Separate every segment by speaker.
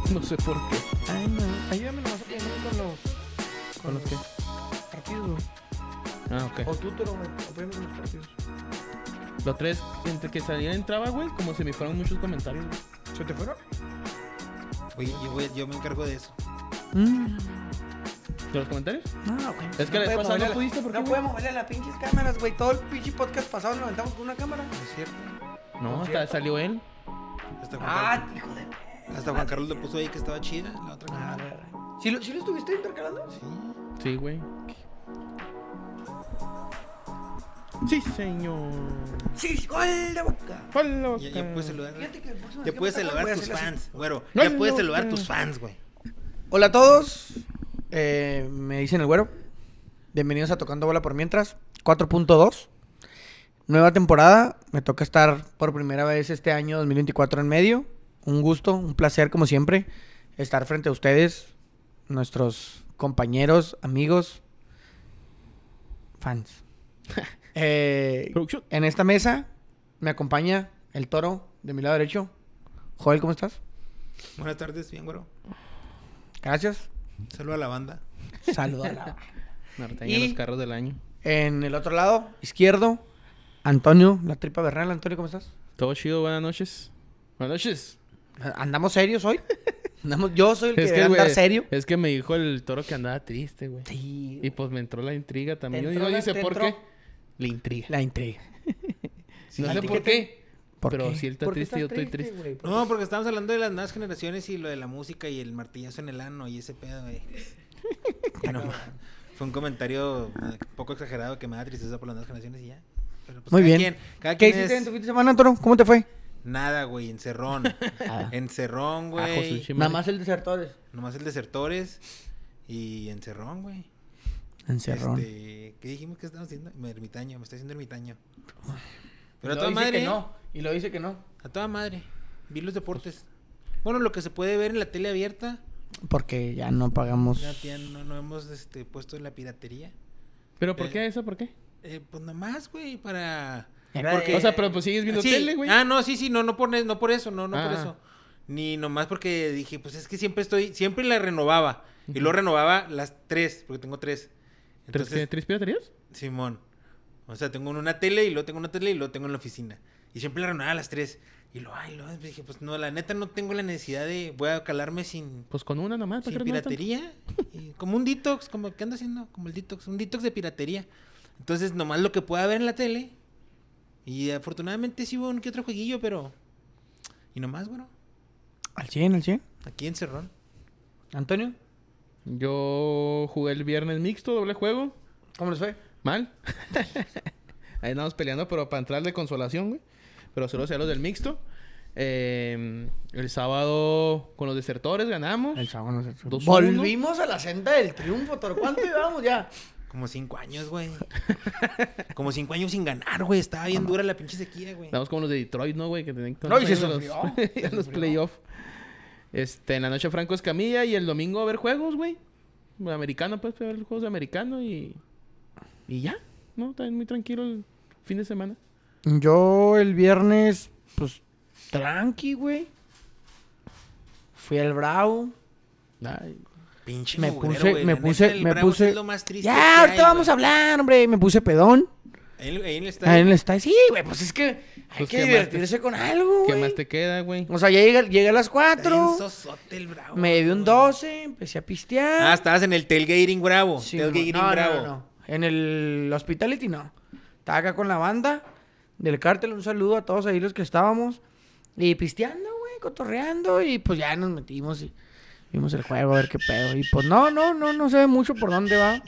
Speaker 1: Pues, No sé por qué.
Speaker 2: Ay, no. Ayúdame nomás a poner con los.
Speaker 1: ¿Con los qué?
Speaker 2: Partidos, güey.
Speaker 1: Ah, ok.
Speaker 2: O tú te lo apoyamos con los partidos.
Speaker 1: Los tres, entre que salía entraba, güey, como se me fueron muchos comentarios, güey.
Speaker 2: ¿Se te fueron?
Speaker 3: Oye, yo, voy- yo me encargo de eso.
Speaker 1: ¿De los comentarios?
Speaker 2: Mm, No, güey.
Speaker 1: Es que la vez
Speaker 2: podemos
Speaker 1: pasada
Speaker 2: moverle
Speaker 1: no
Speaker 2: la-
Speaker 1: pudiste, ¿por qué,
Speaker 2: No
Speaker 1: güey?
Speaker 2: podemos moverle a las pinches cámaras, güey. Todo el pinche podcast pasado nos levantamos con una cámara.
Speaker 3: ¿no es cierto?
Speaker 1: No, hasta salió él.
Speaker 3: Hasta Juan,
Speaker 2: Ah, hijo de.
Speaker 3: Carlos, hasta Juan Carlos le puso ahí que estaba chida la otra
Speaker 2: Ah,
Speaker 3: cámara.
Speaker 2: verga. ¿Sí lo, ¿Sí lo estuviste intercalando?
Speaker 3: Sí.
Speaker 1: Sí, güey. Sí, señor.
Speaker 2: Sí, gol de boca.
Speaker 1: Pon la
Speaker 3: Ya,
Speaker 1: boca.
Speaker 3: ya puedes saludar.
Speaker 2: Fíjate que el próximo
Speaker 3: Ya
Speaker 2: que
Speaker 3: puedes
Speaker 2: me toca,
Speaker 3: saludar
Speaker 2: voy
Speaker 3: a
Speaker 2: a
Speaker 3: tus
Speaker 2: hacerle así.
Speaker 3: fans, güero.
Speaker 1: No,
Speaker 3: Ya puedes
Speaker 1: no,
Speaker 3: saludar a
Speaker 1: no.
Speaker 3: tus fans, güey.
Speaker 2: Hola a todos. Eh, me dicen el güero. Bienvenidos a Tocando Bola por Mientras. 4.2. Nueva temporada. Me toca estar por primera vez este año 2024 en medio. Un gusto, un placer como siempre estar frente a ustedes, nuestros compañeros, amigos, fans. Eh,
Speaker 1: Producción.
Speaker 2: en esta mesa me acompaña el toro de mi lado derecho. Joel, ¿cómo estás?
Speaker 3: Buenas tardes, bien, güero.
Speaker 2: Gracias.
Speaker 3: Saluda a la banda.
Speaker 2: Saludos a la-
Speaker 1: Narteña,
Speaker 2: Y-
Speaker 1: los carros del año.
Speaker 2: En el otro lado, izquierdo, Antonio, la tripa Bernal. Antonio, ¿cómo estás?
Speaker 1: Todo chido, buenas noches. Buenas noches.
Speaker 2: ¿Andamos serios hoy? Andamos, yo soy el que debe andar
Speaker 1: güey,
Speaker 2: serio.
Speaker 1: es que me dijo el toro que andaba triste, güey.
Speaker 2: Sí,
Speaker 1: Y pues me entró la intriga
Speaker 2: Te
Speaker 1: también. Yo
Speaker 2: entró
Speaker 1: digo,
Speaker 2: la-
Speaker 1: dice,
Speaker 2: te
Speaker 1: ¿por
Speaker 2: entró-
Speaker 1: qué? La intriga.
Speaker 2: la intriga.
Speaker 1: No
Speaker 2: ¿A
Speaker 1: sé
Speaker 2: ti
Speaker 1: por
Speaker 2: qué te-
Speaker 1: qué. Pero si él está
Speaker 2: ¿Por qué
Speaker 1: triste,
Speaker 2: estás
Speaker 1: yo estoy triste.
Speaker 2: güey? ¿Por
Speaker 3: No, porque estamos hablando de las nuevas generaciones y lo de la música y el martillazo en el ano y ese pedo, güey. Y no, fue un comentario eh, poco exagerado que me da tristeza por las nuevas generaciones y ya. Pero, pues,
Speaker 2: Muy
Speaker 3: cada
Speaker 2: bien.
Speaker 3: quien- cada
Speaker 2: ¿Qué
Speaker 3: quien
Speaker 2: hiciste
Speaker 3: es-
Speaker 2: en tu fin de semana, Antonio? ¿Cómo te fue?
Speaker 3: Nada, güey, encerrón.
Speaker 2: Ah.
Speaker 1: Ah,
Speaker 3: Encerrón,
Speaker 1: Ajo,
Speaker 3: güey.
Speaker 1: sushi,
Speaker 2: Nada
Speaker 1: madre.
Speaker 2: más el desertores.
Speaker 3: Nomás el desertores y encerrón, güey.
Speaker 2: Encerrón.
Speaker 3: Este, ¿Qué dijimos que estamos haciendo? Me- Ermitaño, me está haciendo ermitaño. Pero
Speaker 2: Y
Speaker 3: a
Speaker 2: luego
Speaker 3: toda
Speaker 2: dice que
Speaker 1: ¿eh?
Speaker 3: madre,
Speaker 2: no, y lo dice que no.
Speaker 3: a toda madre. Vi los deportes. Bueno, lo que se puede ver en la tele abierta,
Speaker 2: Porque ya no pagamos.
Speaker 3: ya, ya no, no hemos este, puesto en la piratería.
Speaker 1: ¿Pero por
Speaker 3: Eh,
Speaker 1: qué eso? ¿Por qué?
Speaker 3: Eh, pues nomás, güey, para...
Speaker 2: Era
Speaker 3: porque-
Speaker 2: de-
Speaker 1: O sea, pero pues sigues viendo
Speaker 3: Sí.
Speaker 1: tele, güey.
Speaker 3: Ah, no, sí, sí, no, no por, no por eso, no, no por
Speaker 1: Ah.
Speaker 3: eso. Ni nomás porque dije, pues es que siempre estoy, siempre la renovaba. Y luego renovaba las tres, porque tengo tres.
Speaker 1: ¿Tres,
Speaker 3: Entonces,
Speaker 1: ¿Tres piraterías?
Speaker 3: Simón. O sea, tengo una tele y luego tengo una tele y luego tengo en la oficina. Y siempre la renovaba a las tres. Y lo, ay, lo, dije, pues no, la neta no tengo la necesidad de, voy a calarme sin,
Speaker 1: Pues con una nomás. ¿para
Speaker 3: sin
Speaker 1: qué renovar tanto?
Speaker 3: piratería. Y como un detox, como, ¿qué ando haciendo? Como el detox, un detox de piratería. Entonces, nomás lo que pueda ver en la tele. Y afortunadamente sí hubo un que otro jueguillo, pero... Y nomás, bueno,
Speaker 2: Al 100, al 100.
Speaker 3: aquí en Cerrón.
Speaker 2: Antonio,
Speaker 1: Yo jugué el viernes mixto, doble juego.
Speaker 2: ¿cómo les fue?
Speaker 1: Mal. Ahí andamos peleando, pero para entrar de consolación, güey. Pero solo sea los del mixto. Eh, el sábado con los desertores ganamos.
Speaker 2: El sábado no se-
Speaker 1: Dos,
Speaker 2: Volvimos a la senda del triunfo, Toro. ¿Cuánto llevamos ya?
Speaker 3: Como cinco años, güey. Como cinco años sin ganar, güey. Estaba bien dura la pinche sequía, güey.
Speaker 1: Andamos como los de Detroit, ¿no, güey? Que tenían que
Speaker 2: No, y se
Speaker 1: los-
Speaker 2: sufrió, se
Speaker 1: los
Speaker 2: sufrió.
Speaker 1: playoffs. Este, en la noche Franco Escamilla y el domingo a ver juegos, güey. Americano, pues, fui a ver juegos de americano y. Y ya, ¿no? También muy tranquilo el fin de semana.
Speaker 2: Yo el viernes, pues, tranqui, güey. Fui al Bravo.
Speaker 1: Ay,
Speaker 3: Pinche
Speaker 2: Me
Speaker 3: mugrero,
Speaker 2: puse-
Speaker 3: güey,
Speaker 2: me
Speaker 3: la neta,
Speaker 2: puse-
Speaker 3: el
Speaker 2: me
Speaker 3: Bravos
Speaker 2: puse-
Speaker 3: es lo más triste que
Speaker 2: Ya, ahorita
Speaker 3: hay,
Speaker 2: vamos a
Speaker 3: güey.
Speaker 2: hablar, hombre. Me puse pedón.
Speaker 3: Ahí en- ahí en el estadio.
Speaker 2: Ahí en el estadio. Sí, güey, pues es que hay
Speaker 1: Pues,
Speaker 2: que
Speaker 1: ¿qué más te-
Speaker 2: divertirse con algo,
Speaker 1: ¿Qué
Speaker 2: güey.
Speaker 1: más te queda, güey?
Speaker 2: O sea, ya llegué, llegué a las
Speaker 3: Está bien
Speaker 2: 4.
Speaker 3: sosote el Bravo,
Speaker 2: Me bebí un
Speaker 3: güey.
Speaker 2: 12, empecé a pistear.
Speaker 3: Ah, estabas en el tailgating bravo.
Speaker 2: Sí,
Speaker 3: tailgating
Speaker 2: mo- no, no,
Speaker 3: bravo.
Speaker 2: no, no. En el Hospitality no. Estaba acá con la banda del cártel. Un saludo a todos ahí los que estábamos. Y pisteando, güey, cotorreando. Y pues ya nos metimos y vimos el juego a ver qué pedo. Y pues no, no, no, no sé mucho por dónde va.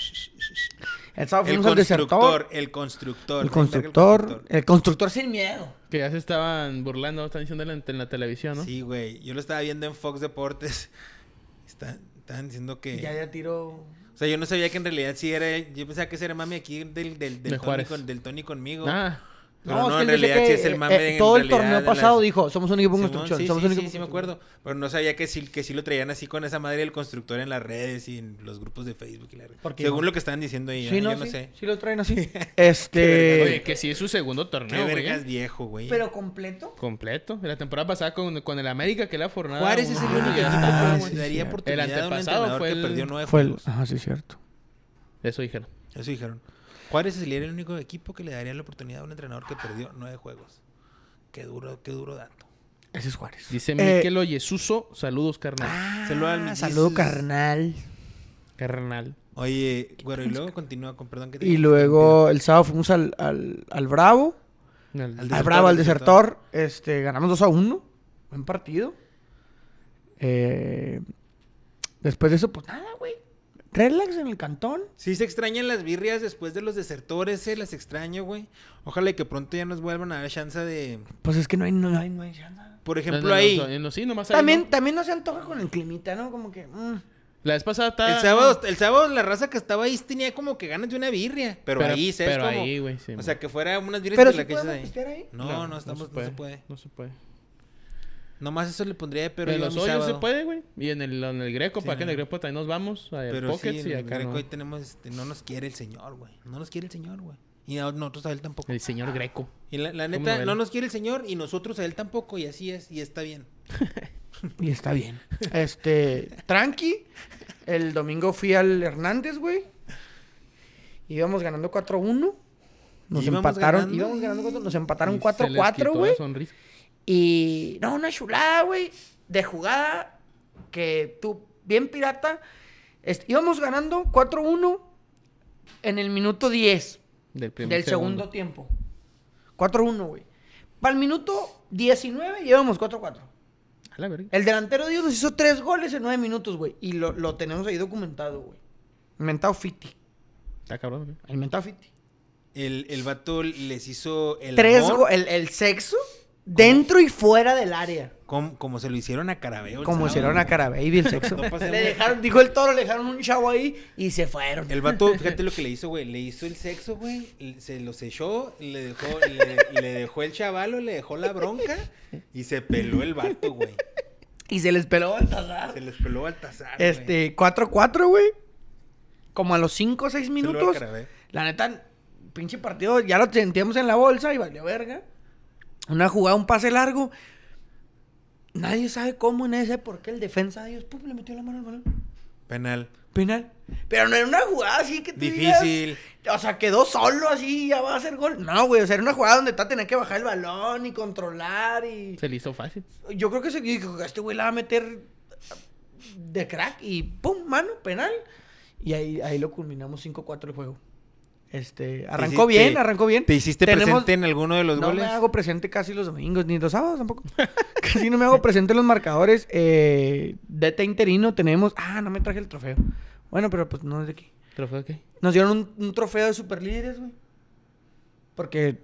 Speaker 2: El sábado
Speaker 3: El
Speaker 2: fuimos al desertor.
Speaker 3: constructor, el constructor.
Speaker 2: El
Speaker 3: Me encarga el
Speaker 2: constructor. eh,
Speaker 3: constructor.
Speaker 2: El constructor sin miedo.
Speaker 1: Que ya se estaban burlando, están diciendo en la, en la televisión, ¿no?
Speaker 3: Sí, güey. Yo lo estaba viendo en Fox Deportes. Está- estaban diciendo que.
Speaker 2: Ya, ya tiró.
Speaker 3: O sea, yo no sabía que en realidad sí era. él. Yo pensaba que ese era mami aquí del, del, del
Speaker 1: De
Speaker 3: Tony,
Speaker 1: Juárez.
Speaker 3: con- del Tony conmigo.
Speaker 1: Ah,
Speaker 3: Pero
Speaker 2: No,
Speaker 3: no,
Speaker 2: es que
Speaker 3: en
Speaker 2: él decía
Speaker 3: realidad sí
Speaker 2: que,
Speaker 3: es el
Speaker 2: eh,
Speaker 3: mame.
Speaker 2: eh,
Speaker 3: en
Speaker 2: todo el
Speaker 3: realidad
Speaker 2: torneo
Speaker 3: de las-
Speaker 2: pasado dijo, somos un equipo en
Speaker 3: Simón,
Speaker 2: construcción.
Speaker 3: sí,
Speaker 2: somos
Speaker 3: sí,
Speaker 2: un
Speaker 3: sí,
Speaker 2: equipo en
Speaker 3: sí me
Speaker 2: construcción.
Speaker 3: acuerdo. Pero no sabía que sí, que sí lo traían así con esa madre del constructor en las redes y en los grupos de Facebook. Y la...
Speaker 2: ¿Por qué
Speaker 3: Según
Speaker 2: no?
Speaker 3: lo que estaban diciendo ahí,
Speaker 2: Sí,
Speaker 3: ¿no?
Speaker 2: no,
Speaker 3: yo no
Speaker 2: sí,
Speaker 3: sé.
Speaker 2: sí lo traen así.
Speaker 1: Oye,
Speaker 2: este...
Speaker 1: que sí es su segundo
Speaker 3: Qué
Speaker 1: torneo, güey.
Speaker 3: vergas
Speaker 1: ¿eh?
Speaker 3: viejo, güey.
Speaker 2: Pero completo.
Speaker 1: Completo. La temporada pasada con, con el América que la fornada.
Speaker 3: Juárez es el
Speaker 1: uno,
Speaker 3: único
Speaker 1: ya
Speaker 3: equipo
Speaker 1: está,
Speaker 2: Ah,
Speaker 3: que
Speaker 1: güey.
Speaker 2: sí,
Speaker 3: le daría
Speaker 2: cierto.
Speaker 3: oportunidad
Speaker 1: El
Speaker 3: a un
Speaker 1: antepasado
Speaker 3: entrenador
Speaker 1: fue
Speaker 3: que
Speaker 1: el-
Speaker 3: perdió nueve
Speaker 2: Fue el... ah.
Speaker 3: juegos.
Speaker 2: Ajá, sí, cierto.
Speaker 1: Eso dijeron.
Speaker 3: Eso dijeron. Juárez sería el único equipo que le daría la oportunidad a un entrenador que perdió nueve juegos. Qué duro, qué duro dato.
Speaker 2: Ese es Juárez.
Speaker 1: Dice
Speaker 2: Eh,
Speaker 1: Miquel Oye, Suso, saludos, carnal.
Speaker 2: Ah,
Speaker 3: Saludo al Miss
Speaker 2: saludo
Speaker 3: Jesus.
Speaker 2: carnal.
Speaker 1: Carnal.
Speaker 3: Oye, güero, y luego continúa con, perdón que te
Speaker 2: Y luego el sábado fuimos al, al, al Bravo.
Speaker 1: Al-
Speaker 3: Al
Speaker 2: Al
Speaker 3: desertor,
Speaker 2: Bravo, al
Speaker 3: al
Speaker 2: desertor. Este, ganamos 2 a 1. Buen partido. Eh, después de eso, pues nada, güey. Relax en el cantón.
Speaker 3: Sí se extrañan las birrias después de los desertores, se las extraño, güey. Ojalá y que pronto ya nos vuelvan a dar chance de...
Speaker 2: Pues es que no hay, no hay, no hay nada.
Speaker 3: Por
Speaker 1: No,
Speaker 3: ejemplo,
Speaker 1: no,
Speaker 3: ahí...
Speaker 1: no, no, sí, nomás ahí,
Speaker 2: También,
Speaker 1: ¿no?
Speaker 2: también no se antoja con el climita, ¿no? Como que. mm.
Speaker 1: La vez pasada estaba.
Speaker 3: El sábado, el sábado la raza que estaba ahí tenía como que ganas de una birria. Pero,
Speaker 1: Pero-
Speaker 3: ahí, ¿sabes
Speaker 1: pero
Speaker 3: cómo?
Speaker 1: ahí, güey, sí,
Speaker 3: o
Speaker 1: man.
Speaker 3: sea, que fuera unas birrias
Speaker 2: Pero
Speaker 3: de
Speaker 2: sí
Speaker 3: la que
Speaker 2: podemos
Speaker 3: hice
Speaker 2: pistear ahí.
Speaker 3: No,
Speaker 1: Claro,
Speaker 3: no, estamos, no se puede.
Speaker 1: No se puede.
Speaker 3: Nomás eso le pondría de pero
Speaker 1: en
Speaker 3: yo a
Speaker 1: los
Speaker 3: mi
Speaker 1: hoyos
Speaker 3: sábado.
Speaker 1: se puede, güey. Y en el, en el Greco,
Speaker 3: Sí,
Speaker 1: para que en el
Speaker 3: no.
Speaker 1: Greco también nos vamos. A el
Speaker 3: Pero
Speaker 1: Pockets
Speaker 3: sí,
Speaker 1: y
Speaker 3: en el
Speaker 1: acá.
Speaker 3: Careco
Speaker 1: no.
Speaker 3: hoy tenemos... Este, no nos quiere el señor, güey. No nos quiere el señor, güey. Y a nosotros a él tampoco.
Speaker 1: El señor Greco.
Speaker 3: Y la, la
Speaker 1: ¿Cómo
Speaker 3: neta,
Speaker 1: ven?
Speaker 3: no nos quiere el señor y nosotros a él tampoco. Y así es, y está bien.
Speaker 2: Y está bien. Este, tranqui. El domingo fui al Hernández, güey. Íbamos ganando 4-1. Nos
Speaker 3: Íbamos
Speaker 2: empataron.
Speaker 3: ganando,
Speaker 2: íbamos ganando
Speaker 3: güey.
Speaker 2: 4 Nos
Speaker 1: Y
Speaker 2: empataron
Speaker 1: se les quitó
Speaker 2: 4-4,
Speaker 1: la
Speaker 2: güey.
Speaker 1: sonrisa.
Speaker 2: Y. No, una chulada, güey. De jugada que tú, bien pirata. Este, íbamos ganando 4-1 en el minuto 10
Speaker 1: Del, primer
Speaker 2: del segundo, tiempo. 4-1, güey. Para el minuto 19 llevamos 4-4.
Speaker 1: A la verga.
Speaker 2: El delantero de Dios nos hizo tres goles en nueve minutos, güey. Y lo, lo tenemos ahí documentado, güey. Inventado Fiti.
Speaker 1: Está cabrón, güey.
Speaker 2: Inventado Fiti.
Speaker 3: El, el vato les hizo el
Speaker 2: Tres
Speaker 3: amor
Speaker 2: go- el, el sexo dentro y fuera del área.
Speaker 3: com- como se lo hicieron a Carabeo. el
Speaker 2: Como
Speaker 3: sábado.
Speaker 2: hicieron a cara baby el sexo.
Speaker 3: No pasa
Speaker 2: le
Speaker 3: nada.
Speaker 2: dejaron, dijo el toro, le dejaron un chavo ahí y se fueron.
Speaker 3: El vato, fíjate lo que le hizo, güey. Le hizo el sexo, güey. l- Se los echó, le dejó, le, le dejó el chavalo, le dejó la bronca y se peló el vato, güey.
Speaker 2: Y se les peló Baltasar.
Speaker 3: Se les peló Baltasar. güey.
Speaker 2: Este, 4-4, güey. Como a los 5 o 6
Speaker 3: Se lo va a
Speaker 2: minutos.
Speaker 3: Carabeo.
Speaker 2: La neta, pinche partido, ya lo sentíamos en la bolsa y valió verga. Una jugada, un pase largo. Nadie sabe cómo, nadie sabe por qué el defensa de ellos pum, le metió la mano al balón.
Speaker 3: Penal.
Speaker 2: Penal. Pero no era una jugada así que tú digas,
Speaker 3: Difícil.
Speaker 2: o sea, quedó solo así y ya va a hacer gol. No, güey, o sea, era una jugada donde está tenía que bajar el balón y controlar y...
Speaker 1: Se le hizo fácil.
Speaker 2: Yo creo que se dijo, este güey la va a meter de crack y pum, mano, penal. Y ahí, ahí lo culminamos 5-4 el juego. Este, arrancó
Speaker 3: hiciste-
Speaker 2: bien, arrancó bien.
Speaker 3: ¿Te hiciste
Speaker 2: Tenemos-
Speaker 3: presente en alguno de los
Speaker 2: no
Speaker 3: goles?
Speaker 2: me hago presente casi los domingos, ni los sábados tampoco. casi no me hago presente en los marcadores. Eh, DT interino tenemos... Ah, no me traje el trofeo. Bueno, pero pues no es de aquí.
Speaker 1: ¿Pero fue qué?
Speaker 2: Nos dieron un, un trofeo de superlíderes, güey. Porque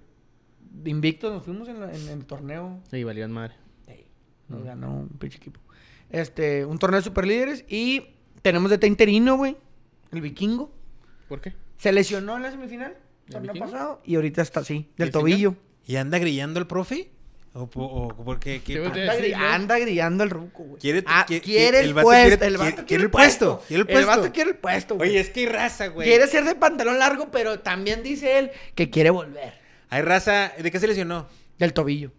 Speaker 2: invictos nos fuimos en la- en el torneo
Speaker 1: Y valían madre.
Speaker 2: Ey, Nos ganó un pinche equipo. Este, un torneo de superlíderes y tenemos de interino, güey. El vikingo.
Speaker 1: ¿Por qué?
Speaker 2: Se lesionó en la semifinal, torneo
Speaker 1: vikingo?
Speaker 2: pasado, y ahorita está así,
Speaker 1: ¿Y
Speaker 2: del
Speaker 1: el señor?
Speaker 2: tobillo.
Speaker 3: ¿Y anda grillando el profe? ¿O, po- o por qué? qué-
Speaker 1: Te voy a
Speaker 3: por-
Speaker 2: Anda,
Speaker 1: Sí,
Speaker 2: gri-
Speaker 1: ¿no?
Speaker 2: anda grillando el ruco, güey.
Speaker 3: Quiere-
Speaker 2: Ah,
Speaker 3: qui-
Speaker 2: quiere
Speaker 3: qui-
Speaker 2: el
Speaker 3: el vato
Speaker 2: puesto,
Speaker 3: quiere-
Speaker 2: el vato
Speaker 3: quiere-
Speaker 2: quiere
Speaker 3: quiere
Speaker 2: el
Speaker 3: el puesto,
Speaker 2: puesto.
Speaker 3: quiere el
Speaker 2: El vato
Speaker 3: puesto.
Speaker 2: quiere el puesto, güey.
Speaker 3: Oye, es que hay raza, güey.
Speaker 2: Quiere ser de pantalón largo, pero también dice él que quiere volver
Speaker 3: Hay raza. ¿De qué se lesionó?
Speaker 2: del tobillo.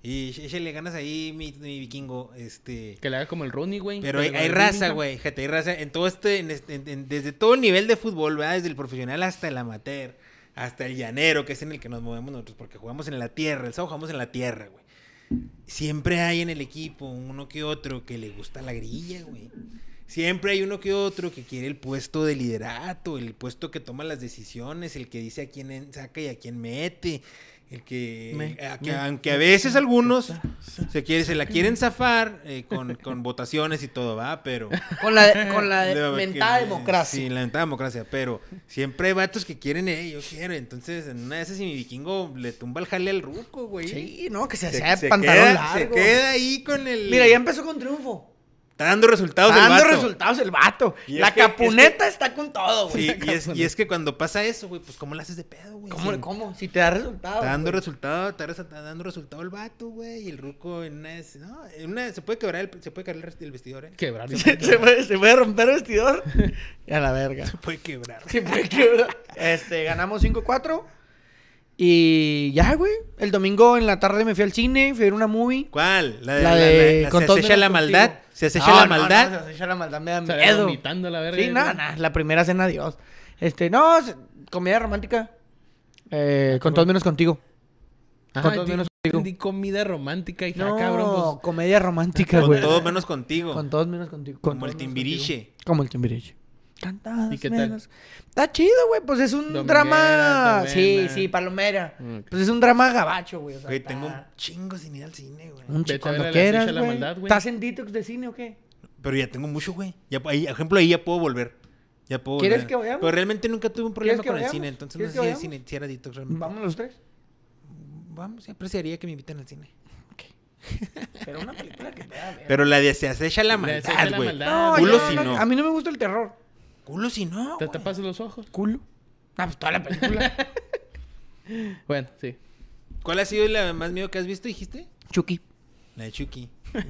Speaker 3: Y échale le ganas ahí, mi, mi vikingo. Este.
Speaker 1: Que le haga como el Rooney, güey.
Speaker 3: Pero
Speaker 1: Que
Speaker 3: hay,
Speaker 1: le-
Speaker 3: hay
Speaker 1: el
Speaker 3: raza,
Speaker 1: Bellingham.
Speaker 3: güey. Fíjate, hay raza. En todo este, en este- en- en- desde todo el nivel de fútbol, ¿verdad? Desde el profesional hasta el amateur, hasta el llanero, que es en el que nos movemos nosotros, porque jugamos en la tierra, el sábado jugamos en la tierra, güey. Siempre hay en el equipo uno que otro que le gusta la grilla, güey. Siempre hay uno que otro que quiere el puesto de liderato, el puesto que toma las decisiones, el que dice a quién en- saca y a quién mete. El que,
Speaker 1: Me-
Speaker 3: a- que-
Speaker 1: me-
Speaker 3: aunque a veces algunos se, quiere, se la quieren zafar eh, con, con votaciones y todo, va, pero...
Speaker 2: Con la, de- con la de-
Speaker 3: Debe haber
Speaker 2: mentada
Speaker 3: que-
Speaker 2: democracia.
Speaker 3: Sí, la mentada democracia, pero siempre hay vatos que quieren, eh, yo quiero. Entonces, en una de esas, si mi vikingo le tumba el jale al ruco, güey.
Speaker 2: Sí, no, que se,
Speaker 3: Se,
Speaker 2: sea de
Speaker 3: se
Speaker 2: pantalón
Speaker 3: queda,
Speaker 2: largo.
Speaker 3: se queda ahí con el.
Speaker 2: Mira, ya empezó con triunfo.
Speaker 3: Está dando resultados
Speaker 2: Está
Speaker 3: el
Speaker 2: dando
Speaker 3: vato.
Speaker 2: resultados el vato.
Speaker 3: Y es
Speaker 2: la
Speaker 3: que- es que-
Speaker 2: capuneta está con todo, güey.
Speaker 3: Sí, y es, y es que cuando pasa eso, güey, pues ¿cómo la haces de pedo, güey?
Speaker 2: ¿Cómo,
Speaker 3: Sí.
Speaker 2: ¿Cómo? Si te da resultados.
Speaker 3: Está dando
Speaker 2: güey.
Speaker 3: resultado, está, resa- está dando resultado el vato, güey. Y el ruco en una, es- no, en una- se puede quebrar el, se puede quebrar el res- el vestidor, eh.
Speaker 1: Quebrar.
Speaker 2: se, se puede, se puede romper el vestidor. y a la verga.
Speaker 3: Se puede quebrar.
Speaker 2: Se puede quebrar. Este, ganamos 5-4. Y ya, güey. El domingo en la tarde me fui al cine, fui a ver una movie.
Speaker 3: ¿Cuál? Eh, La de,
Speaker 2: La
Speaker 3: la- la-
Speaker 2: de
Speaker 3: la-
Speaker 2: Con
Speaker 3: se
Speaker 2: todos
Speaker 3: acecha la
Speaker 2: menos
Speaker 3: maldad.
Speaker 2: contigo.
Speaker 3: Se acecha
Speaker 2: No, no,
Speaker 3: la
Speaker 2: no,
Speaker 3: maldad.
Speaker 2: se acecha la maldad, me da
Speaker 1: Sale
Speaker 2: miedo.
Speaker 1: vomitando a la verga.
Speaker 2: Sí, nada, nada. La primera cena, Dios. Este, no, se- comedia romántica. Eh, con todos menos contigo.
Speaker 1: Ajá,
Speaker 2: Con todos
Speaker 1: di-
Speaker 2: menos contigo.
Speaker 1: di comida romántica y
Speaker 2: No,
Speaker 1: no. cabrón,
Speaker 2: comedia romántica,
Speaker 3: Ah, pues, con
Speaker 2: güey.
Speaker 3: todo menos contigo.
Speaker 2: Con todos menos contigo. Con
Speaker 3: como el
Speaker 2: todos menos
Speaker 3: timbiriche.
Speaker 2: contigo. Como el timbiriche. Cantadas
Speaker 1: ¿Y qué tal?
Speaker 2: menos. Está chido, güey. Pues es un
Speaker 1: Dominguera,
Speaker 2: drama. Sí,
Speaker 1: palomera.
Speaker 2: sí, palomera.
Speaker 1: Ok.
Speaker 2: Pues es un drama gabacho, güey. o sea,
Speaker 3: Mm, Güey,
Speaker 2: está-
Speaker 3: tengo un chingo sin ir al cine, güey.
Speaker 2: Un
Speaker 1: Vete
Speaker 2: chico,
Speaker 1: a ver
Speaker 2: cuando
Speaker 1: a la
Speaker 2: quieras,
Speaker 1: Sisha la
Speaker 2: güey.
Speaker 1: Maldad, güey.
Speaker 2: ¿Estás en detox de cine o qué?
Speaker 3: Pero ya tengo mucho, güey. Ya, ahí, por ejemplo, ahí ya puedo volver. Ya puedo
Speaker 2: ¿Quieres
Speaker 3: volver.
Speaker 2: que vayamos?
Speaker 3: Pero realmente nunca tuve un
Speaker 2: ¿Quieres
Speaker 3: problema
Speaker 2: que
Speaker 3: con el
Speaker 2: vayamos?
Speaker 3: cine. Entonces no
Speaker 2: ¿Quieres
Speaker 3: sé si
Speaker 2: que
Speaker 3: el cine si era detox realmente.
Speaker 2: Vamos los tres.
Speaker 3: Vamos, sí, apreciaría que me inviten al cine.
Speaker 2: Pero una película que te da ver.
Speaker 3: Pero la de se acecha la
Speaker 1: La de Se acecha
Speaker 3: maldad,
Speaker 1: la
Speaker 3: güey.
Speaker 1: maldad.
Speaker 2: No,
Speaker 3: Culo
Speaker 2: yo
Speaker 3: si no.
Speaker 2: A mí no me gusta el terror.
Speaker 3: Culo si no,
Speaker 1: pues. Te
Speaker 3: güey.
Speaker 1: tapas los ojos.
Speaker 2: Culo. Ah, pues toda la película.
Speaker 1: Bueno, sí.
Speaker 3: ¿Cuál ha sido la más miedo que has visto, dijiste?
Speaker 2: Chucky.
Speaker 3: La de Chucky. No-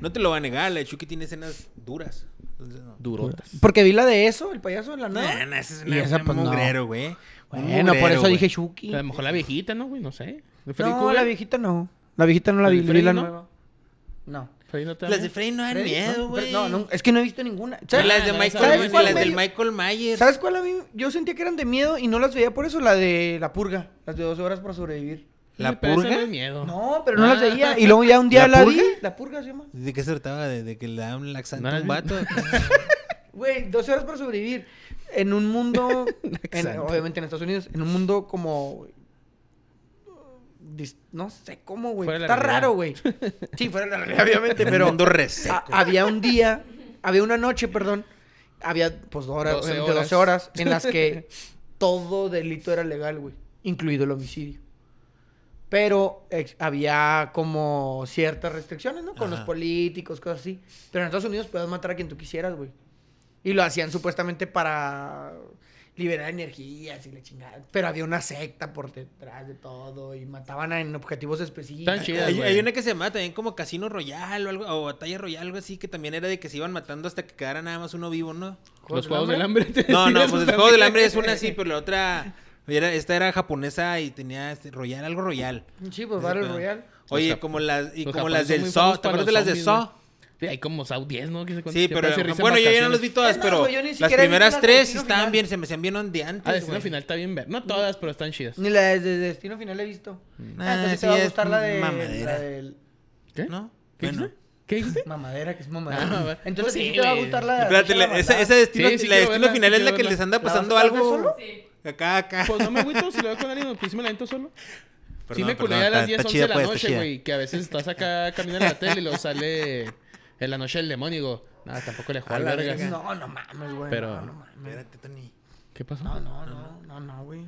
Speaker 3: No te lo va a negar, la de Chucky tiene escenas duras. Entonces, no.
Speaker 1: Durotas.
Speaker 2: Porque vi la de eso, el payaso de la
Speaker 3: Nah,
Speaker 2: nada.
Speaker 3: nah, ese es
Speaker 2: Y
Speaker 3: una-
Speaker 2: esa,
Speaker 3: un
Speaker 2: pues, no.
Speaker 3: mugrero, güey. Un
Speaker 2: Bueno, por
Speaker 3: mugrero,
Speaker 2: eso
Speaker 3: güey.
Speaker 2: dije Chucky.
Speaker 1: A lo mejor la viejita, ¿no, güey? No sé. Freddy
Speaker 2: No,
Speaker 1: Krueger.
Speaker 2: la viejita no. La viejita no la
Speaker 1: ¿La
Speaker 2: vi,
Speaker 1: de Freddy
Speaker 2: vi la
Speaker 1: no?
Speaker 2: nueva. No.
Speaker 1: Freddy no te da
Speaker 3: Las de
Speaker 1: miedo.
Speaker 3: Freddy no dan
Speaker 2: Freddy,
Speaker 3: miedo,
Speaker 2: no,
Speaker 3: güey.
Speaker 2: No, no, es que no he visto ninguna.
Speaker 3: Y
Speaker 2: ¿Sabes?
Speaker 3: las de
Speaker 1: no,
Speaker 3: Michael
Speaker 1: ¿sabes
Speaker 3: Myers y
Speaker 2: cuál
Speaker 3: las del
Speaker 2: medio?
Speaker 3: Michael Myers.
Speaker 2: ¿Sabes cuál a mí? Yo sentía que eran de miedo y no las veía por eso, la de la purga, las de 12 horas para sobrevivir.
Speaker 3: ¿La
Speaker 1: Pero esa no
Speaker 3: purga?
Speaker 1: es miedo.
Speaker 2: No, pero no las veía. Y luego ya un día
Speaker 3: Ah. ¿La
Speaker 2: la, vi.
Speaker 3: purga?
Speaker 2: La purga se llama.
Speaker 3: ¿De qué se trataba? ¿De, de que le da un laxante
Speaker 1: ¿No
Speaker 3: a
Speaker 1: la
Speaker 3: un
Speaker 1: has
Speaker 3: vato?
Speaker 2: Güey, 12 horas para sobrevivir. En un mundo, en-
Speaker 1: Laxante.
Speaker 2: obviamente en Estados Unidos, en un mundo como... dis- No sé cómo, güey.
Speaker 1: Fuera de
Speaker 2: Está
Speaker 1: la realidad.
Speaker 2: raro, güey. Sí, fuera de la realidad, obviamente, pero...
Speaker 3: Un mundo reseco.
Speaker 2: A- había un día, había una noche, perdón, había pues dos horas,
Speaker 1: 12
Speaker 2: obviamente, 12
Speaker 1: horas.
Speaker 2: horas en las que todo delito era legal, güey, incluido el homicidio. Pero ex- había como ciertas restricciones, ¿no? Con los
Speaker 3: Ajá.
Speaker 2: políticos, cosas así. Pero en Estados Unidos puedes matar a quien tú quisieras, güey. Y lo hacían supuestamente para liberar energías y la chingada. Pero había una secta por detrás de todo y mataban a- en objetivos específicos.
Speaker 1: Tan chido.
Speaker 3: Hay,
Speaker 1: güey.
Speaker 3: hay una que se llamaba también como Casino Royal o algo, o Batalla Royal, algo así, que también era de que se iban matando hasta que quedara nada más uno vivo, ¿no?
Speaker 1: Los Juegos del Hambre. te
Speaker 3: No, no,
Speaker 1: decías
Speaker 3: pues el
Speaker 1: también.
Speaker 3: juego del hambre es una así, pero la otra. era- esta era japonesa y tenía este, Royal, algo Royal.
Speaker 2: Sí, pues Battle
Speaker 3: Ese pedo.
Speaker 2: Royal.
Speaker 1: Los
Speaker 3: Oye,
Speaker 1: jap-
Speaker 3: como las, y
Speaker 1: los
Speaker 3: como
Speaker 1: japoneses
Speaker 3: las
Speaker 1: son
Speaker 3: del
Speaker 1: muy
Speaker 3: Saw.
Speaker 1: famosos
Speaker 3: ¿Te
Speaker 1: para
Speaker 3: acuerdas de
Speaker 1: los
Speaker 3: las de
Speaker 1: zombies,
Speaker 3: Saw?
Speaker 1: güey. Sí, hay como Saw 10, ¿no? Que se-
Speaker 3: Sí,
Speaker 1: que
Speaker 3: pero
Speaker 1: parece risa en
Speaker 3: bueno, yo ya no
Speaker 1: vacaciones.
Speaker 3: las vi todas,
Speaker 2: Es más,
Speaker 3: pero
Speaker 2: güey, yo ni
Speaker 3: las
Speaker 2: siquiera he
Speaker 3: primeras
Speaker 2: visto las
Speaker 3: tres
Speaker 2: Destino
Speaker 3: estaban
Speaker 2: Final.
Speaker 3: bien, se me hacían bien
Speaker 1: Ah,
Speaker 3: ondeantes,
Speaker 1: Destino
Speaker 3: güey.
Speaker 1: Final está bien ver. No todas, pero están chidas.
Speaker 2: Ni la de, de Destino Final he visto.
Speaker 3: Nah,
Speaker 2: Ah, entonces te
Speaker 3: esa
Speaker 2: va
Speaker 3: ya
Speaker 2: a
Speaker 3: es
Speaker 2: gustar la de.
Speaker 3: mamadera.
Speaker 2: La del-
Speaker 1: ¿Qué?
Speaker 3: ¿No?
Speaker 1: eh? ¿Qué
Speaker 3: Bueno.
Speaker 1: dijiste? ¿Qué dijiste?
Speaker 2: Mamadera, que es
Speaker 1: Ah,
Speaker 2: mamadera.
Speaker 1: mamadera.
Speaker 2: entonces
Speaker 1: Pues
Speaker 2: sí,
Speaker 1: sí,
Speaker 2: te va a
Speaker 1: güey.
Speaker 2: gustar la de.
Speaker 3: Espérate, la- esa, esa destino,
Speaker 1: Sí, sí
Speaker 3: la
Speaker 1: quiero
Speaker 3: destino
Speaker 1: verla,
Speaker 3: final
Speaker 1: sí
Speaker 3: es la
Speaker 1: quiero
Speaker 3: que
Speaker 1: verla.
Speaker 3: les anda
Speaker 2: ¿La vas
Speaker 3: pasando
Speaker 2: a ver
Speaker 3: algo.
Speaker 2: solo?
Speaker 4: Sí.
Speaker 3: Acá, acá.
Speaker 1: Pues no me agüito si lo veo con alguien, pues sí me la aviento solo. sí
Speaker 3: Perdón,
Speaker 1: me culé
Speaker 3: perdón,
Speaker 1: a las
Speaker 3: está-
Speaker 1: 10,
Speaker 3: está
Speaker 1: 11
Speaker 3: chida,
Speaker 1: de la
Speaker 3: pues, está
Speaker 1: noche,
Speaker 3: chida.
Speaker 1: güey. Que a veces estás acá caminando en la tele y luego sale en la noche el demonio y digo, nada, tampoco le juego
Speaker 3: A
Speaker 1: al
Speaker 3: la
Speaker 1: vergas.
Speaker 3: verga.
Speaker 2: No, no mames, güey.
Speaker 1: Pero-
Speaker 2: No, no mames.
Speaker 3: Espérate, Tony.
Speaker 1: ¿Qué pasó?
Speaker 2: No, no, no, no, no, güey.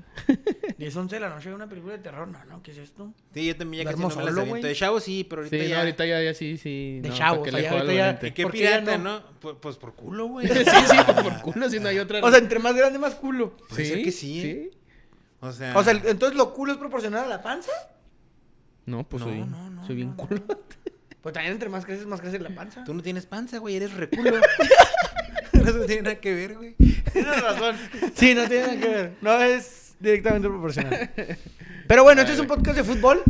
Speaker 2: 10, 11 de la noche hay una película de terror. No, no, ¿qué es esto?
Speaker 3: Sí, yo también ya casi
Speaker 2: Duermo
Speaker 3: no me las
Speaker 2: solo,
Speaker 3: aviento.
Speaker 2: güey.
Speaker 3: De chavo sí,
Speaker 1: Sí,
Speaker 3: pero ahorita
Speaker 1: no,
Speaker 3: ya...
Speaker 1: ahorita ya, ya sí, sí.
Speaker 2: De
Speaker 1: no,
Speaker 2: chavos,
Speaker 1: ¿para qué
Speaker 2: o sea,
Speaker 1: le
Speaker 2: ya
Speaker 1: juego al
Speaker 2: ahorita ya-
Speaker 1: volante?
Speaker 3: ¿Y qué
Speaker 2: ¿Por qué ya
Speaker 3: pirata,
Speaker 2: no?
Speaker 3: no? Pues, pues por culo, güey.
Speaker 1: Sí, sí, pues por culo, si no hay otra.
Speaker 2: O sea, entre más grande, más culo.
Speaker 3: puede ser que sí, ¿eh? O sea...
Speaker 2: O sea, el- entonces lo culo es proporcional a la panza.
Speaker 1: No, pues
Speaker 3: No,
Speaker 1: soy,
Speaker 3: no, no,
Speaker 1: soy bien
Speaker 3: no,
Speaker 1: culo.
Speaker 2: Pues también entre más creces, más crece la panza.
Speaker 3: Tú no tienes panza, güey. Eres reculo. Eso no tiene nada que ver, güey.
Speaker 2: Tienes razón. Sí, no tiene nada que ver. No es directamente proporcional. Pero bueno, este es un podcast de fútbol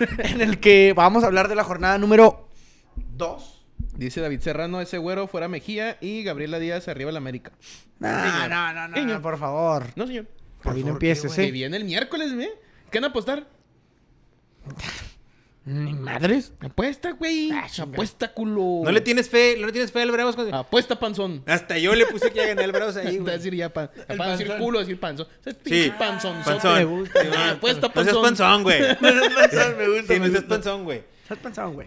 Speaker 2: en el que vamos a hablar de la jornada número 2.
Speaker 1: Dice David Serrano, ese güero fuera Mejía y Gabriela Díaz arriba el América.
Speaker 2: No, no, no, no,
Speaker 1: Niño.
Speaker 2: por favor.
Speaker 1: No, señor.
Speaker 3: Por
Speaker 2: Ahí no
Speaker 3: favor, ¿qué,
Speaker 2: empieces,
Speaker 1: Que
Speaker 2: ¿eh?
Speaker 1: viene el miércoles, ¿eh? ¿Qué van a apostar?
Speaker 2: Ni madres.
Speaker 1: Apuesta, güey.
Speaker 2: Ah, chinga.
Speaker 1: Apuesta, culo.
Speaker 3: No le tienes fe, no le tienes fe al Bravos. cuando-
Speaker 1: Apuesta, panzón.
Speaker 3: Hasta yo le puse que a ganar el Bravos ahí,
Speaker 1: Te va a
Speaker 3: güey.
Speaker 1: Ah. decir ya pan,
Speaker 2: El
Speaker 1: van a decir
Speaker 2: panzón.
Speaker 1: culo, decir panzón. O sea,
Speaker 3: Sí, Ah,
Speaker 1: pinche panzón.
Speaker 2: Panzón. Me gusta.
Speaker 3: Sí, no,
Speaker 1: Apuesta,
Speaker 3: No seas
Speaker 1: panzón.
Speaker 3: panzón, güey.
Speaker 2: me gusta.
Speaker 3: Sí, no seas panzón, güey.
Speaker 2: ¿Estás pensado, güey?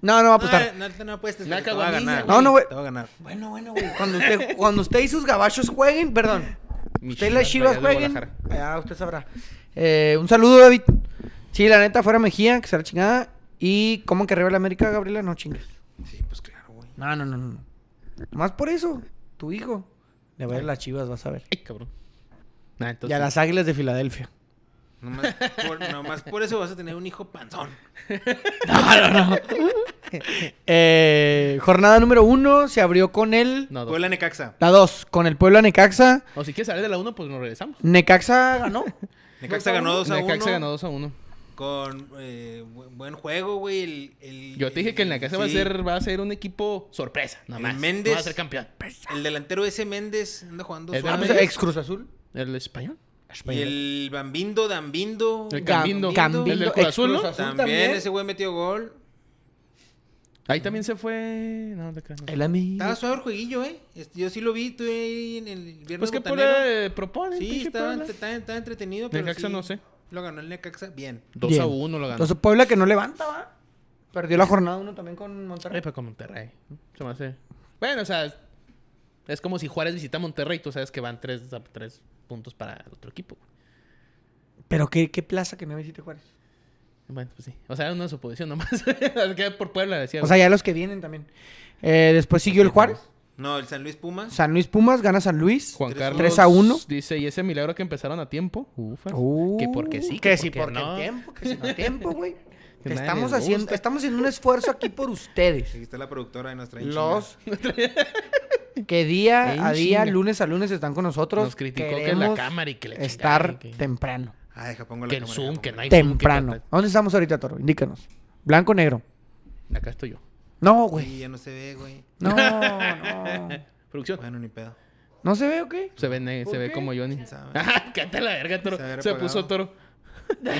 Speaker 2: No, no va a apostar.
Speaker 3: No, no, no apuestes,
Speaker 1: La
Speaker 3: porque te va a
Speaker 1: caguamilla,
Speaker 3: ganar.
Speaker 1: güey.
Speaker 2: No, no, güey.
Speaker 3: Te va a ganar.
Speaker 2: Eh, Bueno, bueno, güey. Cuando usted, cuando usted y sus gabachos jueguen, perdón.
Speaker 1: Mis
Speaker 2: Usted y las chivas
Speaker 1: rayadas de
Speaker 2: jueguen.
Speaker 1: Guadalajara.
Speaker 2: Allá usted sabrá. Eh, un saludo, David. Sí, la neta, fuera Mejía, que será chingada. Y coman que arriba la América, Gabriela, no chingues.
Speaker 3: Sí, pues claro, güey.
Speaker 2: No, no, no, no. Más por eso, tu hijo. Le va a ir a las chivas, vas a ver.
Speaker 1: Ay, cabrón. Nah, entonces,
Speaker 2: Y a las águilas de Filadelfia.
Speaker 3: Nomás por, nomás por eso vas a tener un hijo panzón.
Speaker 2: Eh, jornada número uno se abrió con el.
Speaker 1: No, dos.
Speaker 3: Puebla Necaxa.
Speaker 2: La dos, con el Puebla Necaxa.
Speaker 1: O si quieres salir de la 1, pues nos regresamos.
Speaker 2: Necaxa ganó.
Speaker 3: Necaxa ganó 2 Ah, a 1.
Speaker 1: Necaxa ganó 2 a 1.
Speaker 3: Con eh, bu- buen juego, güey. El, el-
Speaker 1: Yo te dije que en la casa va a
Speaker 3: sí.
Speaker 1: ser va a ser un equipo sorpresa, nada
Speaker 3: El
Speaker 1: más.
Speaker 3: Méndez-
Speaker 1: No va a ser campeón.
Speaker 3: El delantero ese Méndez anda jugando
Speaker 1: El
Speaker 2: Ah,
Speaker 3: suave.
Speaker 2: pues, Ex Cruz Azul.
Speaker 1: El español.
Speaker 3: Y el Bambindo, Dambindo.
Speaker 1: El
Speaker 2: Gam-
Speaker 1: Cambindo.
Speaker 2: Cambindo,
Speaker 1: El del
Speaker 2: ex
Speaker 1: Cruz Azul,
Speaker 2: Cruz
Speaker 1: ¿no?
Speaker 2: Azul.
Speaker 3: También,
Speaker 2: también.
Speaker 3: ese güey metió gol.
Speaker 1: Ahí también se fue. No, no te creas, no.
Speaker 2: El amigo.
Speaker 3: Estaba suave el jueguillo, ¿eh? Este, Yo sí lo vi, tú ahí en el viernes.
Speaker 1: Pues que por pues
Speaker 3: botanero.
Speaker 1: propone.
Speaker 3: Sí,
Speaker 1: pinche
Speaker 3: estaba,
Speaker 1: Puebla.
Speaker 3: ent- estaba- estaba entretenido. Pero
Speaker 1: Necaxa
Speaker 3: sí,
Speaker 1: no sé.
Speaker 3: Lo ganó el Necaxa. Bien.
Speaker 1: 2
Speaker 2: Bien.
Speaker 1: a 1 lo ganó.
Speaker 2: Entonces Puebla que no levanta, va. Perdió la jornada uno también con
Speaker 1: Ay,
Speaker 2: Monterrey.
Speaker 1: pero con Monterrey. ¿no? Se me hace. Bueno, o sea, es- es como si Juárez visita Monterrey, tú sabes que van 3 tres, tres puntos para el otro equipo. güey.
Speaker 2: Pero qué, qué plaza que no visite Juárez.
Speaker 1: Bueno, pues sí. O sea, era una suposición nomás. Es que por Puebla decía.
Speaker 2: O sea, ya los que vienen también. Eh, después siguió el Juárez.
Speaker 3: No, el San Luis Puma.
Speaker 2: San Luis Pumas gana San Luis.
Speaker 1: Juan
Speaker 3: tres-
Speaker 1: Carlos
Speaker 2: tres a uno.
Speaker 1: dice, y ese milagro que empezaron a tiempo. Ufas.
Speaker 2: Uh,
Speaker 1: que porque sí.
Speaker 2: Que, sí, porque
Speaker 1: no.
Speaker 2: el tiempo, que si no el tiempo, güey.
Speaker 1: Que
Speaker 2: Te
Speaker 1: nadie
Speaker 2: estamos
Speaker 1: les
Speaker 2: haciendo,
Speaker 1: gusta.
Speaker 2: estamos haciendo un esfuerzo aquí por ustedes.
Speaker 3: Aquí está la productora de nuestra
Speaker 2: Los que día a
Speaker 1: En
Speaker 2: día,
Speaker 1: chinga.
Speaker 2: lunes a lunes están con nosotros.
Speaker 1: Nos criticó que la
Speaker 2: Queremos
Speaker 1: cámara y que la chingada
Speaker 2: estar
Speaker 1: y que-
Speaker 2: temprano.
Speaker 3: Ah, deja, pongo la
Speaker 1: Que el
Speaker 3: cámara,
Speaker 1: Zoom,
Speaker 3: deja,
Speaker 1: que
Speaker 3: pongo
Speaker 1: no hay
Speaker 3: la-
Speaker 2: Temprano.
Speaker 1: plata.
Speaker 2: ¿Dónde estamos ahorita, Toro? Indícanos. Blanco, negro.
Speaker 1: Acá estoy yo.
Speaker 2: No, güey.
Speaker 3: Sí, ya no se ve, güey.
Speaker 2: No, no.
Speaker 1: Producción.
Speaker 3: Bueno, ni pedo.
Speaker 2: ¿No se ve o qué?
Speaker 1: se ve, ne-
Speaker 2: ¿Por
Speaker 1: se ve
Speaker 2: qué?
Speaker 1: como Johnny.
Speaker 3: sabe?
Speaker 1: Ah, Cállate la verga, toro.
Speaker 3: Se habrá
Speaker 1: Se, puso
Speaker 3: apagado.
Speaker 1: toro.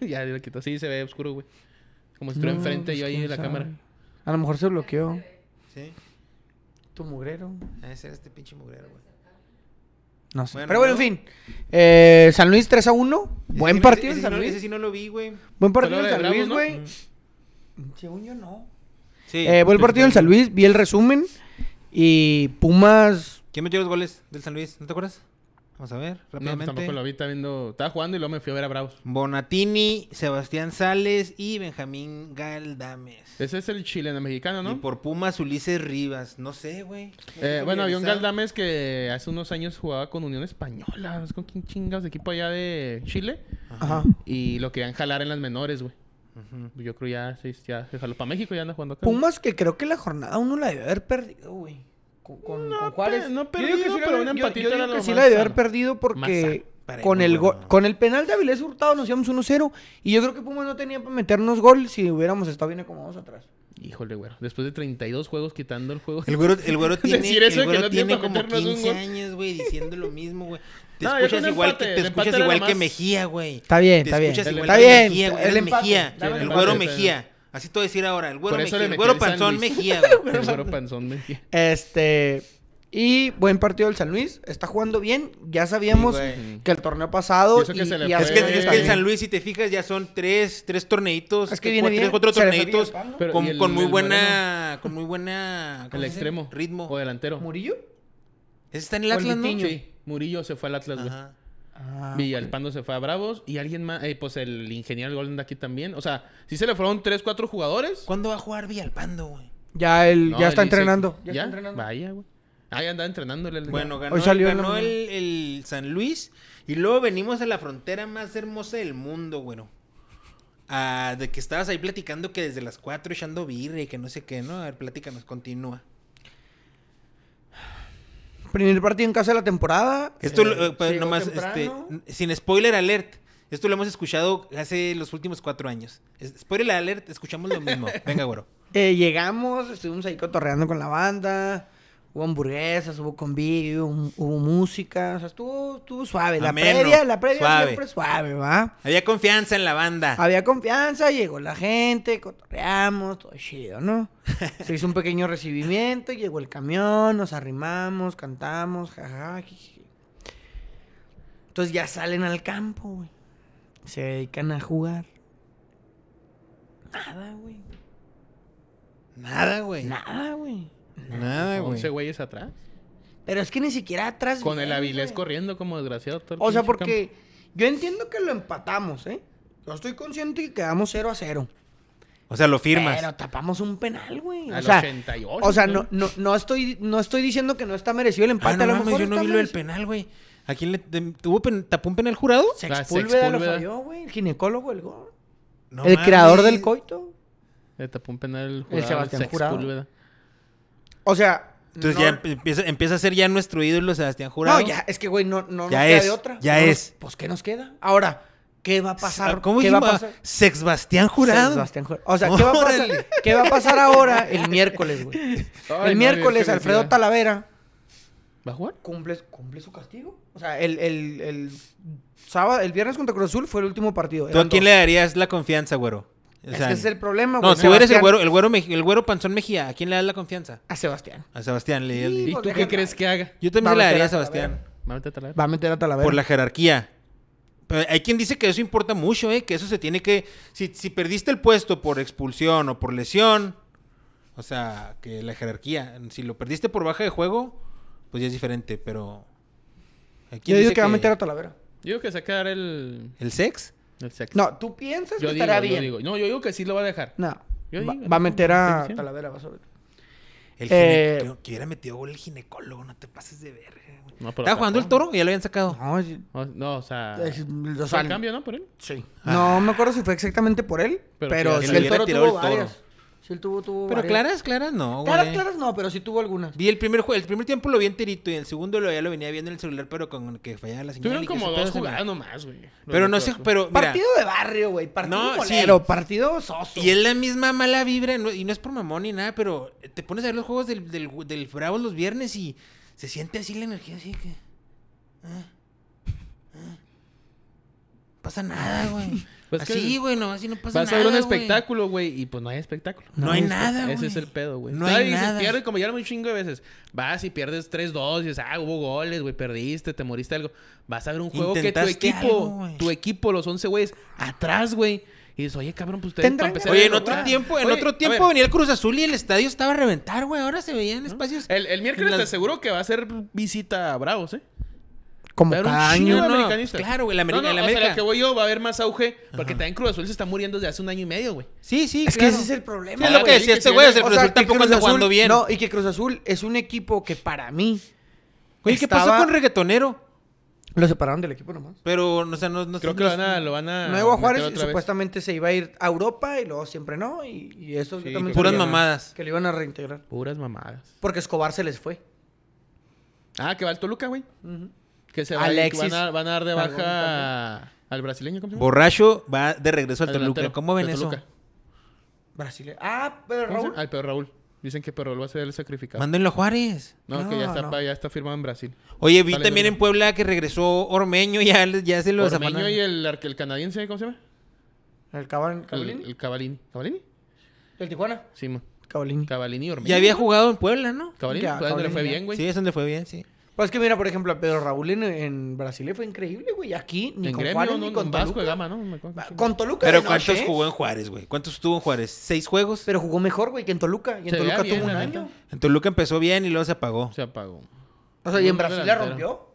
Speaker 1: ya lo quitó. Sí, se ve oscuro, güey. Como si estuviera
Speaker 2: No,
Speaker 1: enfrente
Speaker 2: pues,
Speaker 1: yo ahí
Speaker 2: quién
Speaker 1: de la
Speaker 2: sabe.
Speaker 1: cámara.
Speaker 2: A lo mejor se bloqueó.
Speaker 3: Sí.
Speaker 2: Tu mugrero.
Speaker 3: Debe ser este pinche mugrero, güey.
Speaker 2: No sé.
Speaker 3: Bueno,
Speaker 2: Pero bueno, en
Speaker 3: luego.
Speaker 2: fin. Eh, San Luis 3 a 1. Buen
Speaker 3: Ese-
Speaker 2: partido en
Speaker 3: ese- ese
Speaker 2: San
Speaker 3: no-
Speaker 2: Luis.
Speaker 3: Ese sí no lo vi, güey.
Speaker 2: Buen partido
Speaker 1: Fue
Speaker 2: en
Speaker 1: la
Speaker 2: San
Speaker 1: de
Speaker 2: Luis,
Speaker 1: Bravos, ¿no?
Speaker 2: güey. Mm. Según yo, no.
Speaker 3: Sí.
Speaker 2: Eh, buen partido en San Luis. Vi el resumen. Y Pumas.
Speaker 3: ¿Quién metió los goles del San Luis? ¿No te acuerdas? Vamos a ver,
Speaker 1: No, pues,
Speaker 3: rápidamente.
Speaker 1: tampoco lo vi. Estaba viendo... Estaba jugando y luego me fui a ver a Bravos.
Speaker 3: Bonatini, Sebastián Sales y Benjamín Galdames.
Speaker 1: Ese es el chileno mexicano,
Speaker 3: Y
Speaker 1: ¿no?
Speaker 3: por Pumas, Ulises Rivas. No sé, güey. No
Speaker 1: Eh,
Speaker 3: estoy
Speaker 1: bueno, había un
Speaker 3: familiarizado.
Speaker 1: Galdames que hace unos años jugaba con Unión Española. No sé con quién chingas de equipo allá de Chile.
Speaker 2: Ajá.
Speaker 1: Y lo querían jalar en las menores, güey.
Speaker 3: Ujú.
Speaker 1: Yo creo ya, sí, ya se jaló para México y ya anda jugando acá.
Speaker 2: Pumas que creo que la jornada uno la debió haber perdido, güey. Con, con-
Speaker 1: No
Speaker 2: con Juárez.
Speaker 3: pues,
Speaker 1: pe-
Speaker 2: Yo
Speaker 1: no
Speaker 2: digo que
Speaker 1: perdido,
Speaker 2: sí la
Speaker 1: pero
Speaker 2: debió-
Speaker 1: un
Speaker 2: yo- yo
Speaker 1: empatito
Speaker 2: digo
Speaker 1: era lo
Speaker 2: que sí
Speaker 1: más
Speaker 2: la debió
Speaker 1: sano.
Speaker 2: haber perdido porque
Speaker 3: Más sano.
Speaker 2: con el,
Speaker 3: Paremos,
Speaker 2: go-
Speaker 3: bueno.
Speaker 2: con el penal de Avilés Hurtado nos íbamos 1-0. Y yo creo que Pumas no tenía para meternos gol si hubiéramos estado bien acomodados atrás.
Speaker 1: Híjole, güey. Después de 32 juegos quitando el juego.
Speaker 3: El güero, el güero tiene,
Speaker 1: Decir eso
Speaker 3: el
Speaker 1: de que
Speaker 3: güero
Speaker 1: no tiene
Speaker 3: tiene
Speaker 1: para
Speaker 3: como
Speaker 1: meternos un
Speaker 3: 15
Speaker 1: gol.
Speaker 3: años, güey, diciendo lo mismo, güey. Te
Speaker 1: No, yo
Speaker 3: escuchas
Speaker 1: con el
Speaker 3: igual,
Speaker 1: empate,
Speaker 3: que,
Speaker 1: el
Speaker 3: te escuchas
Speaker 1: empate era
Speaker 3: igual
Speaker 1: lo
Speaker 3: que
Speaker 1: más-
Speaker 3: Mejía, güey.
Speaker 2: Está bien,
Speaker 3: Te
Speaker 2: está bien.
Speaker 3: escuchas
Speaker 1: El
Speaker 3: igual
Speaker 2: Está
Speaker 3: que
Speaker 2: bien.
Speaker 3: Mejía, güey.
Speaker 2: El
Speaker 3: El
Speaker 2: empate.
Speaker 3: Mejía.
Speaker 2: Dame
Speaker 3: El
Speaker 2: el
Speaker 3: güero
Speaker 1: empate,
Speaker 3: Mejía. Así te voy a decir ahora. El güero
Speaker 1: Por eso
Speaker 3: Mejía.
Speaker 1: le
Speaker 3: El
Speaker 1: metí
Speaker 3: güero
Speaker 1: el San
Speaker 3: panzón
Speaker 1: Luis.
Speaker 3: Mejía, güey.
Speaker 1: El güero panzón Mejía.
Speaker 2: Este. Y buen partido del San Luis. Está jugando bien. Ya sabíamos
Speaker 3: Sí, güey.
Speaker 2: que el torneo pasado.
Speaker 1: Y eso que se le
Speaker 3: Es
Speaker 2: hace
Speaker 3: que,
Speaker 1: fue-
Speaker 3: es que el
Speaker 2: también.
Speaker 3: San Luis, si te fijas, ya son tres, tres torneitos.
Speaker 2: Es que viene
Speaker 3: cua-
Speaker 2: bien.
Speaker 3: Tres, cuatro
Speaker 2: Se le
Speaker 3: torneitos.
Speaker 2: frío el pan, ¿no?
Speaker 1: Pero,
Speaker 3: Con,
Speaker 1: ¿y el-
Speaker 3: con muy
Speaker 1: el
Speaker 3: buena. Con muy buena. ¿cómo
Speaker 1: El
Speaker 3: se dice?
Speaker 1: extremo.
Speaker 3: Ritmo.
Speaker 1: O delantero.
Speaker 2: ¿Murillo?
Speaker 3: Ese está en el
Speaker 2: o el
Speaker 3: Atlas, ¿no?
Speaker 2: Litiño.
Speaker 1: Sí, Murillo se fue al Atlas, güey.
Speaker 3: Ajá.
Speaker 2: Ah,
Speaker 1: Villalpando se fue a Bravos. Y alguien más, eh, pues el ingeniero del Golden de aquí también. O sea, sí se le fueron 3, 4 jugadores.
Speaker 3: ¿Cuándo va a jugar Villalpando, güey?
Speaker 2: Ya, él,
Speaker 1: No,
Speaker 2: ya está
Speaker 1: él dice-
Speaker 2: entrenando.
Speaker 1: ¿Ya? Vaya, güey. Ah, ya andaba entrenándole. el-
Speaker 3: Bueno, ganó,
Speaker 2: Hoy salió en la
Speaker 3: ganó el,
Speaker 2: mañana.
Speaker 3: el San Luis y luego venimos a la frontera más hermosa del mundo, güero. Ah, de que estabas ahí platicando que desde las 4 echando birra y que no sé qué, ¿no? A ver, platícanos, continúa.
Speaker 2: Primer partido en casa de la temporada.
Speaker 3: Esto,
Speaker 2: Eh,
Speaker 3: lo- eh, pues,
Speaker 2: llegó
Speaker 3: nomás,
Speaker 2: temprano.
Speaker 3: este, n- sin spoiler alert, esto lo hemos escuchado hace los últimos cuatro años. Es- Spoiler alert, escuchamos lo mismo. Venga, güero.
Speaker 2: Eh, llegamos, estuvimos ahí cotorreando con la banda. Hubo hamburguesas, hubo convivio, hubo, hubo música. O sea, estuvo, estuvo suave. La
Speaker 3: Ameno,
Speaker 2: previa, la previa
Speaker 3: suave.
Speaker 2: siempre es suave, ¿va?
Speaker 3: Había confianza en la banda.
Speaker 2: Había confianza, llegó la gente, cotorreamos, todo chido, ¿no? Se hizo un pequeño recibimiento, llegó el camión, nos arrimamos, cantamos, jajaja. jiji. Entonces ya salen al campo, güey. Se dedican a jugar. Nada, güey.
Speaker 3: Nada, güey.
Speaker 2: Nada, güey.
Speaker 3: Nada, güey.
Speaker 1: 11 güeyes atrás.
Speaker 2: Pero es que ni siquiera atrás.
Speaker 1: Con el
Speaker 2: bien,
Speaker 1: Avilés
Speaker 2: güey.
Speaker 1: corriendo como desgraciado. todo el
Speaker 2: O sea,
Speaker 1: pinche
Speaker 2: porque yo entiendo que lo empatamos, ¿eh? Yo estoy consciente que quedamos 0 a 0.
Speaker 3: O sea, lo firmas.
Speaker 2: Pero tapamos un penal, güey.
Speaker 1: Al
Speaker 2: O sea,
Speaker 1: 88.
Speaker 2: o sea,
Speaker 1: güey.
Speaker 2: no, no, no, estoy, no estoy diciendo que no está merecido el
Speaker 3: Ah,
Speaker 2: empate.
Speaker 3: no
Speaker 2: a lo
Speaker 3: mames,
Speaker 2: mejor
Speaker 3: yo no
Speaker 2: está
Speaker 3: vi lo del
Speaker 2: merecido.
Speaker 3: penal, güey. ¿A quién le de- tuvo pen- tapó un penal jurado?
Speaker 1: O sea,
Speaker 2: Sepúlveda lo
Speaker 1: Sepúlveda
Speaker 2: falló, güey. El ginecólogo, el gol.
Speaker 3: No
Speaker 2: el
Speaker 3: mames.
Speaker 2: creador del coito.
Speaker 1: Le tapó un penal el jugador,
Speaker 2: Sebastián
Speaker 1: Sex
Speaker 2: Jurado.
Speaker 1: Sepúlveda.
Speaker 2: O sea.
Speaker 3: Entonces
Speaker 2: no-
Speaker 3: ya empieza, empieza a ser ya nuestro ídolo Sebastián
Speaker 2: No,
Speaker 3: Jurado.
Speaker 2: ya, es que, güey, no, no
Speaker 3: Ya
Speaker 2: nos queda
Speaker 3: es,
Speaker 2: de otra.
Speaker 3: ya
Speaker 2: No nos-
Speaker 3: es. Ah,
Speaker 2: pues, ¿qué nos queda? Ahora, ¿qué va a pasar?
Speaker 3: ¿Cómo
Speaker 2: ¿Qué
Speaker 3: dijimos?
Speaker 2: va a pasar?
Speaker 3: Sebastián Jurado.
Speaker 2: Sebastián Jurado. O sea, ¿qué va, a pasar?
Speaker 3: Órale.
Speaker 2: ¿qué va a pasar ahora el miércoles, güey? el miércoles, Alfredo
Speaker 1: Talavera.
Speaker 2: Talavera
Speaker 1: ¿Va a jugar?
Speaker 2: cumple, cumple su castigo. O sea, el, el, el sábado, el viernes contra Cruz Azul fue el último partido.
Speaker 3: ¿Tú a
Speaker 2: Eran
Speaker 3: quién
Speaker 2: dos.
Speaker 3: le darías la confianza, güero? O
Speaker 2: Es
Speaker 3: sea,
Speaker 2: que ese es el problema, güey.
Speaker 3: No, tú eres el
Speaker 2: Sebastián-
Speaker 3: güero, el, güero Mej- el güero Panzón Mejía. ¿A quién le das la confianza?
Speaker 2: A Sebastián.
Speaker 3: A Sebastián. Le,
Speaker 2: Sí,
Speaker 1: ¿Y
Speaker 2: pues,
Speaker 1: tú qué
Speaker 2: déjala.
Speaker 1: crees que haga?
Speaker 3: yo también
Speaker 2: Va
Speaker 3: se la
Speaker 2: a meter
Speaker 3: daría
Speaker 2: a
Speaker 3: a Sebastaván.
Speaker 1: Va a meter a Talavera.
Speaker 2: Va a meter a Talavera.
Speaker 3: Por la jerarquía. Pero hay quien dice que eso importa mucho, ¿eh? Que eso se tiene que... Si, si perdiste el puesto por expulsión o por lesión, o sea, que la jerarquía... Si lo perdiste por baja de juego, pues ya es diferente, pero... hay
Speaker 2: Yo
Speaker 3: quien
Speaker 2: digo
Speaker 3: dice
Speaker 2: que, va a meter a Talavera.
Speaker 1: Yo digo que se va a quedar el,
Speaker 3: ¿El sex?
Speaker 1: el sexto.
Speaker 2: No, tú piensas
Speaker 1: yo
Speaker 2: que
Speaker 1: digo,
Speaker 2: estará
Speaker 1: yo
Speaker 2: bien.
Speaker 1: digo. No, yo digo que sí lo va a dejar.
Speaker 2: No.
Speaker 1: Yo
Speaker 2: va,
Speaker 1: digo,
Speaker 2: va a
Speaker 1: no,
Speaker 2: meter a
Speaker 1: predicción.
Speaker 2: Talavera, vas a ver.
Speaker 3: El
Speaker 2: Eh,
Speaker 3: gine- que, que hubiera metido gol el ginecólogo, no te pases de verga. güey.
Speaker 1: No, pero
Speaker 3: ¿Estaba jugando el
Speaker 1: tampoco.
Speaker 3: toro? Ya lo habían sacado.
Speaker 2: No, es-
Speaker 1: O- No, o sea.
Speaker 2: es- o
Speaker 1: Fue
Speaker 2: sea,
Speaker 1: el cambio, ¿no? Ah. Por él.
Speaker 2: Sí.
Speaker 3: Ah.
Speaker 2: No me acuerdo si fue exactamente por él,
Speaker 1: Pero
Speaker 2: pero,
Speaker 1: que
Speaker 2: si
Speaker 1: le
Speaker 2: el
Speaker 3: hubiera
Speaker 2: toro
Speaker 3: tirado
Speaker 2: tuvo
Speaker 3: el toro.
Speaker 2: varias. Si él tuvo, tuvo
Speaker 3: Pero
Speaker 2: varias.
Speaker 3: claras, claras no, güey.
Speaker 2: Claras, claras no, pero sí tuvo algunas.
Speaker 3: Vi el primer juego, el primer tiempo lo vi enterito y el segundo lo, ya lo venía viendo en el celular, pero con que fallaba la señal.
Speaker 1: Tuvieron
Speaker 3: y que
Speaker 1: como
Speaker 3: ese
Speaker 1: dos
Speaker 3: pedo se me-
Speaker 1: jugadas nomás, güey.
Speaker 3: Pero
Speaker 1: Los
Speaker 3: no
Speaker 1: de
Speaker 3: sé,
Speaker 1: Cruz Azul.
Speaker 3: pero mira,
Speaker 2: partido de barrio, güey. Partido
Speaker 3: No,
Speaker 2: bolero,
Speaker 3: sí.
Speaker 2: partido soso.
Speaker 3: y es la misma mala vibra, no- y no es por mamón ni nada, pero te pones a ver los juegos del, del, del Bravos los viernes y se siente así la energía, así que... ah, ah. Pasa nada, güey.
Speaker 1: Pues que-
Speaker 3: así, güey, no, así no pasa
Speaker 1: Vas a
Speaker 3: nada,
Speaker 1: ver un
Speaker 3: güey.
Speaker 1: espectáculo, güey, y pues no hay espectáculo.
Speaker 3: No hay nada,
Speaker 1: Ese
Speaker 3: güey.
Speaker 1: es el pedo, güey.
Speaker 3: No hay
Speaker 1: Y dices,
Speaker 3: nada.
Speaker 1: pierde, como ya lo he dicho un chingo de veces. Vas y pierdes 3-2 y dices, ah, hubo goles, güey, perdiste, te moriste algo. Vas a ver un juego que tu
Speaker 3: Intentaste
Speaker 1: equipo,
Speaker 3: algo, güey.
Speaker 1: tu equipo, los 11 güeyes, atrás, güey. Y dices, oye, cabrón, pues ustedes
Speaker 2: Tendrán
Speaker 1: para empezar
Speaker 3: Oye,
Speaker 1: a
Speaker 3: en otro
Speaker 1: lograr".
Speaker 3: tiempo, en
Speaker 1: Oye, a
Speaker 3: otro
Speaker 1: ver,
Speaker 3: tiempo venía el Cruz Azul y el estadio estaba a reventar, güey. Ahora se veían espacios.
Speaker 1: El, el miércoles
Speaker 3: Las-
Speaker 1: te aseguro que va a ser visita a Bravos, ¿eh?
Speaker 2: Como
Speaker 1: Va a haber un
Speaker 2: cada
Speaker 1: chingo
Speaker 2: año.
Speaker 1: de
Speaker 3: no,
Speaker 1: americanistas.
Speaker 3: claro, güey, la Ameri-
Speaker 1: No, no,
Speaker 3: la
Speaker 1: o sea,
Speaker 3: América.
Speaker 1: lo que voy yo va a haber más auge porque también Cruz Azul se está muriendo desde hace un año y medio, güey.
Speaker 3: Sí, sí,
Speaker 2: Es que
Speaker 3: claro.
Speaker 2: ese es el
Speaker 3: Sí,
Speaker 2: problema.
Speaker 3: es lo
Speaker 1: Ah,
Speaker 3: que
Speaker 1: güey,
Speaker 3: decía
Speaker 1: que
Speaker 3: este
Speaker 1: si
Speaker 3: güey,
Speaker 1: viene-
Speaker 3: el
Speaker 2: O
Speaker 3: Cruz
Speaker 2: sea,
Speaker 3: Azul
Speaker 2: que
Speaker 3: tampoco
Speaker 2: Cruz
Speaker 3: anda
Speaker 2: Azul-
Speaker 3: jugando bien.
Speaker 2: No, y que Cruz Azul es un equipo que para mí.
Speaker 3: Oye, ¿qué
Speaker 2: estaba-
Speaker 3: pasó con Reggaetonero?
Speaker 2: Lo separaron del equipo nomás.
Speaker 3: Pero, o sea, no... no
Speaker 1: Creo
Speaker 3: no-
Speaker 1: que lo van a, lo van a
Speaker 2: Nuevo a
Speaker 1: meter
Speaker 2: Juárez
Speaker 1: Ah, otra vez.
Speaker 2: supuestamente se iba a ir a Europa y luego siempre no. Y, y eso
Speaker 1: Sí,
Speaker 2: yo también
Speaker 1: que
Speaker 3: Puras
Speaker 2: sabía, ¿no?
Speaker 3: mamadas.
Speaker 2: Que lo iban a reintegrar.
Speaker 1: Puras mamadas.
Speaker 2: Porque Escobar se les fue.
Speaker 1: Ah, que va el Toluca, güey. Que se va
Speaker 2: Alexis.
Speaker 1: que van, a, van a dar de
Speaker 2: Algún
Speaker 1: baja al brasileño, ¿cómo se llama?
Speaker 3: Borracho va de regreso al
Speaker 1: Al delantero
Speaker 3: Toluca. ¿Cómo ven
Speaker 1: de
Speaker 3: eso?
Speaker 1: Toluca.
Speaker 2: Brasil. Ah, pero
Speaker 1: ¿Cómo se
Speaker 2: Raúl.
Speaker 1: llama? Al peor Raúl. Dicen que Peor Raúl va a ser el sacrificado.
Speaker 3: Mándenlo a Juárez.
Speaker 1: No, que ya
Speaker 2: No,
Speaker 1: está,
Speaker 2: no.
Speaker 1: pa- ya está firmado en Brasil.
Speaker 3: Oye, vi
Speaker 1: Dale,
Speaker 3: también
Speaker 1: dale.
Speaker 3: en Puebla que regresó Ormeño, ya, le- ya se lo
Speaker 1: Ormeño
Speaker 3: desafanaron.
Speaker 1: y el, arque- el canadiense, ¿cómo se llama?
Speaker 2: El Cabalín.
Speaker 1: El,
Speaker 2: Cabalini.
Speaker 1: el Cavalini. ¿Cavalini?
Speaker 2: El Tijuana.
Speaker 1: Sí, mo.
Speaker 2: Cabalini.
Speaker 1: Cavalini y Ormeño.
Speaker 3: Ya había jugado en Puebla, ¿no?
Speaker 1: Cavalini,
Speaker 2: Ya,
Speaker 1: pues, donde le fue
Speaker 2: Cavalini, ya.
Speaker 1: bien, güey.
Speaker 3: Sí, es donde fue bien, sí.
Speaker 2: Pues es que mira, por ejemplo, a Pedro Raúl en, en Brasil le fue increíble, güey. Aquí ni
Speaker 1: en
Speaker 2: con
Speaker 1: Gremio,
Speaker 2: Juárez,
Speaker 1: no,
Speaker 2: ni con
Speaker 1: en Vasco de
Speaker 2: Toluca.
Speaker 1: Gama, ¿no? Me acuerdo.
Speaker 2: Va- Con Toluca.
Speaker 3: Pero
Speaker 2: de noche,
Speaker 3: ¿cuántos
Speaker 2: ¿eh?
Speaker 3: jugó en Juárez, güey? ¿Cuántos estuvo en Juárez? ¿Seis juegos?
Speaker 2: Pero jugó mejor, güey, que en Toluca. Y en
Speaker 1: Se veía
Speaker 2: Toluca
Speaker 1: bien,
Speaker 2: tuvo un
Speaker 1: la
Speaker 2: año.
Speaker 1: neta.
Speaker 3: En Toluca empezó bien y luego se apagó.
Speaker 1: Se apagó.
Speaker 2: O sea, y en
Speaker 1: Buen
Speaker 2: Brasil la
Speaker 1: delantero.
Speaker 2: rompió.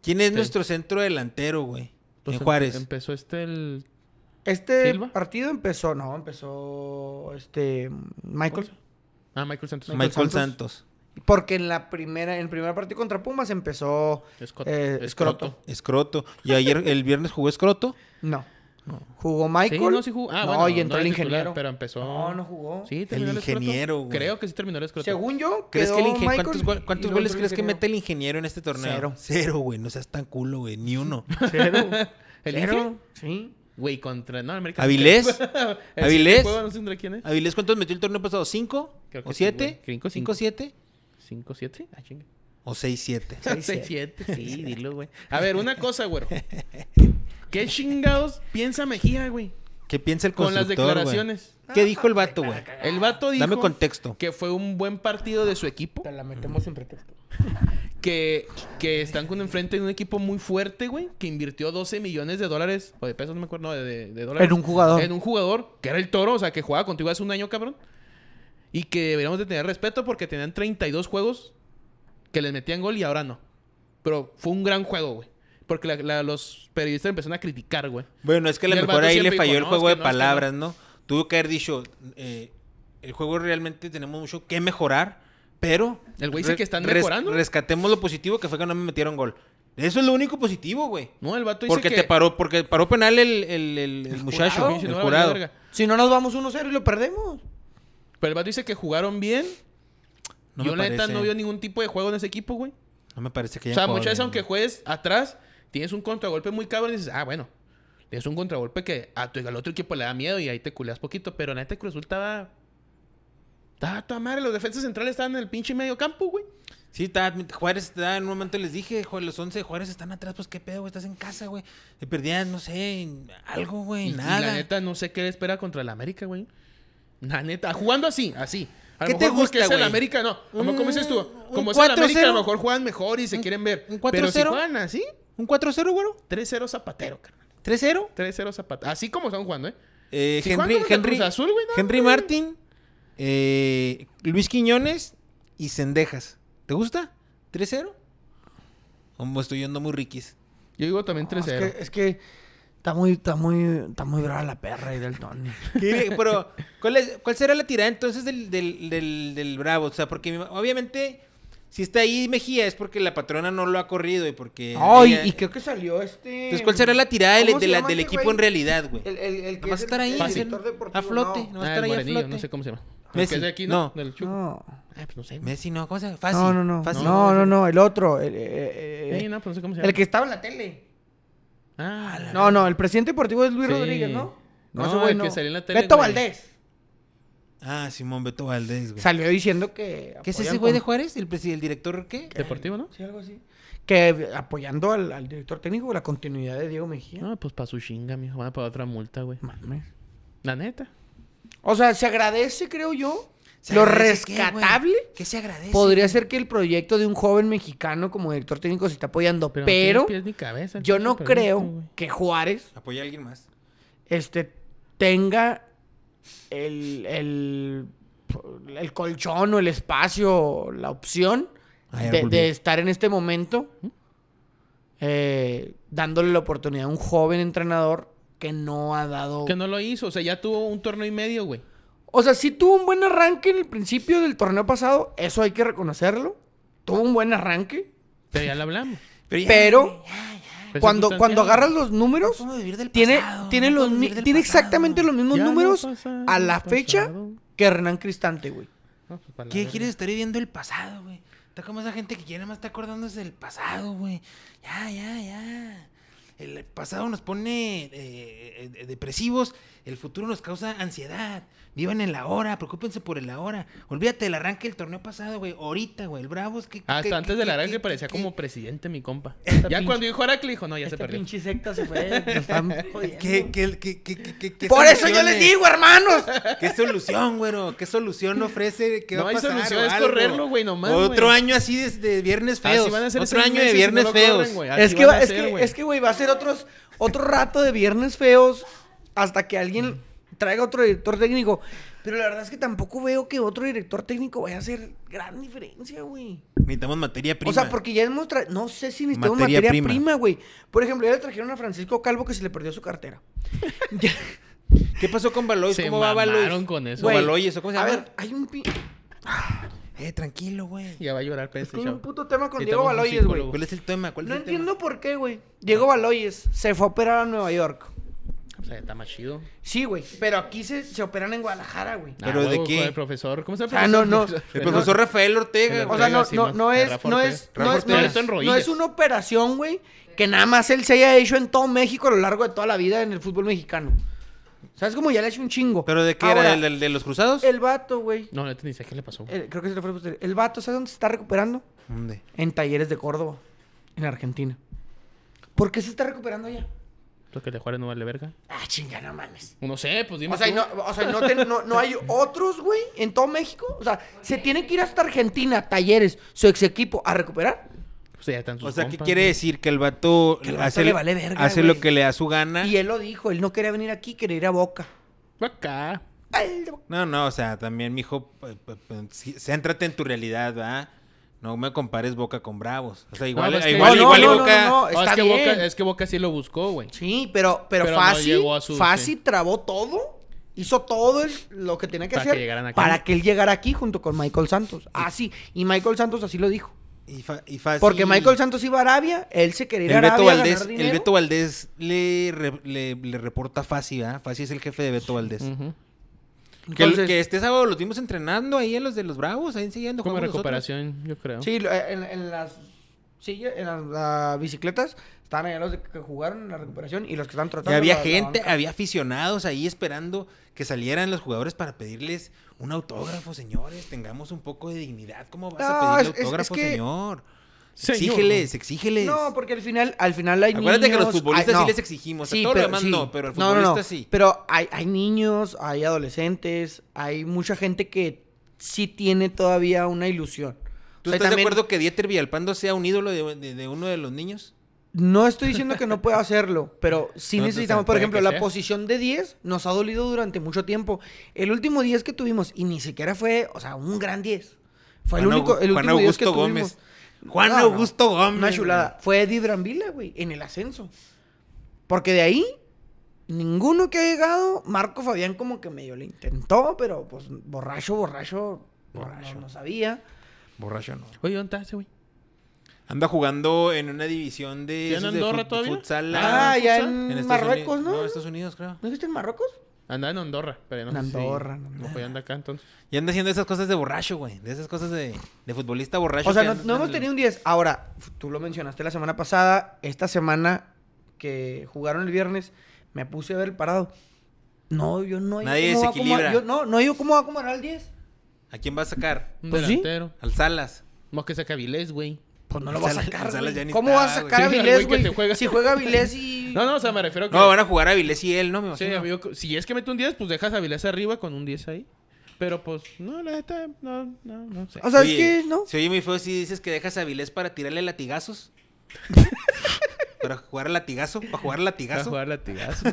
Speaker 3: ¿Quién es
Speaker 1: Sí.
Speaker 3: nuestro centro delantero, güey? En
Speaker 1: Entonces,
Speaker 3: Juárez.
Speaker 1: Empezó este el...
Speaker 2: Este
Speaker 1: ¿Silva?
Speaker 2: partido empezó, no, empezó este Michael.
Speaker 1: Ah, Michael Santos.
Speaker 3: Michael,
Speaker 2: Michael
Speaker 3: Santos.
Speaker 2: Porque en la primera, en el primer partido contra Pumas empezó
Speaker 1: Escoto.
Speaker 2: eh,
Speaker 1: Escroto.
Speaker 2: Escroto.
Speaker 3: Escroto. Y ayer, el viernes jugó Escroto.
Speaker 2: No. Jugó Michael.
Speaker 1: Sí, no, sí jugó.
Speaker 2: no,
Speaker 1: Ah, bueno,
Speaker 2: y entró
Speaker 1: no
Speaker 2: el
Speaker 1: era titular,
Speaker 2: ingeniero.
Speaker 1: pero empezó.
Speaker 2: No, no jugó.
Speaker 1: Sí, terminó
Speaker 3: El
Speaker 1: escroto.
Speaker 3: ingeniero, güey.
Speaker 1: Creo que sí terminó el escroto.
Speaker 2: Según yo,
Speaker 3: ¿Crees que el
Speaker 2: quedó
Speaker 3: ingen-
Speaker 2: Michael
Speaker 3: ¿Cuántos, gol- cuántos
Speaker 2: y luego
Speaker 3: goles
Speaker 2: entró
Speaker 3: crees que mete
Speaker 2: ingeniero.
Speaker 3: el ingeniero en este torneo?
Speaker 2: Cero.
Speaker 3: Cero, güey. No seas tan culo, güey. Ni uno.
Speaker 2: Cero.
Speaker 1: ¿El
Speaker 2: Cero.
Speaker 1: Inge?
Speaker 2: Sí.
Speaker 1: Güey, contra. No, América.
Speaker 3: ¿Avilés?
Speaker 1: El siguiente
Speaker 3: ¿Avilés?
Speaker 1: juego, no sé contra quién es.
Speaker 2: Ah.
Speaker 3: Avilés, ¿cuántos metió el torneo pasado? ¿Cinco?
Speaker 1: Creo que
Speaker 3: ¿O
Speaker 1: sí,
Speaker 3: siete?
Speaker 1: güey. Cinco,
Speaker 3: ¿Cinco,
Speaker 1: cinco.
Speaker 3: siete?
Speaker 1: ¿Cinco, siete? Ah, chinga.
Speaker 3: ¿O seis, siete?
Speaker 2: Seis,
Speaker 1: 6, 7. Sí, dilo, güey. A ver, una cosa, güey. ¿Qué chingados piensa Mejía, güey?
Speaker 3: ¿Qué piensa el
Speaker 1: Con las
Speaker 3: constructor, güey?
Speaker 1: declaraciones.
Speaker 3: ¿Qué dijo el vato, güey?
Speaker 1: El vato dijo
Speaker 3: Dame contexto.
Speaker 1: que fue un buen partido de su equipo.
Speaker 2: Te la metemos en pretexto.
Speaker 1: que, que están con enfrente de un equipo muy fuerte, güey, que invirtió 12 millones de dólares, o de pesos, no me acuerdo, no, de- de, de dólares.
Speaker 2: En un jugador.
Speaker 1: En un jugador, que era el toro, o sea, que jugaba contigo hace un año, cabrón. Y que deberíamos de tener respeto porque tenían 32 juegos que les metían gol y ahora no. Pero fue un gran juego, güey. Porque la- la- los periodistas empezaron a criticar, güey.
Speaker 3: Bueno, es que a
Speaker 1: Y
Speaker 3: lo
Speaker 1: el
Speaker 3: mejor
Speaker 1: vato
Speaker 3: ahí le
Speaker 1: siempre
Speaker 3: falló
Speaker 1: dijo,
Speaker 3: el
Speaker 1: "No,
Speaker 3: juego
Speaker 1: es
Speaker 3: de
Speaker 1: que no, es que no".
Speaker 3: palabras, ¿no? tuvo que haber dicho, eh, el juego realmente tenemos mucho que mejorar, pero...
Speaker 1: El güey dice
Speaker 3: re-
Speaker 1: que están
Speaker 3: res-
Speaker 1: mejorando.
Speaker 3: rescatemos lo positivo que fue que no me metieron gol. Eso es lo único positivo, güey.
Speaker 1: No, el vato dice
Speaker 3: Porque
Speaker 1: que...
Speaker 3: te paró, porque paró penal el, el- el- el muchacho,
Speaker 1: Pinche, no
Speaker 3: el
Speaker 1: me
Speaker 3: jurado.
Speaker 1: vale verga.
Speaker 2: Si no nos vamos 1-0 y lo perdemos.
Speaker 1: Pero el vato dice que jugaron bien.
Speaker 3: No
Speaker 1: Yo,
Speaker 3: me
Speaker 1: la neta,
Speaker 3: parece.
Speaker 1: no veo ningún tipo de juego en ese equipo, güey.
Speaker 3: No me parece
Speaker 1: O
Speaker 3: que haya
Speaker 1: sea,
Speaker 3: jugado
Speaker 1: muchas veces,
Speaker 3: bien.
Speaker 1: aunque juegues atrás, tienes un contragolpe muy cabrón y dices, ah, bueno, tienes un contragolpe que a tu, al otro equipo le da miedo y ahí te culeas poquito. Pero la neta, Cruz Azul estaba. Estaba a toda madre. Los defensas centrales estaban en el pinche medio campo, güey.
Speaker 3: Sí, está, Juárez está, en un momento les dije, "Joder, los 11 de Juárez están atrás, pues qué pedo, güey, estás en casa, güey. Te perdían, no sé, en algo, güey,
Speaker 1: Y, y
Speaker 3: nada.
Speaker 1: la neta, no sé qué espera contra el América, güey. La neta, jugando así, así. A
Speaker 3: ¿Qué
Speaker 1: lo
Speaker 3: te
Speaker 1: mejor porque
Speaker 3: gusta,
Speaker 1: es el
Speaker 3: güey?
Speaker 1: América, no. Como,
Speaker 3: Un-
Speaker 1: como dices tú,
Speaker 3: un
Speaker 1: como es el América, a
Speaker 3: 4-0.
Speaker 1: lo mejor juegan mejor y se quieren ver.
Speaker 3: un
Speaker 1: Pero si
Speaker 3: 4-0.
Speaker 1: juegan así,
Speaker 3: ¿Un 4-0, güero?
Speaker 1: 3-0 Zapatero, carnal.
Speaker 3: ¿3-0?
Speaker 1: 3-0 Zapatero. Así como están jugando, ¿eh?
Speaker 3: Eh,
Speaker 1: Si juegan
Speaker 3: Henry,
Speaker 1: contra
Speaker 3: Henry,
Speaker 1: Cruz Azul, güey, no,
Speaker 3: Henry
Speaker 1: güey.
Speaker 3: Martin, eh, Luis Quiñones y Cendejas. ¿Te gusta? ¿3-0? O me estoy yendo muy riquis.
Speaker 1: Yo digo también 3-0.
Speaker 2: No, es, que, es que está muy, está muy, está muy brava la perra ahí del Tony.
Speaker 3: ¿Qué? Pero, ¿cuál, es- cuál será la tirada entonces del, del, del- del Bravo? O sea, porque mi- obviamente, si está ahí Mejía es porque la patrona no lo ha corrido y porque...
Speaker 2: Ay,
Speaker 3: ella-
Speaker 2: y creo que salió este.
Speaker 3: Entonces, ¿cuál será la tirada del,
Speaker 2: ¿Cómo se
Speaker 3: de la-
Speaker 2: llama
Speaker 3: del
Speaker 2: este
Speaker 3: equipo
Speaker 2: güey?
Speaker 3: en realidad, güey?
Speaker 2: El, el, el que
Speaker 3: Va a
Speaker 2: es el-
Speaker 3: estar ahí,
Speaker 2: el
Speaker 1: Fácil.
Speaker 2: director deportivo,
Speaker 3: a flote. No, va a
Speaker 1: Ah, el
Speaker 3: estar ahí a
Speaker 1: morenillo,
Speaker 3: flote.
Speaker 1: no sé cómo se llama.
Speaker 3: Messi,
Speaker 1: Messi, de aquí, ¿no?
Speaker 3: no.
Speaker 1: Del Chuco.
Speaker 2: No.
Speaker 1: Ah, pues no sé. güey.
Speaker 3: Messi, no, ¿cómo se llama? Fácil.
Speaker 2: No, no, no.
Speaker 3: Ah, fácil.
Speaker 2: No, no, no. El otro. el- eh, eh, eh,
Speaker 1: Sí, no, pues no sé cómo se llama.
Speaker 2: El que estaba en la tele.
Speaker 1: Ah, la...
Speaker 2: No, no. El presidente deportivo es Luis
Speaker 1: Sí.
Speaker 2: Rodríguez, ¿no?
Speaker 1: No,
Speaker 2: ese güey
Speaker 1: el que salió en la tele,
Speaker 2: Beto
Speaker 1: güey.
Speaker 2: Valdés.
Speaker 3: Ah, Simón Beto Valdés, güey.
Speaker 2: Salió diciendo que.
Speaker 3: ¿Qué es
Speaker 2: apoyan
Speaker 3: ese güey de
Speaker 2: con-
Speaker 3: Juárez? ¿El, presi- el director qué?
Speaker 1: Deportivo, ¿no?
Speaker 2: Sí, algo así. Que apoyando al, al director técnico, la continuidad de Diego Mejía.
Speaker 1: No, pues para su chinga, mijo. Van a pagar otra multa, güey.
Speaker 2: Mames.
Speaker 1: La neta.
Speaker 2: O sea, se agradece, creo yo.
Speaker 3: ¿Se
Speaker 2: Lo
Speaker 3: agradece qué, güey?
Speaker 2: rescatable
Speaker 3: ¿Qué se agradece?
Speaker 2: podría ser que el proyecto de un joven mexicano como director técnico se está apoyando,
Speaker 1: Pero,
Speaker 2: pero,
Speaker 1: no tiene pies ni cabeza, el
Speaker 2: yo
Speaker 1: pinche
Speaker 2: no
Speaker 1: proyecto,
Speaker 2: creo
Speaker 1: güey.
Speaker 2: que Juárez
Speaker 3: Apoya a alguien más.
Speaker 2: este, tenga el, el, el colchón o el espacio, la opción
Speaker 3: Ay,
Speaker 2: de,
Speaker 3: Ah, volví.
Speaker 2: de estar en este momento eh, dándole la oportunidad a un joven entrenador que no ha dado
Speaker 1: Que no lo hizo. O sea, ya tuvo un torneo y medio, güey.
Speaker 2: O sea, sí tuvo un buen arranque en el principio del torneo pasado, eso hay que reconocerlo. Tuvo un buen arranque.
Speaker 1: Pero ya lo hablamos. Pues,
Speaker 3: ya,
Speaker 2: Pero-
Speaker 3: güey, ya, ya.
Speaker 1: Pero
Speaker 2: Cuando,
Speaker 1: circunstancial.
Speaker 2: cuando agarras los números,
Speaker 3: No puedo vivir del
Speaker 2: tiene,
Speaker 3: pasado,
Speaker 2: tiene,
Speaker 3: no
Speaker 2: los,
Speaker 3: puedo
Speaker 2: mi-
Speaker 3: vivir del
Speaker 2: tiene
Speaker 3: pasado.
Speaker 2: exactamente los mismos
Speaker 1: Ya lo
Speaker 2: números
Speaker 1: pasado,
Speaker 2: a la
Speaker 1: pasado.
Speaker 2: fecha que Hernán Cristante, güey.
Speaker 1: No, pues, pa' la
Speaker 3: ¿Qué
Speaker 1: verga.
Speaker 3: quieres estar viviendo el pasado, güey? Está como esa gente que quiere más está acordándose del pasado, güey. Ya, ya, ya. El pasado nos pone eh, eh, eh, depresivos, el futuro nos causa ansiedad. Vivan en la hora, preocúpense por el ahora. Olvídate del arranque del torneo pasado, güey. Ahorita, güey, el Bravos. ¿qué,
Speaker 1: Ah, Hasta
Speaker 3: qué-
Speaker 1: antes
Speaker 3: qué-
Speaker 1: del
Speaker 3: qué-
Speaker 1: arranque
Speaker 3: qué-
Speaker 1: parecía
Speaker 3: qué-
Speaker 1: como presidente, mi compa.
Speaker 2: Esta
Speaker 1: Ya
Speaker 2: pinche-
Speaker 1: cuando dijo Oracle, dijo, no, ya se
Speaker 2: Esta
Speaker 1: perdió.
Speaker 2: pinche secta se fue. nos están jodiendo.
Speaker 3: qué- qué- qué- qué- qué- qué- qué
Speaker 2: Por eso yo
Speaker 3: soluciones?
Speaker 2: les digo, hermanos.
Speaker 3: ¿Qué solución, güero? ¿Qué solución ofrece? ¿Qué
Speaker 1: No
Speaker 3: va a
Speaker 1: hay
Speaker 3: pasar?
Speaker 1: solución,
Speaker 3: o
Speaker 1: es
Speaker 3: algo?
Speaker 1: correrlo, güey, nomás,
Speaker 3: Otro
Speaker 1: güey.
Speaker 3: año así de, de viernes
Speaker 1: Así
Speaker 3: feos.
Speaker 1: van a ser
Speaker 3: Otro
Speaker 1: seis
Speaker 3: año
Speaker 1: meses
Speaker 3: de
Speaker 1: y no
Speaker 3: viernes
Speaker 1: lo corren,
Speaker 3: feos.
Speaker 1: güey. Así
Speaker 2: Es que,
Speaker 1: van a
Speaker 2: va, es,
Speaker 1: ser,
Speaker 2: que,
Speaker 1: güey.
Speaker 2: es que, güey, va a ser otros, otro rato de viernes feos hasta que alguien traiga otro director técnico. Pero la verdad es que tampoco veo que otro director técnico vaya a hacer gran diferencia, güey.
Speaker 3: Necesitamos materia prima.
Speaker 2: O sea, porque ya hemos traído... No sé si necesitamos
Speaker 3: Materia
Speaker 2: materia,
Speaker 3: prima.
Speaker 2: prima, güey. Por ejemplo, ya le trajeron a Francisco Calvo que se le perdió su cartera. Ya-
Speaker 3: ¿Qué pasó con Balois?
Speaker 1: Se
Speaker 3: ¿Cómo va Balois?
Speaker 1: mamaron con eso.
Speaker 3: O
Speaker 2: Güey,
Speaker 3: Baloyes, ¿o cómo se
Speaker 2: A
Speaker 3: llama?
Speaker 2: ver, hay un, pi-
Speaker 3: Eh, tranquilo, güey.
Speaker 1: Ya va a llorar, pues,
Speaker 2: es
Speaker 1: peste,
Speaker 2: que hay un
Speaker 1: chavo.
Speaker 2: puto tema con
Speaker 1: Que
Speaker 2: Diego
Speaker 1: estamos en un
Speaker 2: Baloyes, güey.
Speaker 1: psicólogo.
Speaker 3: ¿Cuál es el tema? ¿Cuál
Speaker 2: No
Speaker 3: es el tema?
Speaker 2: entiendo por qué, güey. Diego Baloyes se fue a operar a Nueva York.
Speaker 1: O sea, está más chido.
Speaker 2: Sí, güey. Pero aquí se, se operan en Guadalajara, güey.
Speaker 1: Ah,
Speaker 3: ¿Pero de
Speaker 1: huevo,
Speaker 3: qué?
Speaker 1: con El profesor, ¿cómo se llama?
Speaker 2: Ah, no, no.
Speaker 3: El profesor Rafael Ortega,
Speaker 1: El
Speaker 2: O
Speaker 3: güey.
Speaker 2: sea, no,
Speaker 1: Ortega,
Speaker 2: no,
Speaker 1: Simón.
Speaker 2: no
Speaker 1: De
Speaker 2: es,
Speaker 1: Rafa
Speaker 2: no
Speaker 1: Ortega.
Speaker 2: es,
Speaker 1: Rafa
Speaker 2: no es,
Speaker 1: Ortega
Speaker 2: no
Speaker 1: está en
Speaker 2: es- no
Speaker 1: rodillas.
Speaker 2: es una operación, güey, que nada más él se haya hecho en todo México a lo largo de toda la vida en el fútbol mexicano. ¿Sabes cómo ya le ha hecho un chingo?
Speaker 3: ¿Pero de qué
Speaker 2: Ahora,
Speaker 3: era? ¿El, el de los cruzados?
Speaker 2: El vato, güey.
Speaker 1: No, no te dice qué le pasó. güey?
Speaker 2: el- creo que se le fue posterior. El vato, ¿sabes dónde se está recuperando?
Speaker 3: ¿Dónde?
Speaker 2: En Talleres de Córdoba, en Argentina. ¿Por qué se está recuperando allá?
Speaker 1: Porque el de Juárez no vale verga.
Speaker 2: Ah, chinga, no mames.
Speaker 1: No sé, pues dime
Speaker 2: O sea, y
Speaker 1: tú.
Speaker 2: no, o sea, no, te- no- no hay otros, güey, en todo México. O sea, se tiene que ir hasta Argentina, Talleres, su ex equipo, a recuperar.
Speaker 1: O sea, Pues, ya están sus
Speaker 3: O sea, ¿qué
Speaker 1: compas,
Speaker 3: quiere
Speaker 1: güey.
Speaker 3: decir? Que el vato
Speaker 2: Que el vato
Speaker 3: hace,
Speaker 2: le vale verga,
Speaker 3: hace
Speaker 2: güey.
Speaker 3: lo que le da su
Speaker 1: Ah.
Speaker 3: gana.
Speaker 2: Y él lo dijo, él no quería venir aquí, quería ir a Boca.
Speaker 1: Acá.
Speaker 2: Ay, de Boca.
Speaker 3: No, no, o sea, también, mijo, p- p- p- sí, céntrate en tu realidad, ¿va? No me compares Boca con Bravos. O sea, igual,
Speaker 1: No, es que-
Speaker 3: igual,
Speaker 1: No, no,
Speaker 3: igual y
Speaker 1: no, no,
Speaker 3: Boca...
Speaker 2: no, no.
Speaker 1: Ah,
Speaker 2: Está
Speaker 1: es, que
Speaker 2: bien.
Speaker 1: Boca, es que Boca sí lo buscó, güey.
Speaker 2: Sí, pero, pero,
Speaker 1: Pero no
Speaker 2: Fasi,
Speaker 1: llegó a su-
Speaker 2: Fasi
Speaker 1: sí.
Speaker 2: trabó todo Hizo todo el- lo que tenía que
Speaker 1: Para que
Speaker 2: hacer
Speaker 1: llegaran acá.
Speaker 2: para que él llegara aquí junto con Michael Santos. Así. Y Michael Santos así lo dijo.
Speaker 3: Y, fa- y fácil.
Speaker 2: Porque Michael Santos iba a Arabia, él se quería ir a
Speaker 3: Pues El Beto,
Speaker 2: Arabia a
Speaker 3: Valdés,
Speaker 2: ganar dinero.
Speaker 3: el Beto Valdés le, re- le, le reporta a Fasi, ¿verdad? Fasi es el jefe de Beto Valdés.
Speaker 1: Ujú.
Speaker 3: Que,
Speaker 2: Mm.
Speaker 3: el-
Speaker 2: Entonces,
Speaker 3: que este sábado lo tuvimos entrenando ahí a los de los Bravos, ahí enseñando
Speaker 1: Como recuperación, yo creo.
Speaker 2: Sí, lo- eh, en, en las sillas, en las, las bicicletas, estaban allá los de- que jugaron en la recuperación y los que están tratando.
Speaker 3: Y había
Speaker 2: la- la
Speaker 3: gente,
Speaker 2: banca.
Speaker 3: había aficionados ahí esperando que salieran los jugadores para pedirles un autógrafo, señores. Tengamos un poco de dignidad. ¿Cómo vas
Speaker 2: No,
Speaker 3: a
Speaker 2: es-
Speaker 3: pedirle
Speaker 2: es- es
Speaker 3: autógrafo,
Speaker 2: que-
Speaker 3: señor?
Speaker 1: Señor.
Speaker 3: Exígeles, exígeles.
Speaker 2: No, porque al final, al final hay
Speaker 3: Acuérdate que
Speaker 2: niños.
Speaker 3: a los futbolistas
Speaker 2: hay- no.
Speaker 3: sí les exigimos. a todo lo demás
Speaker 2: sí.
Speaker 3: no, pero al
Speaker 2: No, no,
Speaker 3: futbolista
Speaker 2: no.
Speaker 3: sí.
Speaker 2: Pero hay, hay niños, hay adolescentes, hay mucha gente que sí tiene todavía una ilusión. O
Speaker 3: ¿Tú
Speaker 2: sea,
Speaker 3: estás
Speaker 2: también-
Speaker 3: de acuerdo que Dieter Villalpando sea un ídolo de, de- de uno de los niños?
Speaker 2: No estoy diciendo que no pueda hacerlo, pero sí
Speaker 3: No,
Speaker 2: necesitamos,
Speaker 3: entonces,
Speaker 2: por
Speaker 1: puede
Speaker 2: ejemplo,
Speaker 1: que
Speaker 2: la
Speaker 1: sea.
Speaker 2: posición de 10 nos ha dolido durante mucho tiempo. El último 10 que tuvimos, y ni siquiera fue, o sea, un gran 10. Fue Pues, el
Speaker 3: Juan
Speaker 2: único, el
Speaker 3: Augu- Juan
Speaker 2: último 10 que
Speaker 3: Augusto Gómez.
Speaker 2: tuvimos.
Speaker 3: Juan
Speaker 2: No, no,
Speaker 3: Augusto Gómez.
Speaker 2: Una chulada. Fue Eddie Brambila, güey, en el ascenso. Porque de ahí, ninguno que ha llegado, Marco Fabián como que medio le intentó, pero pues borracho, borracho, no-
Speaker 3: Borracho.
Speaker 2: No, no sabía.
Speaker 3: Borracho no.
Speaker 1: Oye, ¿dónde está ese güey?
Speaker 3: Anda jugando en una división de.
Speaker 1: ¿Sí en
Speaker 3: esos de
Speaker 1: Andorra
Speaker 3: fut-
Speaker 1: todavía?
Speaker 3: futsal
Speaker 2: Ah,
Speaker 3: a-
Speaker 2: ya
Speaker 1: futsal?
Speaker 2: en,
Speaker 3: Estados
Speaker 2: Marruecos,
Speaker 3: Unidos-
Speaker 2: ¿no?
Speaker 3: No, Estados Unidos, creo.
Speaker 2: ¿No estuviste en Marruecos?
Speaker 1: Anda en Andorra, pero no
Speaker 2: En
Speaker 1: sé si-
Speaker 2: Andorra, en
Speaker 1: No, pues anda acá entonces.
Speaker 3: Y anda haciendo esas cosas de borracho, güey. De esas cosas de, de futbolista borracho.
Speaker 2: O sea,
Speaker 3: que
Speaker 2: no,
Speaker 3: andan-
Speaker 2: no hemos tenido un 10. Ahora, f- tú lo mencionaste la semana pasada. Esta semana que jugaron el viernes, me puse a ver el parado. No, yo no. hallo
Speaker 3: Nadie
Speaker 2: cómo va a
Speaker 3: desequilibra.
Speaker 2: acomodar- yo no, no hallo cómo va a acomodar al 10.
Speaker 3: ¿A quién va a sacar?
Speaker 1: Un
Speaker 2: Pues sí.
Speaker 1: delantero.
Speaker 3: Al Salas.
Speaker 1: Más que saca Vilés, güey.
Speaker 2: Pues no lo va a
Speaker 3: Salas-
Speaker 2: sacar.
Speaker 3: Salas
Speaker 2: güey.
Speaker 3: ya ni
Speaker 2: ¿Cómo
Speaker 3: está,
Speaker 2: va a sacar a
Speaker 1: güey. Sí, al
Speaker 2: Vilés,
Speaker 1: güey que
Speaker 2: güey?
Speaker 1: te juega.
Speaker 2: Si juega Vilés y.
Speaker 1: No, no, o sea, me refiero que.
Speaker 3: No, van a jugar a Vilés y él, ¿no? Me
Speaker 1: Sí,
Speaker 3: imagino.
Speaker 1: amigo, que- si es que mete un 10, pues dejas a Vilés arriba con un 10 ahí. Pero pues, no, la neta, no, no, no sé.
Speaker 2: O sea, es
Speaker 3: Oye,
Speaker 2: que no.
Speaker 3: Se oye muy feo si dices que dejas a Vilés para tirarle latigazos. para jugar a latigazo. Para jugar a
Speaker 1: Va a
Speaker 3: latigazo.
Speaker 1: jugar latigazo.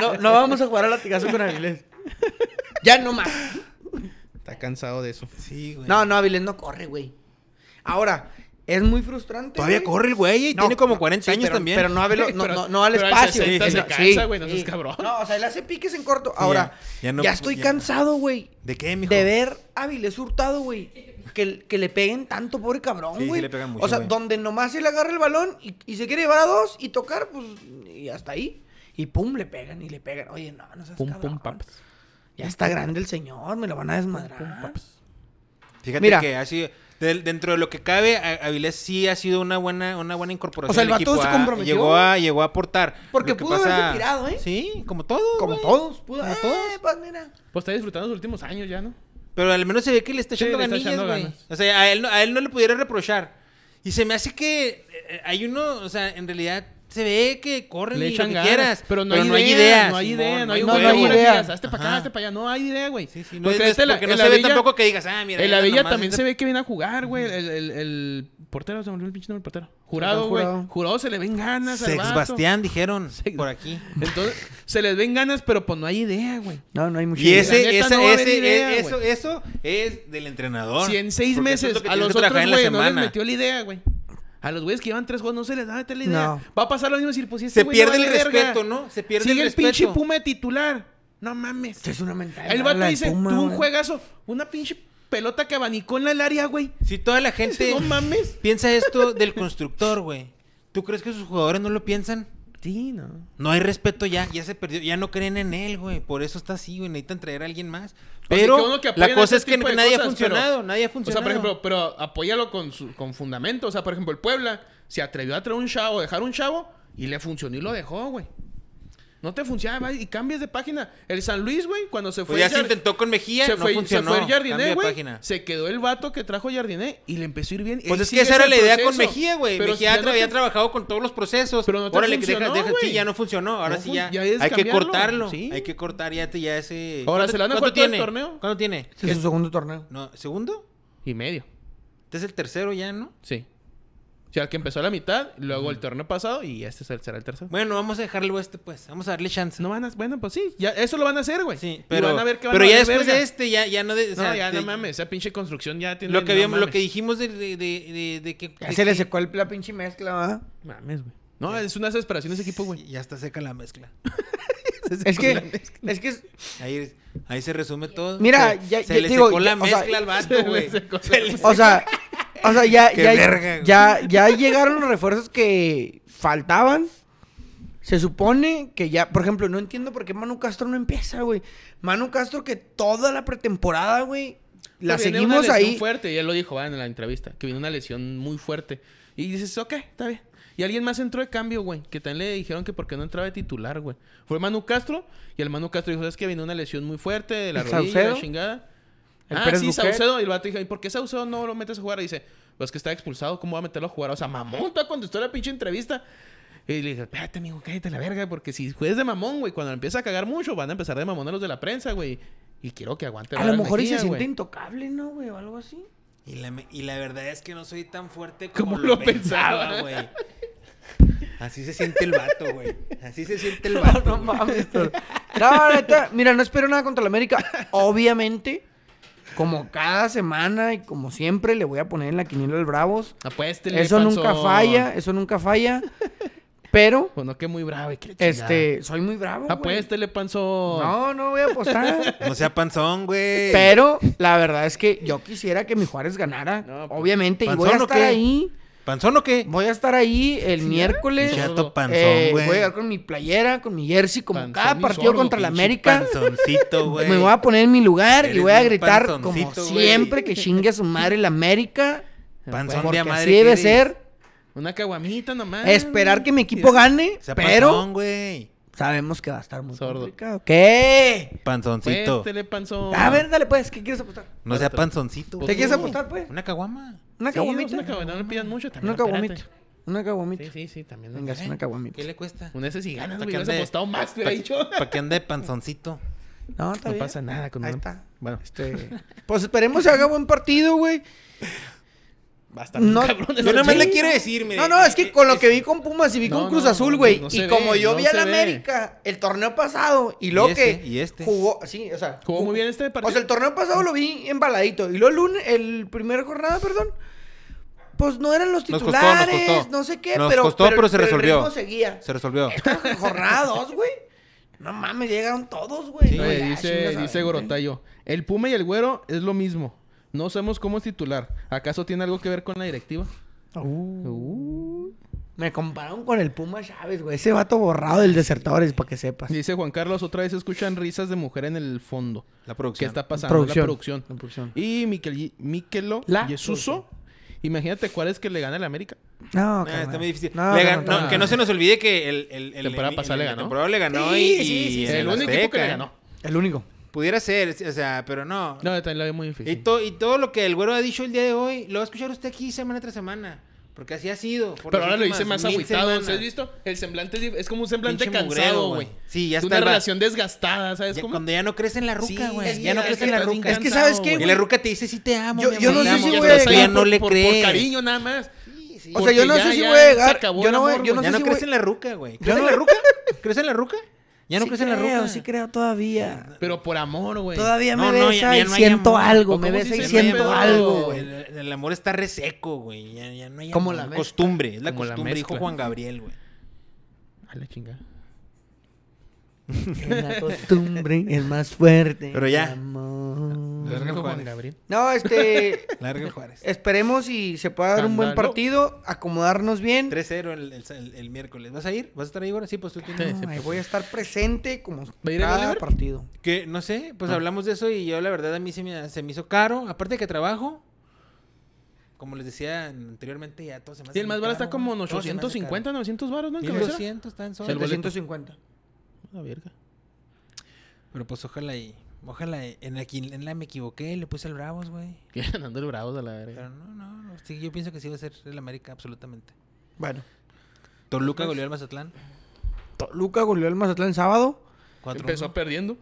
Speaker 2: No, no vamos a jugar a latigazo con Avilés. Ya no más.
Speaker 1: Está cansado de eso.
Speaker 3: Sí, güey.
Speaker 2: No, no, Avilés no corre, güey. Ahora, es muy frustrante.
Speaker 3: Todavía
Speaker 2: güey.
Speaker 3: corre el güey y
Speaker 2: No,
Speaker 3: tiene como
Speaker 2: no,
Speaker 3: 40
Speaker 2: sí,
Speaker 3: años
Speaker 2: pero-
Speaker 3: también.
Speaker 2: Pero no, a velo-
Speaker 1: Sí,
Speaker 2: no,
Speaker 1: pero-
Speaker 2: no, no al
Speaker 1: pero al
Speaker 2: espacio.
Speaker 1: 60 se
Speaker 2: no,
Speaker 1: cansa, güey, no seas
Speaker 2: sí.
Speaker 1: cabrón.
Speaker 2: No, o sea, él hace piques en corto. Ahora,
Speaker 3: ya-
Speaker 2: ya,
Speaker 3: ya no-
Speaker 2: estoy
Speaker 3: ya-
Speaker 2: cansado, güey.
Speaker 3: ¿De qué, mijo?
Speaker 2: De ver a Vilés Hurtado, güey. Que, que le peguen tanto, pobre
Speaker 3: Sí,
Speaker 2: cabrón,
Speaker 3: sí
Speaker 2: güey.
Speaker 3: le pegan mucho,
Speaker 2: o sea,
Speaker 3: güey.
Speaker 2: donde nomás él agarra el balón y, y se quiere llevar a dos y tocar, pues, y hasta ahí. Y pum, le pegan y le pegan. Oye, no, no seas
Speaker 1: Pum,
Speaker 2: cabrón.
Speaker 1: pum, Pues papas.
Speaker 2: Ya está grande el señor, me lo van a desmadrar.
Speaker 1: Pum, papas.
Speaker 3: Fíjate
Speaker 2: Mira.
Speaker 3: que ha sido. del- dentro de lo que cabe, a- Avilés sí ha sido una buena, una buena incorporación.
Speaker 2: O sea, el
Speaker 3: al
Speaker 2: vato
Speaker 3: equipo,
Speaker 2: se
Speaker 3: ha-
Speaker 2: comprometió.
Speaker 3: Llegó a, llegó a aportar.
Speaker 2: Porque
Speaker 3: Lo que
Speaker 2: pudo haberse tirado, ¿eh?
Speaker 3: Sí, como todos.
Speaker 2: Como
Speaker 3: güey.
Speaker 2: todos, pudo.
Speaker 3: Como
Speaker 2: eh,
Speaker 3: todos.
Speaker 2: pues, mira.
Speaker 1: Pues está disfrutando los últimos años ya, ¿no?
Speaker 3: Pero al menos se ve que le está
Speaker 1: Sí,
Speaker 3: echando
Speaker 1: le está
Speaker 3: ganillas,
Speaker 1: echando
Speaker 3: güey.
Speaker 1: ganas.
Speaker 3: O sea, a él, no, a él no le pudiera reprochar. Y se me hace que eh, eh, hay uno, o sea, en realidad se ve que corren
Speaker 1: Le
Speaker 3: y lo
Speaker 1: echan
Speaker 3: que
Speaker 1: ganas,
Speaker 3: quieras.
Speaker 1: Pero no, hay, idea, No hay
Speaker 3: Simón,
Speaker 1: idea, no hay,
Speaker 2: no, no
Speaker 1: huevo,
Speaker 2: hay
Speaker 1: no
Speaker 2: idea.
Speaker 1: digas, Hazte para acá,
Speaker 3: Ajá.
Speaker 1: hazte para allá. No hay idea, güey.
Speaker 3: Sí, sí, no, es-
Speaker 1: este
Speaker 3: es
Speaker 1: la-
Speaker 3: porque
Speaker 1: el
Speaker 3: no se ve
Speaker 1: Avilla-
Speaker 3: tampoco que digas, ah, mira.
Speaker 1: el
Speaker 3: ya
Speaker 1: Avilla
Speaker 3: nomás
Speaker 1: también
Speaker 3: este-
Speaker 1: se ve que viene a jugar, güey. El, el, el portero, se me olvidó el pinche nombre del portero. Jurado,
Speaker 2: Sergio
Speaker 1: güey.
Speaker 2: Jurado.
Speaker 1: Jurado se le ven ganas al vato.
Speaker 3: Sebastián, dijeron,
Speaker 1: Sex-
Speaker 3: por aquí.
Speaker 1: Entonces, se les ven ganas, pero pues no hay idea, güey.
Speaker 2: No, no hay mucho.
Speaker 3: Y
Speaker 1: La
Speaker 3: ese,
Speaker 1: neta
Speaker 3: ese,
Speaker 1: no va a haber
Speaker 3: ese,
Speaker 1: idea,
Speaker 3: e-
Speaker 1: güey.
Speaker 3: eso, eso es del entrenador.
Speaker 1: Si en seis
Speaker 3: Porque eso es
Speaker 1: meses
Speaker 3: lo que
Speaker 1: a
Speaker 3: tienes
Speaker 1: los
Speaker 3: que trabajar
Speaker 1: otros,
Speaker 3: en la
Speaker 1: güey, no les
Speaker 3: semana.
Speaker 1: metió la idea, güey. A los güeyes que llevan tres juegos no se les da meter la idea.
Speaker 2: No.
Speaker 1: Va a pasar lo mismo decir, pues si este
Speaker 3: Se
Speaker 1: güey no
Speaker 3: pierde el
Speaker 1: vale verga.
Speaker 3: respeto, ¿no? Se pierde
Speaker 1: Sigue
Speaker 3: el
Speaker 1: el, pinche
Speaker 3: respeto.
Speaker 1: Puma de titular. No mames.
Speaker 2: Es una mentalidad.
Speaker 1: El vato dice, tuvo un juegazo, una pinche pelota que abanicó en la área, güey.
Speaker 3: Si toda la gente
Speaker 1: No mames.
Speaker 3: piensa esto del constructor, güey. ¿Tú crees que sus jugadores no lo piensan?
Speaker 1: Sí, no.
Speaker 3: No hay respeto ya, ya se perdió, ya no creen en él, güey. Por eso está así, güey. Necesitan traer a alguien más.
Speaker 1: sea,
Speaker 3: Pero
Speaker 1: qué bueno que apoyan
Speaker 3: la cosa
Speaker 1: ese
Speaker 3: es que
Speaker 1: tipo de
Speaker 3: nadie ha
Speaker 1: cosas, pero-
Speaker 3: funcionado, nadie ha
Speaker 1: O
Speaker 3: funcionado.
Speaker 1: sea, por ejemplo, pero apóyalo con, su- con fundamento. O sea, por ejemplo, el Puebla se atrevió a traer un chavo, dejar un chavo, y le funcionó y lo dejó, güey. No te funcionaba y cambias de página. El San Luis, güey, cuando se fue.
Speaker 3: Pues ya
Speaker 1: el
Speaker 3: se
Speaker 1: Yar-
Speaker 3: intentó con Mejía,
Speaker 1: se
Speaker 3: no
Speaker 1: fue,
Speaker 3: funcionó.
Speaker 1: Se fue el
Speaker 3: Cambio
Speaker 1: Jardiné,
Speaker 3: de
Speaker 1: güey.
Speaker 3: página.
Speaker 1: Se quedó el vato que trajo Jardiné y le empezó a ir bien.
Speaker 3: Pues
Speaker 1: Él
Speaker 3: es
Speaker 1: sigue
Speaker 3: que esa era
Speaker 1: ese
Speaker 3: la idea
Speaker 1: proceso.
Speaker 3: con Mejía, güey.
Speaker 1: Pero
Speaker 3: Mejía
Speaker 1: ya no
Speaker 3: había
Speaker 1: te-
Speaker 3: trabajado con todos los procesos.
Speaker 1: Pero no te funcionó,
Speaker 3: deja- sí,
Speaker 1: güey.
Speaker 3: ya no funcionó. Ahora
Speaker 1: No
Speaker 3: sí
Speaker 1: fun-
Speaker 3: ya,
Speaker 1: ya es
Speaker 3: hay que
Speaker 1: cambiarlo,
Speaker 3: cortarlo.
Speaker 1: sí.
Speaker 3: Hay que cortar ya, te- ya ese...
Speaker 1: Ahora
Speaker 3: ¿Cuánto-
Speaker 1: se la van a
Speaker 3: cuánto
Speaker 1: jugar todo el
Speaker 3: tiene?
Speaker 1: torneo.
Speaker 3: ¿Cuánto tiene?
Speaker 2: Este es su segundo torneo.
Speaker 3: No, ¿Segundo?
Speaker 1: Y medio,
Speaker 3: Este es el tercero ya, ¿no?
Speaker 1: sí. O sea, el que empezó a la mitad, luego el torneo pasado y este es el- será el tercero.
Speaker 3: Bueno, vamos a dejarlo este, pues. Vamos a darle chance.
Speaker 1: No van a, bueno, pues sí, ya, eso lo van a hacer, güey.
Speaker 3: Sí,
Speaker 1: Y
Speaker 3: pero,
Speaker 1: van a ver que van
Speaker 3: pero
Speaker 1: a
Speaker 3: ya
Speaker 1: valer
Speaker 3: después de
Speaker 1: verga.
Speaker 3: este, ya, ya no... de- o sea,
Speaker 1: no, ya
Speaker 3: te-
Speaker 1: no mames, esa pinche construcción ya tiene
Speaker 3: Lo
Speaker 1: no
Speaker 3: que, habíamos- lo
Speaker 1: mames.
Speaker 3: que dijimos de, de, de, de- de que...
Speaker 2: Ya
Speaker 3: de
Speaker 2: se le
Speaker 3: que-
Speaker 2: secó el- la pinche mezcla, ¿verdad?
Speaker 1: mames, güey. No, es una desesperación ese equipo, güey.
Speaker 3: Ya está seca la mezcla.
Speaker 2: Es que, es que, es-
Speaker 3: Ahí, ahí se resume todo.
Speaker 2: Mira,
Speaker 3: se,
Speaker 2: ya-
Speaker 3: se
Speaker 2: ya
Speaker 3: le
Speaker 2: digo,
Speaker 3: secó la
Speaker 2: ya- o sea,
Speaker 3: mezcla al vato, güey. Se le-
Speaker 2: o sea, o sea, ya,
Speaker 3: Qué
Speaker 2: ya,
Speaker 3: verga, güey.
Speaker 2: ya, ya llegaron los refuerzos que faltaban. Se supone que ya, por ejemplo, no entiendo por qué Manu Castro no empieza, güey. Manu Castro que toda la pretemporada, güey, la
Speaker 1: Viene una
Speaker 2: seguimos
Speaker 1: lesión
Speaker 2: ahí.
Speaker 1: fuerte, y él lo dijo va, en la entrevista, que vino una lesión muy fuerte. Y dices, ok, está bien. Y alguien más entró de cambio, güey, que también le dijeron que porque no entraba de titular, güey. Fue Manu Castro, y el Manu Castro dijo, es que vino una lesión muy fuerte de la
Speaker 2: ¿El
Speaker 1: rodilla,
Speaker 2: Saucedo?
Speaker 1: la chingada.
Speaker 2: ¿El
Speaker 1: ah,
Speaker 2: Pérez
Speaker 1: sí,
Speaker 2: Buquet?
Speaker 1: Saucedo. Y el vato dijo, ¿y por qué Saucedo no lo metes a jugar? Y dice, pues que está expulsado, ¿cómo va a meterlo a jugar? O sea, mamón, todavía contestó la pinche entrevista. Y le dije, espérate, amigo, cállate la verga, porque si juegas de mamón, güey, cuando empieza a cagar mucho, van a empezar de mamón a los de la prensa, güey. Y quiero que aguante.
Speaker 2: A lo
Speaker 1: Ronald
Speaker 2: mejor y se
Speaker 1: Mejía,
Speaker 2: siente
Speaker 1: güey.
Speaker 2: intocable, ¿no, güey? O algo así.
Speaker 3: Y la, me- y la verdad es que no soy tan fuerte como,
Speaker 1: Como
Speaker 3: lo,
Speaker 1: lo
Speaker 3: pensaba,
Speaker 1: pensaba.
Speaker 3: güey. Así se siente el vato, güey. Así se siente el vato.
Speaker 2: No
Speaker 3: güey.
Speaker 2: mames. tú. No, neta, mira, no espero nada contra la América. Obviamente, como cada semana y como siempre, le voy a poner en la quiniela al Bravos.
Speaker 1: Apuéstele,
Speaker 2: Eso nunca
Speaker 1: panzón.
Speaker 2: falla, eso nunca falla. Pero,
Speaker 1: Pues no, que muy bravo. y que la chingada.
Speaker 2: este, soy muy bravo. güey.
Speaker 1: Apuéstele, panzón.
Speaker 2: No, no voy a apostar.
Speaker 3: No sea panzón, güey.
Speaker 2: Pero la verdad es que yo quisiera que mi Juárez ganara.
Speaker 1: No, pues,
Speaker 2: obviamente, y voy a
Speaker 3: ¿panzón o
Speaker 2: estar
Speaker 3: qué?
Speaker 2: ahí.
Speaker 3: ¿Panzón o qué?
Speaker 2: Voy a estar ahí el miércoles.
Speaker 1: Pinche
Speaker 3: Chato
Speaker 1: Todo.
Speaker 3: panzón,
Speaker 2: Eh,
Speaker 3: güey.
Speaker 2: voy a llegar con mi playera, con mi jersey, como
Speaker 1: Panzón
Speaker 2: cada
Speaker 1: y
Speaker 2: partido
Speaker 1: sordo,
Speaker 2: contra la
Speaker 1: pinche
Speaker 2: América.
Speaker 3: Panzoncito, güey.
Speaker 2: Me voy a poner en mi lugar y
Speaker 3: Eres
Speaker 2: voy a
Speaker 3: un
Speaker 2: gritar como
Speaker 3: panzoncito,
Speaker 2: siempre
Speaker 3: güey.
Speaker 2: que chingue a su madre la América.
Speaker 3: Panzón
Speaker 2: Porque
Speaker 3: de a madre.
Speaker 2: así debe
Speaker 3: que eres.
Speaker 2: ser.
Speaker 1: Una caguamita nomás.
Speaker 2: Esperar que mi equipo gane,
Speaker 3: Sea
Speaker 2: pero
Speaker 3: panzón, güey.
Speaker 2: sabemos que va a estar muy
Speaker 1: Sordo.
Speaker 2: complicado. ¿Qué?
Speaker 3: Panzoncito.
Speaker 1: Apuéstele, panzón.
Speaker 2: A ver, dale pues, ¿qué quieres apostar?
Speaker 3: No sea panzoncito.
Speaker 1: ¿Te
Speaker 3: güey.
Speaker 1: quieres
Speaker 2: apostar, pues?
Speaker 3: Una caguama.
Speaker 2: ¿Una
Speaker 1: Sí, vamos,
Speaker 2: caguamita?
Speaker 1: una caguamita. No le pidan mucho también.
Speaker 2: Una caguamita.
Speaker 1: espérate.
Speaker 2: Una caguamita.
Speaker 1: Sí, sí, sí, también.
Speaker 2: Venga,
Speaker 1: Venga.
Speaker 2: es una caguamita.
Speaker 3: ¿Qué le cuesta?
Speaker 1: Una ese si ganas,
Speaker 3: Pa'
Speaker 1: güey.
Speaker 3: que
Speaker 1: Hubieras
Speaker 3: ande-
Speaker 1: apostado más, te hubiera dicho.
Speaker 3: Para que ande panzoncito.
Speaker 2: No, está
Speaker 1: No
Speaker 2: bien.
Speaker 1: pasa nada con
Speaker 2: Ahí
Speaker 1: una-
Speaker 2: está.
Speaker 1: Bueno,
Speaker 2: Este, pues esperemos se haga buen partido, güey.
Speaker 1: basta. No,
Speaker 2: No,
Speaker 1: cabrón.
Speaker 2: yo
Speaker 1: esa
Speaker 3: Yo nada más
Speaker 1: chica.
Speaker 3: le quiero decir, mire. eh,
Speaker 2: No, no, es que con lo que vi con Pumas y vi
Speaker 1: No,
Speaker 2: con Cruz
Speaker 1: no,
Speaker 2: Azul,
Speaker 1: no,
Speaker 2: güey.
Speaker 1: no se
Speaker 2: y
Speaker 1: ve,
Speaker 2: como yo
Speaker 1: no
Speaker 2: vi a
Speaker 1: se
Speaker 2: la
Speaker 1: ve.
Speaker 2: América el torneo pasado y lo
Speaker 3: Y
Speaker 2: que
Speaker 3: este, y este.
Speaker 2: jugó, sí, o sea,
Speaker 1: Jugó muy bien este partido.
Speaker 2: O sea, el torneo pasado lo vi embaladito y luego el lunes el primer jornada, perdón, pues no eran los
Speaker 3: Nos costó, nos
Speaker 2: titulares,
Speaker 3: costó.
Speaker 2: no sé qué,
Speaker 3: Nos
Speaker 2: pero
Speaker 3: costó, pero se
Speaker 2: el
Speaker 3: resolvió.
Speaker 2: ritmo seguía.
Speaker 3: Se resolvió.
Speaker 2: Jornada dos, güey. No mames, llegaron todos, güey.
Speaker 3: Sí,
Speaker 2: No,
Speaker 1: Oye,
Speaker 2: ya, chingas
Speaker 1: dice,
Speaker 2: a
Speaker 1: dice
Speaker 2: la madre.
Speaker 1: Gorotayo, el Puma y el Güero es lo mismo. No sabemos cómo es titular. ¿Acaso tiene algo que ver con la directiva? Uh.
Speaker 2: Oh. Me compararon con el Puma Chávez, güey. Ese vato borrado del Desertores, para que sepas.
Speaker 1: Dice Juan Carlos, otra vez escuchan risas de mujer en el fondo.
Speaker 3: La
Speaker 1: ¿Qué
Speaker 3: producción.
Speaker 1: está pasando?
Speaker 2: Producción.
Speaker 1: La producción.
Speaker 2: La producción.
Speaker 1: Y Miquel, Miquelo
Speaker 2: La
Speaker 1: Yesuso. Imagínate cuál es que le gana el América.
Speaker 2: No,
Speaker 3: Ah, está
Speaker 2: carnal.
Speaker 3: muy difícil.
Speaker 2: No,
Speaker 3: Le
Speaker 2: no,
Speaker 3: gan-
Speaker 2: no,
Speaker 3: no,
Speaker 2: no.
Speaker 3: que no se nos olvide que el, el, el
Speaker 1: Temporada
Speaker 3: el-
Speaker 1: pasada le
Speaker 3: la
Speaker 1: ganó.
Speaker 3: temporada le ganó
Speaker 2: Sí,
Speaker 3: y,
Speaker 2: sí, sí, sí.
Speaker 3: y en
Speaker 1: el
Speaker 3: el
Speaker 1: único
Speaker 3: Azteca,
Speaker 1: equipo que le
Speaker 3: ¿eh?
Speaker 1: ganó.
Speaker 2: El único.
Speaker 3: Pudiera ser, o sea, pero no.
Speaker 1: No, yo también la veo muy difícil.
Speaker 3: Y, to- y todo lo que el güero ha dicho el día de hoy, lo va a escuchar usted aquí semana tras semana. Porque así ha sido. por
Speaker 1: Pero
Speaker 3: las
Speaker 1: ahora lo
Speaker 3: últimas
Speaker 1: dice más
Speaker 3: mil
Speaker 1: agüitado.
Speaker 3: semanas.
Speaker 1: ¿sí ¿Has visto? El semblante es, dif- es como un semblante
Speaker 3: Pinche mugrero,
Speaker 1: cansado,
Speaker 3: güey.
Speaker 1: güey.
Speaker 3: Sí, ya
Speaker 1: Es
Speaker 3: está
Speaker 1: Una
Speaker 3: el va-
Speaker 1: relación desgastada, ¿sabes
Speaker 3: Ya-
Speaker 1: cómo?
Speaker 3: cuando ya no crece en la ruca,
Speaker 1: Sí,
Speaker 3: güey.
Speaker 1: es
Speaker 3: ya no
Speaker 1: que-
Speaker 3: crece
Speaker 1: es
Speaker 3: en la
Speaker 1: que
Speaker 3: ruca.
Speaker 1: estás
Speaker 2: Es que, ¿sabes qué,
Speaker 1: cansado,
Speaker 3: Y
Speaker 2: güey?
Speaker 3: la ruca te dice, sí te amo.
Speaker 2: Yo-
Speaker 3: mi
Speaker 2: yo
Speaker 3: amor,
Speaker 2: no
Speaker 3: te
Speaker 2: sé
Speaker 1: Ya,
Speaker 3: amo",
Speaker 2: si
Speaker 1: ya
Speaker 2: voy a
Speaker 1: estás
Speaker 2: llegar
Speaker 1: ahí
Speaker 3: ya no
Speaker 1: por-
Speaker 3: le
Speaker 1: por-
Speaker 3: crees.
Speaker 1: Por cariño nada más.
Speaker 3: Sí, sí.
Speaker 2: O sea, yo
Speaker 1: Porque
Speaker 2: no
Speaker 1: ya-
Speaker 2: sé si
Speaker 1: ya
Speaker 2: voy a
Speaker 1: se
Speaker 2: llegar-
Speaker 1: acabó
Speaker 2: yo
Speaker 1: el
Speaker 2: no voy-
Speaker 1: amor,
Speaker 2: yo
Speaker 1: güey.
Speaker 2: no
Speaker 3: ¿Ya
Speaker 2: sé
Speaker 3: no
Speaker 2: si
Speaker 3: crece
Speaker 2: voy-
Speaker 3: en la ruca, güey?
Speaker 2: Yo
Speaker 3: ¿Crece en
Speaker 2: no-
Speaker 3: la ruca? ¿Crece en la ruca? Ya no
Speaker 2: Sí
Speaker 3: crece en la
Speaker 2: creo,
Speaker 3: ruca.
Speaker 2: Sí creo todavía.
Speaker 1: Pero por amor, güey.
Speaker 2: Todavía me
Speaker 3: No, no,
Speaker 2: besa
Speaker 3: ya- ya
Speaker 2: y
Speaker 3: no hay
Speaker 2: siento
Speaker 3: amor.
Speaker 1: ¿O
Speaker 2: algo, me
Speaker 1: cómo
Speaker 2: besa
Speaker 1: se
Speaker 2: y
Speaker 1: dice?
Speaker 3: Ya no hay
Speaker 2: siento
Speaker 1: Pero-
Speaker 3: amor,
Speaker 2: algo, güey.
Speaker 3: El, el amor está reseco, güey. Ya, ya no hay
Speaker 2: Como
Speaker 3: amor.
Speaker 2: la mezcla.
Speaker 3: costumbre, es la
Speaker 1: Como la
Speaker 3: costumbre, dijo
Speaker 1: mezcla.
Speaker 3: Juan Gabriel, güey.
Speaker 1: A la chingada.
Speaker 2: La costumbre es más fuerte.
Speaker 3: Pero ya.
Speaker 2: que el amor.
Speaker 3: Larga
Speaker 1: Dijo Juan
Speaker 3: Juárez.
Speaker 1: Gabriel.
Speaker 2: No, este.
Speaker 3: Larga el Juárez.
Speaker 2: Esperemos y se pueda dar un buen
Speaker 1: Ándalo.
Speaker 2: partido, acomodarnos bien.
Speaker 3: 3-0 el, el- el- el miércoles. ¿Vas a ir? ¿Vas a estar ahí, Gora? Sí, pues tú tienes.
Speaker 1: Sí.
Speaker 2: No, ahí voy a estar presente como
Speaker 1: a ir el
Speaker 2: cada
Speaker 1: Oliver?
Speaker 2: partido.
Speaker 3: Que no sé,
Speaker 2: Ah.
Speaker 3: pues hablamos de eso y yo la verdad a mí se me, se me hizo caro. Aparte de que trabajo, como les decía anteriormente, ya todo se me hace
Speaker 1: Sí, el más
Speaker 3: muy
Speaker 1: barato
Speaker 3: caro,
Speaker 1: está como en
Speaker 3: güey. Todo se me hace
Speaker 1: 850, 900 baros, ¿no?
Speaker 3: caro.
Speaker 1: En cabecera.
Speaker 3: 1200 está en
Speaker 1: Sí, el
Speaker 3: sol.
Speaker 1: boleto.
Speaker 2: 750.
Speaker 1: La verga.
Speaker 3: Pero pues ojalá y. Ojalá y- en la, quinela me equivoqué, le puse al Bravos, güey.
Speaker 1: Que Ganando el Bravos a la verga.
Speaker 3: Pero no, no, no, sí, yo pienso que sí va a ser el América absolutamente. Pues,
Speaker 2: Bueno,
Speaker 3: Toluca goleó al Mazatlán.
Speaker 2: Toluca goleó al Mazatlán sábado.
Speaker 3: cuatro
Speaker 1: Empezó
Speaker 3: uno.
Speaker 1: perdiendo.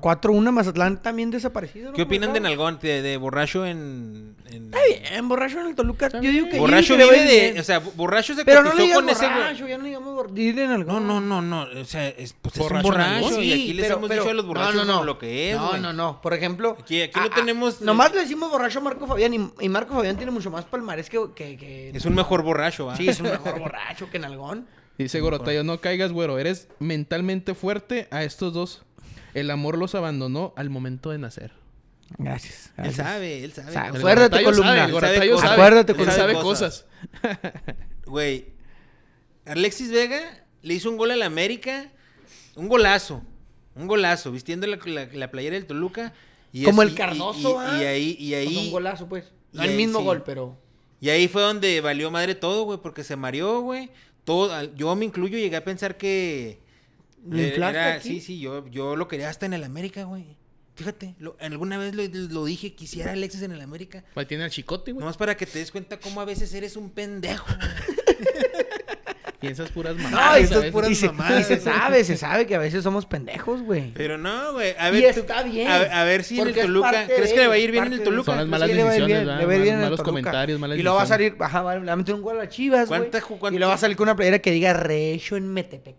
Speaker 2: 4-1 Mazatlán también desaparecido. ¿no?
Speaker 3: ¿Qué opinan de
Speaker 2: Está
Speaker 3: Nalgón, de, de borracho en, en-
Speaker 2: bien, borracho en el Toluca. Yo digo que
Speaker 3: Borracho
Speaker 2: Giri le va a
Speaker 3: vive
Speaker 2: ir
Speaker 3: de...
Speaker 2: bien.
Speaker 3: O sea, borracho se
Speaker 2: Pero no le
Speaker 3: cotizó
Speaker 2: digas
Speaker 3: con
Speaker 2: borracho,
Speaker 3: ese... güey.
Speaker 2: ya no le digamos borracho. Dile en algún-
Speaker 3: No, no, no, no. O sea, es, pues es un
Speaker 1: Borracho
Speaker 3: borracho.
Speaker 1: Nalgón.
Speaker 3: y aquí les
Speaker 2: pero-
Speaker 3: hemos
Speaker 2: pero-
Speaker 3: dicho a los borrachos
Speaker 2: no, no, no.
Speaker 3: como lo que es,
Speaker 2: No,
Speaker 3: güey.
Speaker 2: no, no. Por ejemplo... ah,
Speaker 3: Aquí- aquí no tenemos-
Speaker 2: Nomás le decimos borracho a Marco Fabián y, y Marco Fabián tiene mucho más palmarés que... que, que-
Speaker 3: Es un mejor borracho, ¿va?
Speaker 2: Sí, es un mejor borracho que Nalgón.
Speaker 1: Dice Gorotayo, no caigas, güero. Eres mentalmente fuerte a estos dos. El amor los abandonó al momento de nacer.
Speaker 2: Gracias.
Speaker 3: Él
Speaker 2: gracias.
Speaker 3: sabe, él sabe.
Speaker 2: Sabe.
Speaker 1: El
Speaker 2: Acuérdate,
Speaker 1: Gorotayo sabe,
Speaker 2: columna.
Speaker 1: el Gorotayo
Speaker 3: Él sabe
Speaker 1: sabe.
Speaker 2: Acuérdate,
Speaker 1: Él sabe
Speaker 3: columna.
Speaker 1: cosas.
Speaker 3: Güey, Alexis Vega le hizo un gol al América, un golazo, un golazo, vistiendo la, la- la playera del Toluca. Y
Speaker 2: Como
Speaker 3: es-
Speaker 2: el
Speaker 3: y-
Speaker 2: Cardoso,
Speaker 3: y, y,
Speaker 2: ¿ah?
Speaker 3: ahí, y
Speaker 2: O sea, un
Speaker 3: ahí,
Speaker 2: golazo, pues. No
Speaker 3: y
Speaker 2: el
Speaker 3: ahí
Speaker 2: mismo
Speaker 3: sí.
Speaker 2: gol, pero.
Speaker 3: y ahí fue donde valió madre todo, güey, porque se mareó, güey. Todo, al- yo me incluyo, llegué a pensar que...
Speaker 2: ¿Lo
Speaker 3: eh,
Speaker 2: inflaste aquí?
Speaker 3: Sí, sí, yo, yo lo quería hasta en el América, güey. Fíjate, lo- alguna vez lo, lo dije, quisiera a Alexis en el América.
Speaker 1: Ahí Pues tiene al chicote, güey.
Speaker 3: Nomás para que te des cuenta cómo a veces eres un pendejo. güey.
Speaker 1: Piensas puras mamadas.
Speaker 2: No, y
Speaker 1: ¿sabes?
Speaker 2: se- y se,
Speaker 3: mamadas,
Speaker 2: y se
Speaker 3: güey.
Speaker 2: sabe, se sabe que a veces somos pendejos, güey.
Speaker 3: Pero no, güey. A
Speaker 2: Y
Speaker 3: ver,
Speaker 2: está bien,
Speaker 3: A, a ver si en el
Speaker 2: porque es
Speaker 3: Toluca.
Speaker 2: parte
Speaker 3: ¿Crees
Speaker 2: de
Speaker 3: que le
Speaker 2: él,
Speaker 3: va a ir bien en
Speaker 2: parte
Speaker 3: el
Speaker 2: de-
Speaker 3: Toluca?
Speaker 1: Son las
Speaker 3: ¿Crees
Speaker 1: malas
Speaker 3: que
Speaker 2: Sí, le va a ir
Speaker 1: decisiones,
Speaker 2: bien,
Speaker 1: ¿verdad?
Speaker 2: le va a ir
Speaker 1: Mal-
Speaker 2: bien en el
Speaker 1: malos
Speaker 2: Toluca.
Speaker 1: comentarios, malas
Speaker 2: Y lo va a
Speaker 1: decisiones.
Speaker 2: salir, ajá, va- le va a meter un gol a las chivas, güey.
Speaker 3: ¿Cuánta ju- cuánta-
Speaker 2: Y lo va a salir con una playera que diga recho en Metepec.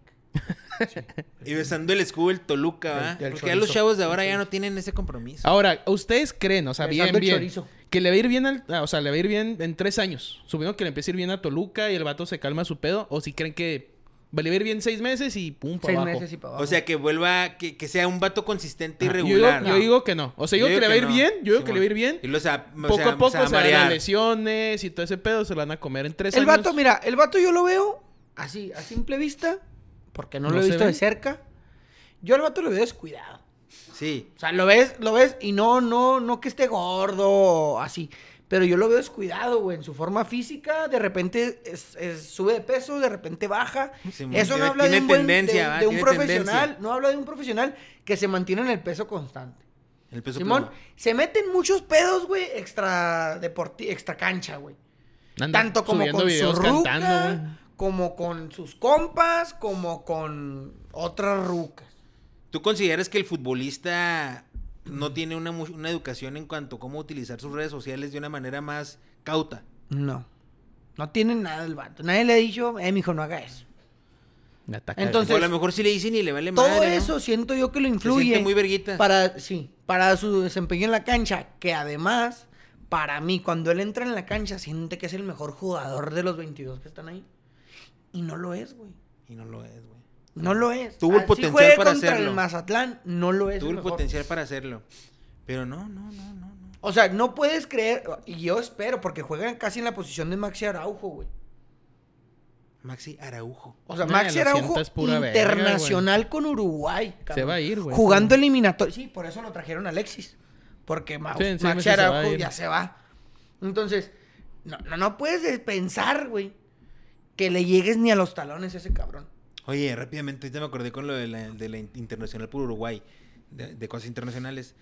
Speaker 3: Y besando el escudo el Toluca, ¿va?
Speaker 2: Del- del
Speaker 3: Porque ya los
Speaker 2: chorizo.
Speaker 3: chavos de ahora ya no tienen ese compromiso.
Speaker 1: Ahora, ¿ustedes creen, o sea, bien,
Speaker 2: Besando el
Speaker 1: bien,
Speaker 2: chorizo.
Speaker 1: que le va a ir bien al- ah, o sea, le va a ir bien en tres años? Supongo que le empiece a ir bien a Toluca y el vato se calma su pedo. ¿O si creen que va- le va a ir bien seis meses y pum, para
Speaker 2: Seis
Speaker 1: abajo?
Speaker 2: meses y para abajo.
Speaker 3: O sea, que vuelva, que, que sea un vato consistente y
Speaker 1: Yo digo-
Speaker 3: regular.
Speaker 1: Yo, digo que no. O sea, yo, digo que, le va a ir
Speaker 3: no.
Speaker 1: bien, yo digo
Speaker 3: Sí,
Speaker 1: que le va a ir bien.
Speaker 3: bueno. Y lo, o sea, o
Speaker 1: poco
Speaker 3: sea,
Speaker 1: a poco
Speaker 3: se
Speaker 1: se
Speaker 3: va a
Speaker 1: van las
Speaker 3: marear.
Speaker 1: lesiones y todo ese pedo, se lo van a comer en tres
Speaker 2: el
Speaker 1: años.
Speaker 2: vato, mira, el vato yo lo veo así, a simple vista, porque no,
Speaker 1: ¿No
Speaker 2: lo he
Speaker 1: se
Speaker 2: visto de
Speaker 1: ven?
Speaker 2: cerca. Yo al vato lo veo descuidado.
Speaker 3: Sí.
Speaker 2: O sea, lo ves, lo ves y no, no, no que esté gordo o así. Pero yo lo veo descuidado, güey. En su forma física, de repente es- es- sube de peso, de repente baja.
Speaker 3: Simón,
Speaker 2: Eso no
Speaker 3: tiene-
Speaker 2: habla de
Speaker 3: tiene
Speaker 2: un, buen-
Speaker 3: tendencia,
Speaker 2: de-
Speaker 3: ¿va?
Speaker 2: de un
Speaker 3: Tiene
Speaker 2: profesional.
Speaker 3: tendencia.
Speaker 2: No habla de un profesional que se mantiene en el peso constante.
Speaker 3: El peso
Speaker 2: Simón,
Speaker 3: pluma.
Speaker 2: se meten muchos pedos, güey, extra, deporti- extra cancha, güey.
Speaker 1: Anda
Speaker 2: Tanto como
Speaker 1: subiendo
Speaker 2: con su
Speaker 1: videos
Speaker 2: ruca,
Speaker 1: cantando, güey.
Speaker 2: como con sus compas, como con otras rucas.
Speaker 3: ¿Tú consideras que el futbolista no tiene una, mu- una educación en cuanto a cómo utilizar sus redes sociales de una manera más cauta?
Speaker 2: No. No tiene nada el vato. Nadie le ha dicho, eh, mijo, no haga eso.
Speaker 1: Me ataca.
Speaker 2: Entonces,
Speaker 3: o a lo mejor sí le dicen y le vale
Speaker 2: Todo
Speaker 3: madre, ¿no?
Speaker 2: eso siento yo que lo
Speaker 3: Se
Speaker 2: influye.
Speaker 3: siente muy verguita.
Speaker 2: para, sí, para su desempeño en la cancha, que además, para mí, cuando él entra en la cancha, siente que es el mejor jugador de los 22 que están ahí. Y no lo es, güey.
Speaker 3: Y no lo es, güey.
Speaker 2: No lo es.
Speaker 3: Tuvo el
Speaker 2: Así
Speaker 3: potencial
Speaker 2: juegue
Speaker 3: para
Speaker 2: contra
Speaker 3: hacerlo.
Speaker 2: el Mazatlán, no lo es.
Speaker 3: Tuvo el
Speaker 2: mejor.
Speaker 3: potencial para hacerlo. Pero no, no, no, no, no.
Speaker 2: O sea, no puedes creer, y yo espero, porque juegan casi en la posición de Maxi Araujo, güey.
Speaker 3: Maxi Araujo.
Speaker 2: O sea,
Speaker 1: Nah,
Speaker 2: Maxi
Speaker 1: lo
Speaker 2: Araujo
Speaker 1: sientas pura verga,
Speaker 2: internacional con Uruguay. cabrón.
Speaker 1: va a ir, güey.
Speaker 2: Jugando eliminatorio. Sí, por eso lo trajeron a Alexis. Porque Ma-
Speaker 1: Sí, en seis
Speaker 2: Maxi
Speaker 1: meses se va a
Speaker 2: Araujo
Speaker 1: ir.
Speaker 2: ya se va. Entonces, no, no, no puedes de- pensar, güey, que le llegues ni a los talones a ese cabrón.
Speaker 3: Oye, rápidamente, ahorita me acordé con lo de la, de la in- internacional por Uruguay, de, de cosas internacionales.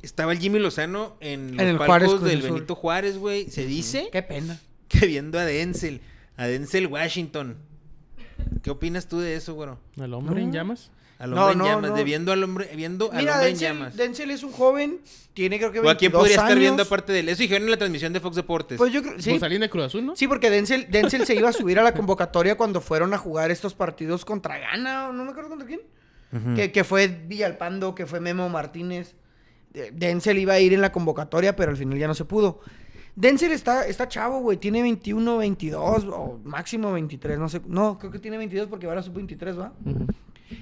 Speaker 3: Estaba el Jimmy Lozano en los
Speaker 2: En el Juárez
Speaker 3: palcos
Speaker 2: Cruz
Speaker 3: del
Speaker 2: Azul.
Speaker 3: Benito Juárez, güey. Se dice
Speaker 2: Qué pena.
Speaker 3: que viendo a Denzel, a Denzel Washington. ¿Qué opinas tú de eso, güero?
Speaker 1: ¿Al hombre en llamas?
Speaker 3: Al
Speaker 2: No,
Speaker 3: hombre en
Speaker 2: no,
Speaker 3: llamas,
Speaker 2: no.
Speaker 3: de viendo al hombre, viendo al
Speaker 2: Mira,
Speaker 3: hombre en
Speaker 2: Denzel,
Speaker 3: llamas.
Speaker 2: Denzel es un joven, tiene creo que
Speaker 3: ¿O
Speaker 2: 22
Speaker 3: a quién podría estar
Speaker 2: años.
Speaker 3: viendo aparte de él? Eso dijeron en la transmisión de Fox Deportes.
Speaker 2: Pues yo creo, sí.
Speaker 1: Pues alguien de Cruz Azul, ¿no?
Speaker 2: Sí, porque Denzel, Denzel se iba a subir a la convocatoria cuando fueron a jugar estos partidos contra Ghana, o no me acuerdo contra quién.
Speaker 3: Ujú.
Speaker 2: que, que fue Villalpando, que fue Memo Martínez. De- Denzel iba a ir en la convocatoria, pero al final ya no se pudo. Denzel está, está chavo, güey. Tiene 21, 22 o máximo 23, no sé. No, creo que tiene 22 porque va a la sub-23, ¿va?
Speaker 1: Ujú.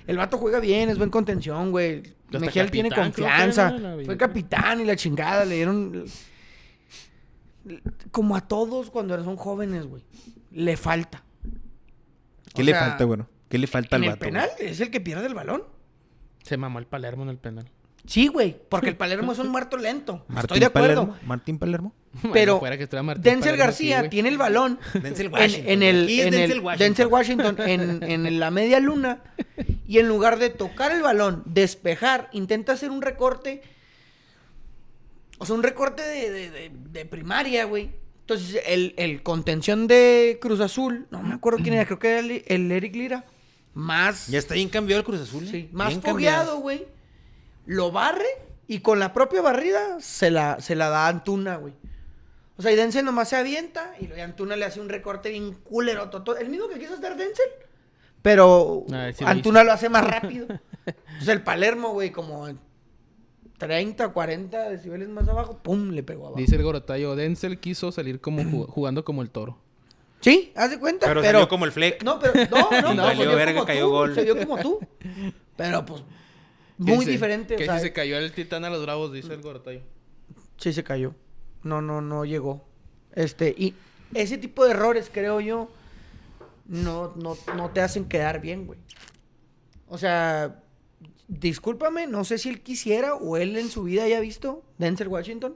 Speaker 2: El vato juega bien, es buen contención, güey.
Speaker 1: Hasta
Speaker 2: Mejía tiene
Speaker 1: capitán, creo que
Speaker 2: confianza.
Speaker 1: era, ¿no? La
Speaker 2: Fue
Speaker 1: vida.
Speaker 2: capitán y la chingada. Le dieron... Como a todos cuando son jóvenes, güey. Le falta.
Speaker 3: ¿Qué
Speaker 2: O
Speaker 3: le
Speaker 2: sea,
Speaker 3: falta, güero? ¿Qué le falta
Speaker 2: En
Speaker 3: al
Speaker 2: el
Speaker 3: vato?
Speaker 2: penal es el que pierde el balón.
Speaker 1: Se mamó el Palermo en el penal.
Speaker 2: Sí, güey, porque el Palermo es un muerto lento.
Speaker 3: güey?
Speaker 2: Estoy de acuerdo.
Speaker 3: Palermo, Martín Palermo.
Speaker 2: Pero
Speaker 1: fuera que estuviera Martín
Speaker 2: Denzel
Speaker 1: Palermo aquí,
Speaker 2: García
Speaker 1: güey.
Speaker 2: tiene el balón
Speaker 3: Denzel
Speaker 2: en,
Speaker 3: Washington.
Speaker 2: en el,
Speaker 3: Aquí es
Speaker 2: en el-
Speaker 3: Denzel Washington.
Speaker 2: Denzel Washington en, en la media luna y en lugar de tocar el balón, despejar, intenta hacer un recorte, o sea, un recorte de, de- de- de primaria, güey. Entonces, el, el contención de Cruz Azul, no me acuerdo quién era, creo que era el, el Eric Lira, más...
Speaker 3: Ya está bien cambiado el Cruz Azul. ¿eh?
Speaker 2: Sí, más
Speaker 3: Bien
Speaker 2: fogueado, güey. Lo barre y con la propia barrida se la, se la da a Antuna, güey. O sea, y Denzel nomás se avienta y luego Antuna le hace un recorte bien culero. toto- El mismo que quiso hacer Denzel. Pero
Speaker 1: A ver si Ah, lo
Speaker 2: Antuna lo hace más rápido. Entonces el Palermo, güey, como 30, 40 decibeles más abajo, pum, le pegó abajo.
Speaker 1: Dice el Gorotayo, Denzel quiso salir como ju- jugando como el toro.
Speaker 2: Sí, haz de cuenta,
Speaker 3: Pero,
Speaker 2: pero...
Speaker 3: salió como el fleck.
Speaker 2: No, pero... No, no,
Speaker 1: Y
Speaker 2: no.
Speaker 1: valió
Speaker 2: salió
Speaker 3: verga,
Speaker 2: como
Speaker 3: cayó
Speaker 2: tú,
Speaker 3: gol.
Speaker 2: Salió como tú. Pero, pues,
Speaker 1: Que
Speaker 2: muy
Speaker 1: si se-
Speaker 2: diferente. o
Speaker 1: Que
Speaker 2: sea,
Speaker 1: si se cayó el titán a los bravos, dice el Gorotayo.
Speaker 2: Sí, se cayó. No, no, no llegó. Este, y ese tipo de errores, creo yo, no, no, no te hacen quedar bien, güey. O sea, discúlpame, no sé si él quisiera o él en su vida haya visto Denzel Washington,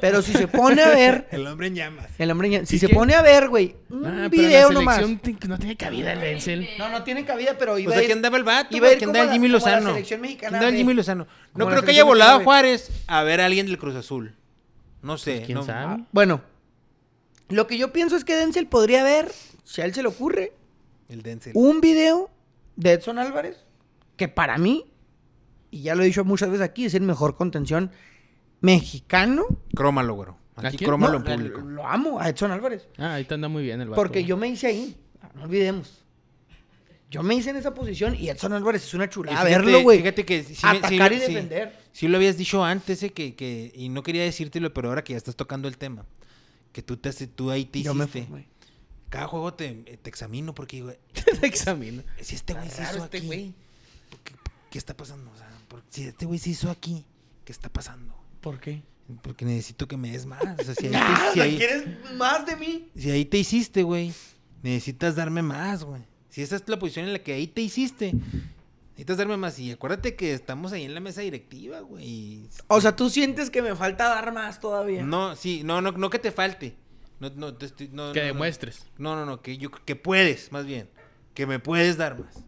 Speaker 2: pero si se pone a ver,
Speaker 3: El hombre en llamas.
Speaker 2: el hombre, ya- si
Speaker 1: ¿Y
Speaker 2: se
Speaker 1: qué?
Speaker 2: pone a ver, güey, un
Speaker 1: Ah, pero
Speaker 2: video
Speaker 1: la
Speaker 2: nomás.
Speaker 1: selección ti- no tenía cabida el Denzel.
Speaker 2: No, no tiene cabida, pero iba
Speaker 3: O sea,
Speaker 2: a ir-
Speaker 3: ¿quién daba el vato?
Speaker 2: iba a
Speaker 3: güey?
Speaker 2: ir
Speaker 3: ¿Quién
Speaker 2: como
Speaker 3: daba el
Speaker 2: la-
Speaker 3: Jimmy
Speaker 2: como la
Speaker 3: Lozano?
Speaker 2: selección mexicana,
Speaker 3: ¿Quién daba el
Speaker 2: güey.
Speaker 3: Jimmy Lozano?
Speaker 2: Como
Speaker 3: No
Speaker 2: la
Speaker 3: creo que haya
Speaker 2: selección
Speaker 3: volado a
Speaker 2: mexicana,
Speaker 3: Juárez a ver a alguien del Cruz Azul. No sé.
Speaker 1: Pues, ¿Quién
Speaker 3: no-
Speaker 1: sabe?
Speaker 2: Bueno, lo que yo pienso es que Denzel podría ver, si a él se le ocurre,
Speaker 3: El Denzel.
Speaker 2: un video de Edson Álvarez, que para mí, y ya lo he dicho muchas veces aquí, es el mejor contención mexicano.
Speaker 3: Crómalo, güero.
Speaker 1: ¿A
Speaker 3: Aquí
Speaker 1: quién?
Speaker 2: No,
Speaker 3: crómalo en
Speaker 2: lo,
Speaker 3: público.
Speaker 2: lo amo a Edson Álvarez.
Speaker 1: Ah, ahorita anda muy bien el vato.
Speaker 2: Porque yo me hice ahí, no olvidemos. Yo me hice en esa posición y Edson Álvarez es una
Speaker 3: Y
Speaker 2: chulada.
Speaker 3: fíjate-
Speaker 2: verlo, güey.
Speaker 3: Fíjate que sí, sí me- sí
Speaker 2: Atacar
Speaker 3: lo-
Speaker 2: y
Speaker 3: sí.
Speaker 2: defender.
Speaker 3: Sí lo habías dicho antes, eh, que, que, y no quería decírtelo, pero ahora que ya estás tocando el tema, que tú, te, hace- tú ahí te
Speaker 2: Yo me
Speaker 3: hiciste.
Speaker 2: formé.
Speaker 3: Cada juego te, eh, te examino porque digo,
Speaker 1: te examino.
Speaker 3: si este güey se
Speaker 1: raro
Speaker 3: hizo
Speaker 1: este
Speaker 3: aquí,
Speaker 1: güey.
Speaker 3: ¿qué, qué está pasando? O sea, por- si este güey se hizo aquí, ¿qué está pasando?
Speaker 2: ¿Por qué?
Speaker 3: Porque necesito que me des más. O sea, si ahí,
Speaker 2: Ah,
Speaker 3: te, si ahí-
Speaker 2: ¿Quieres más de mí?
Speaker 3: si ahí te hiciste, güey, necesitas darme más, güey. Si esa es la posición en la que ahí te hiciste, necesitas darme más. Y acuérdate que estamos ahí en la mesa directiva, güey. y
Speaker 2: O sea, tú sientes que me falta dar más todavía.
Speaker 3: No, sí, no, no, no que te falte. No, no, te estoy- no,
Speaker 1: Que
Speaker 3: no, no.
Speaker 1: demuestres.
Speaker 3: No, no, no, que yo que puedes, más bien. Que me puedes dar más.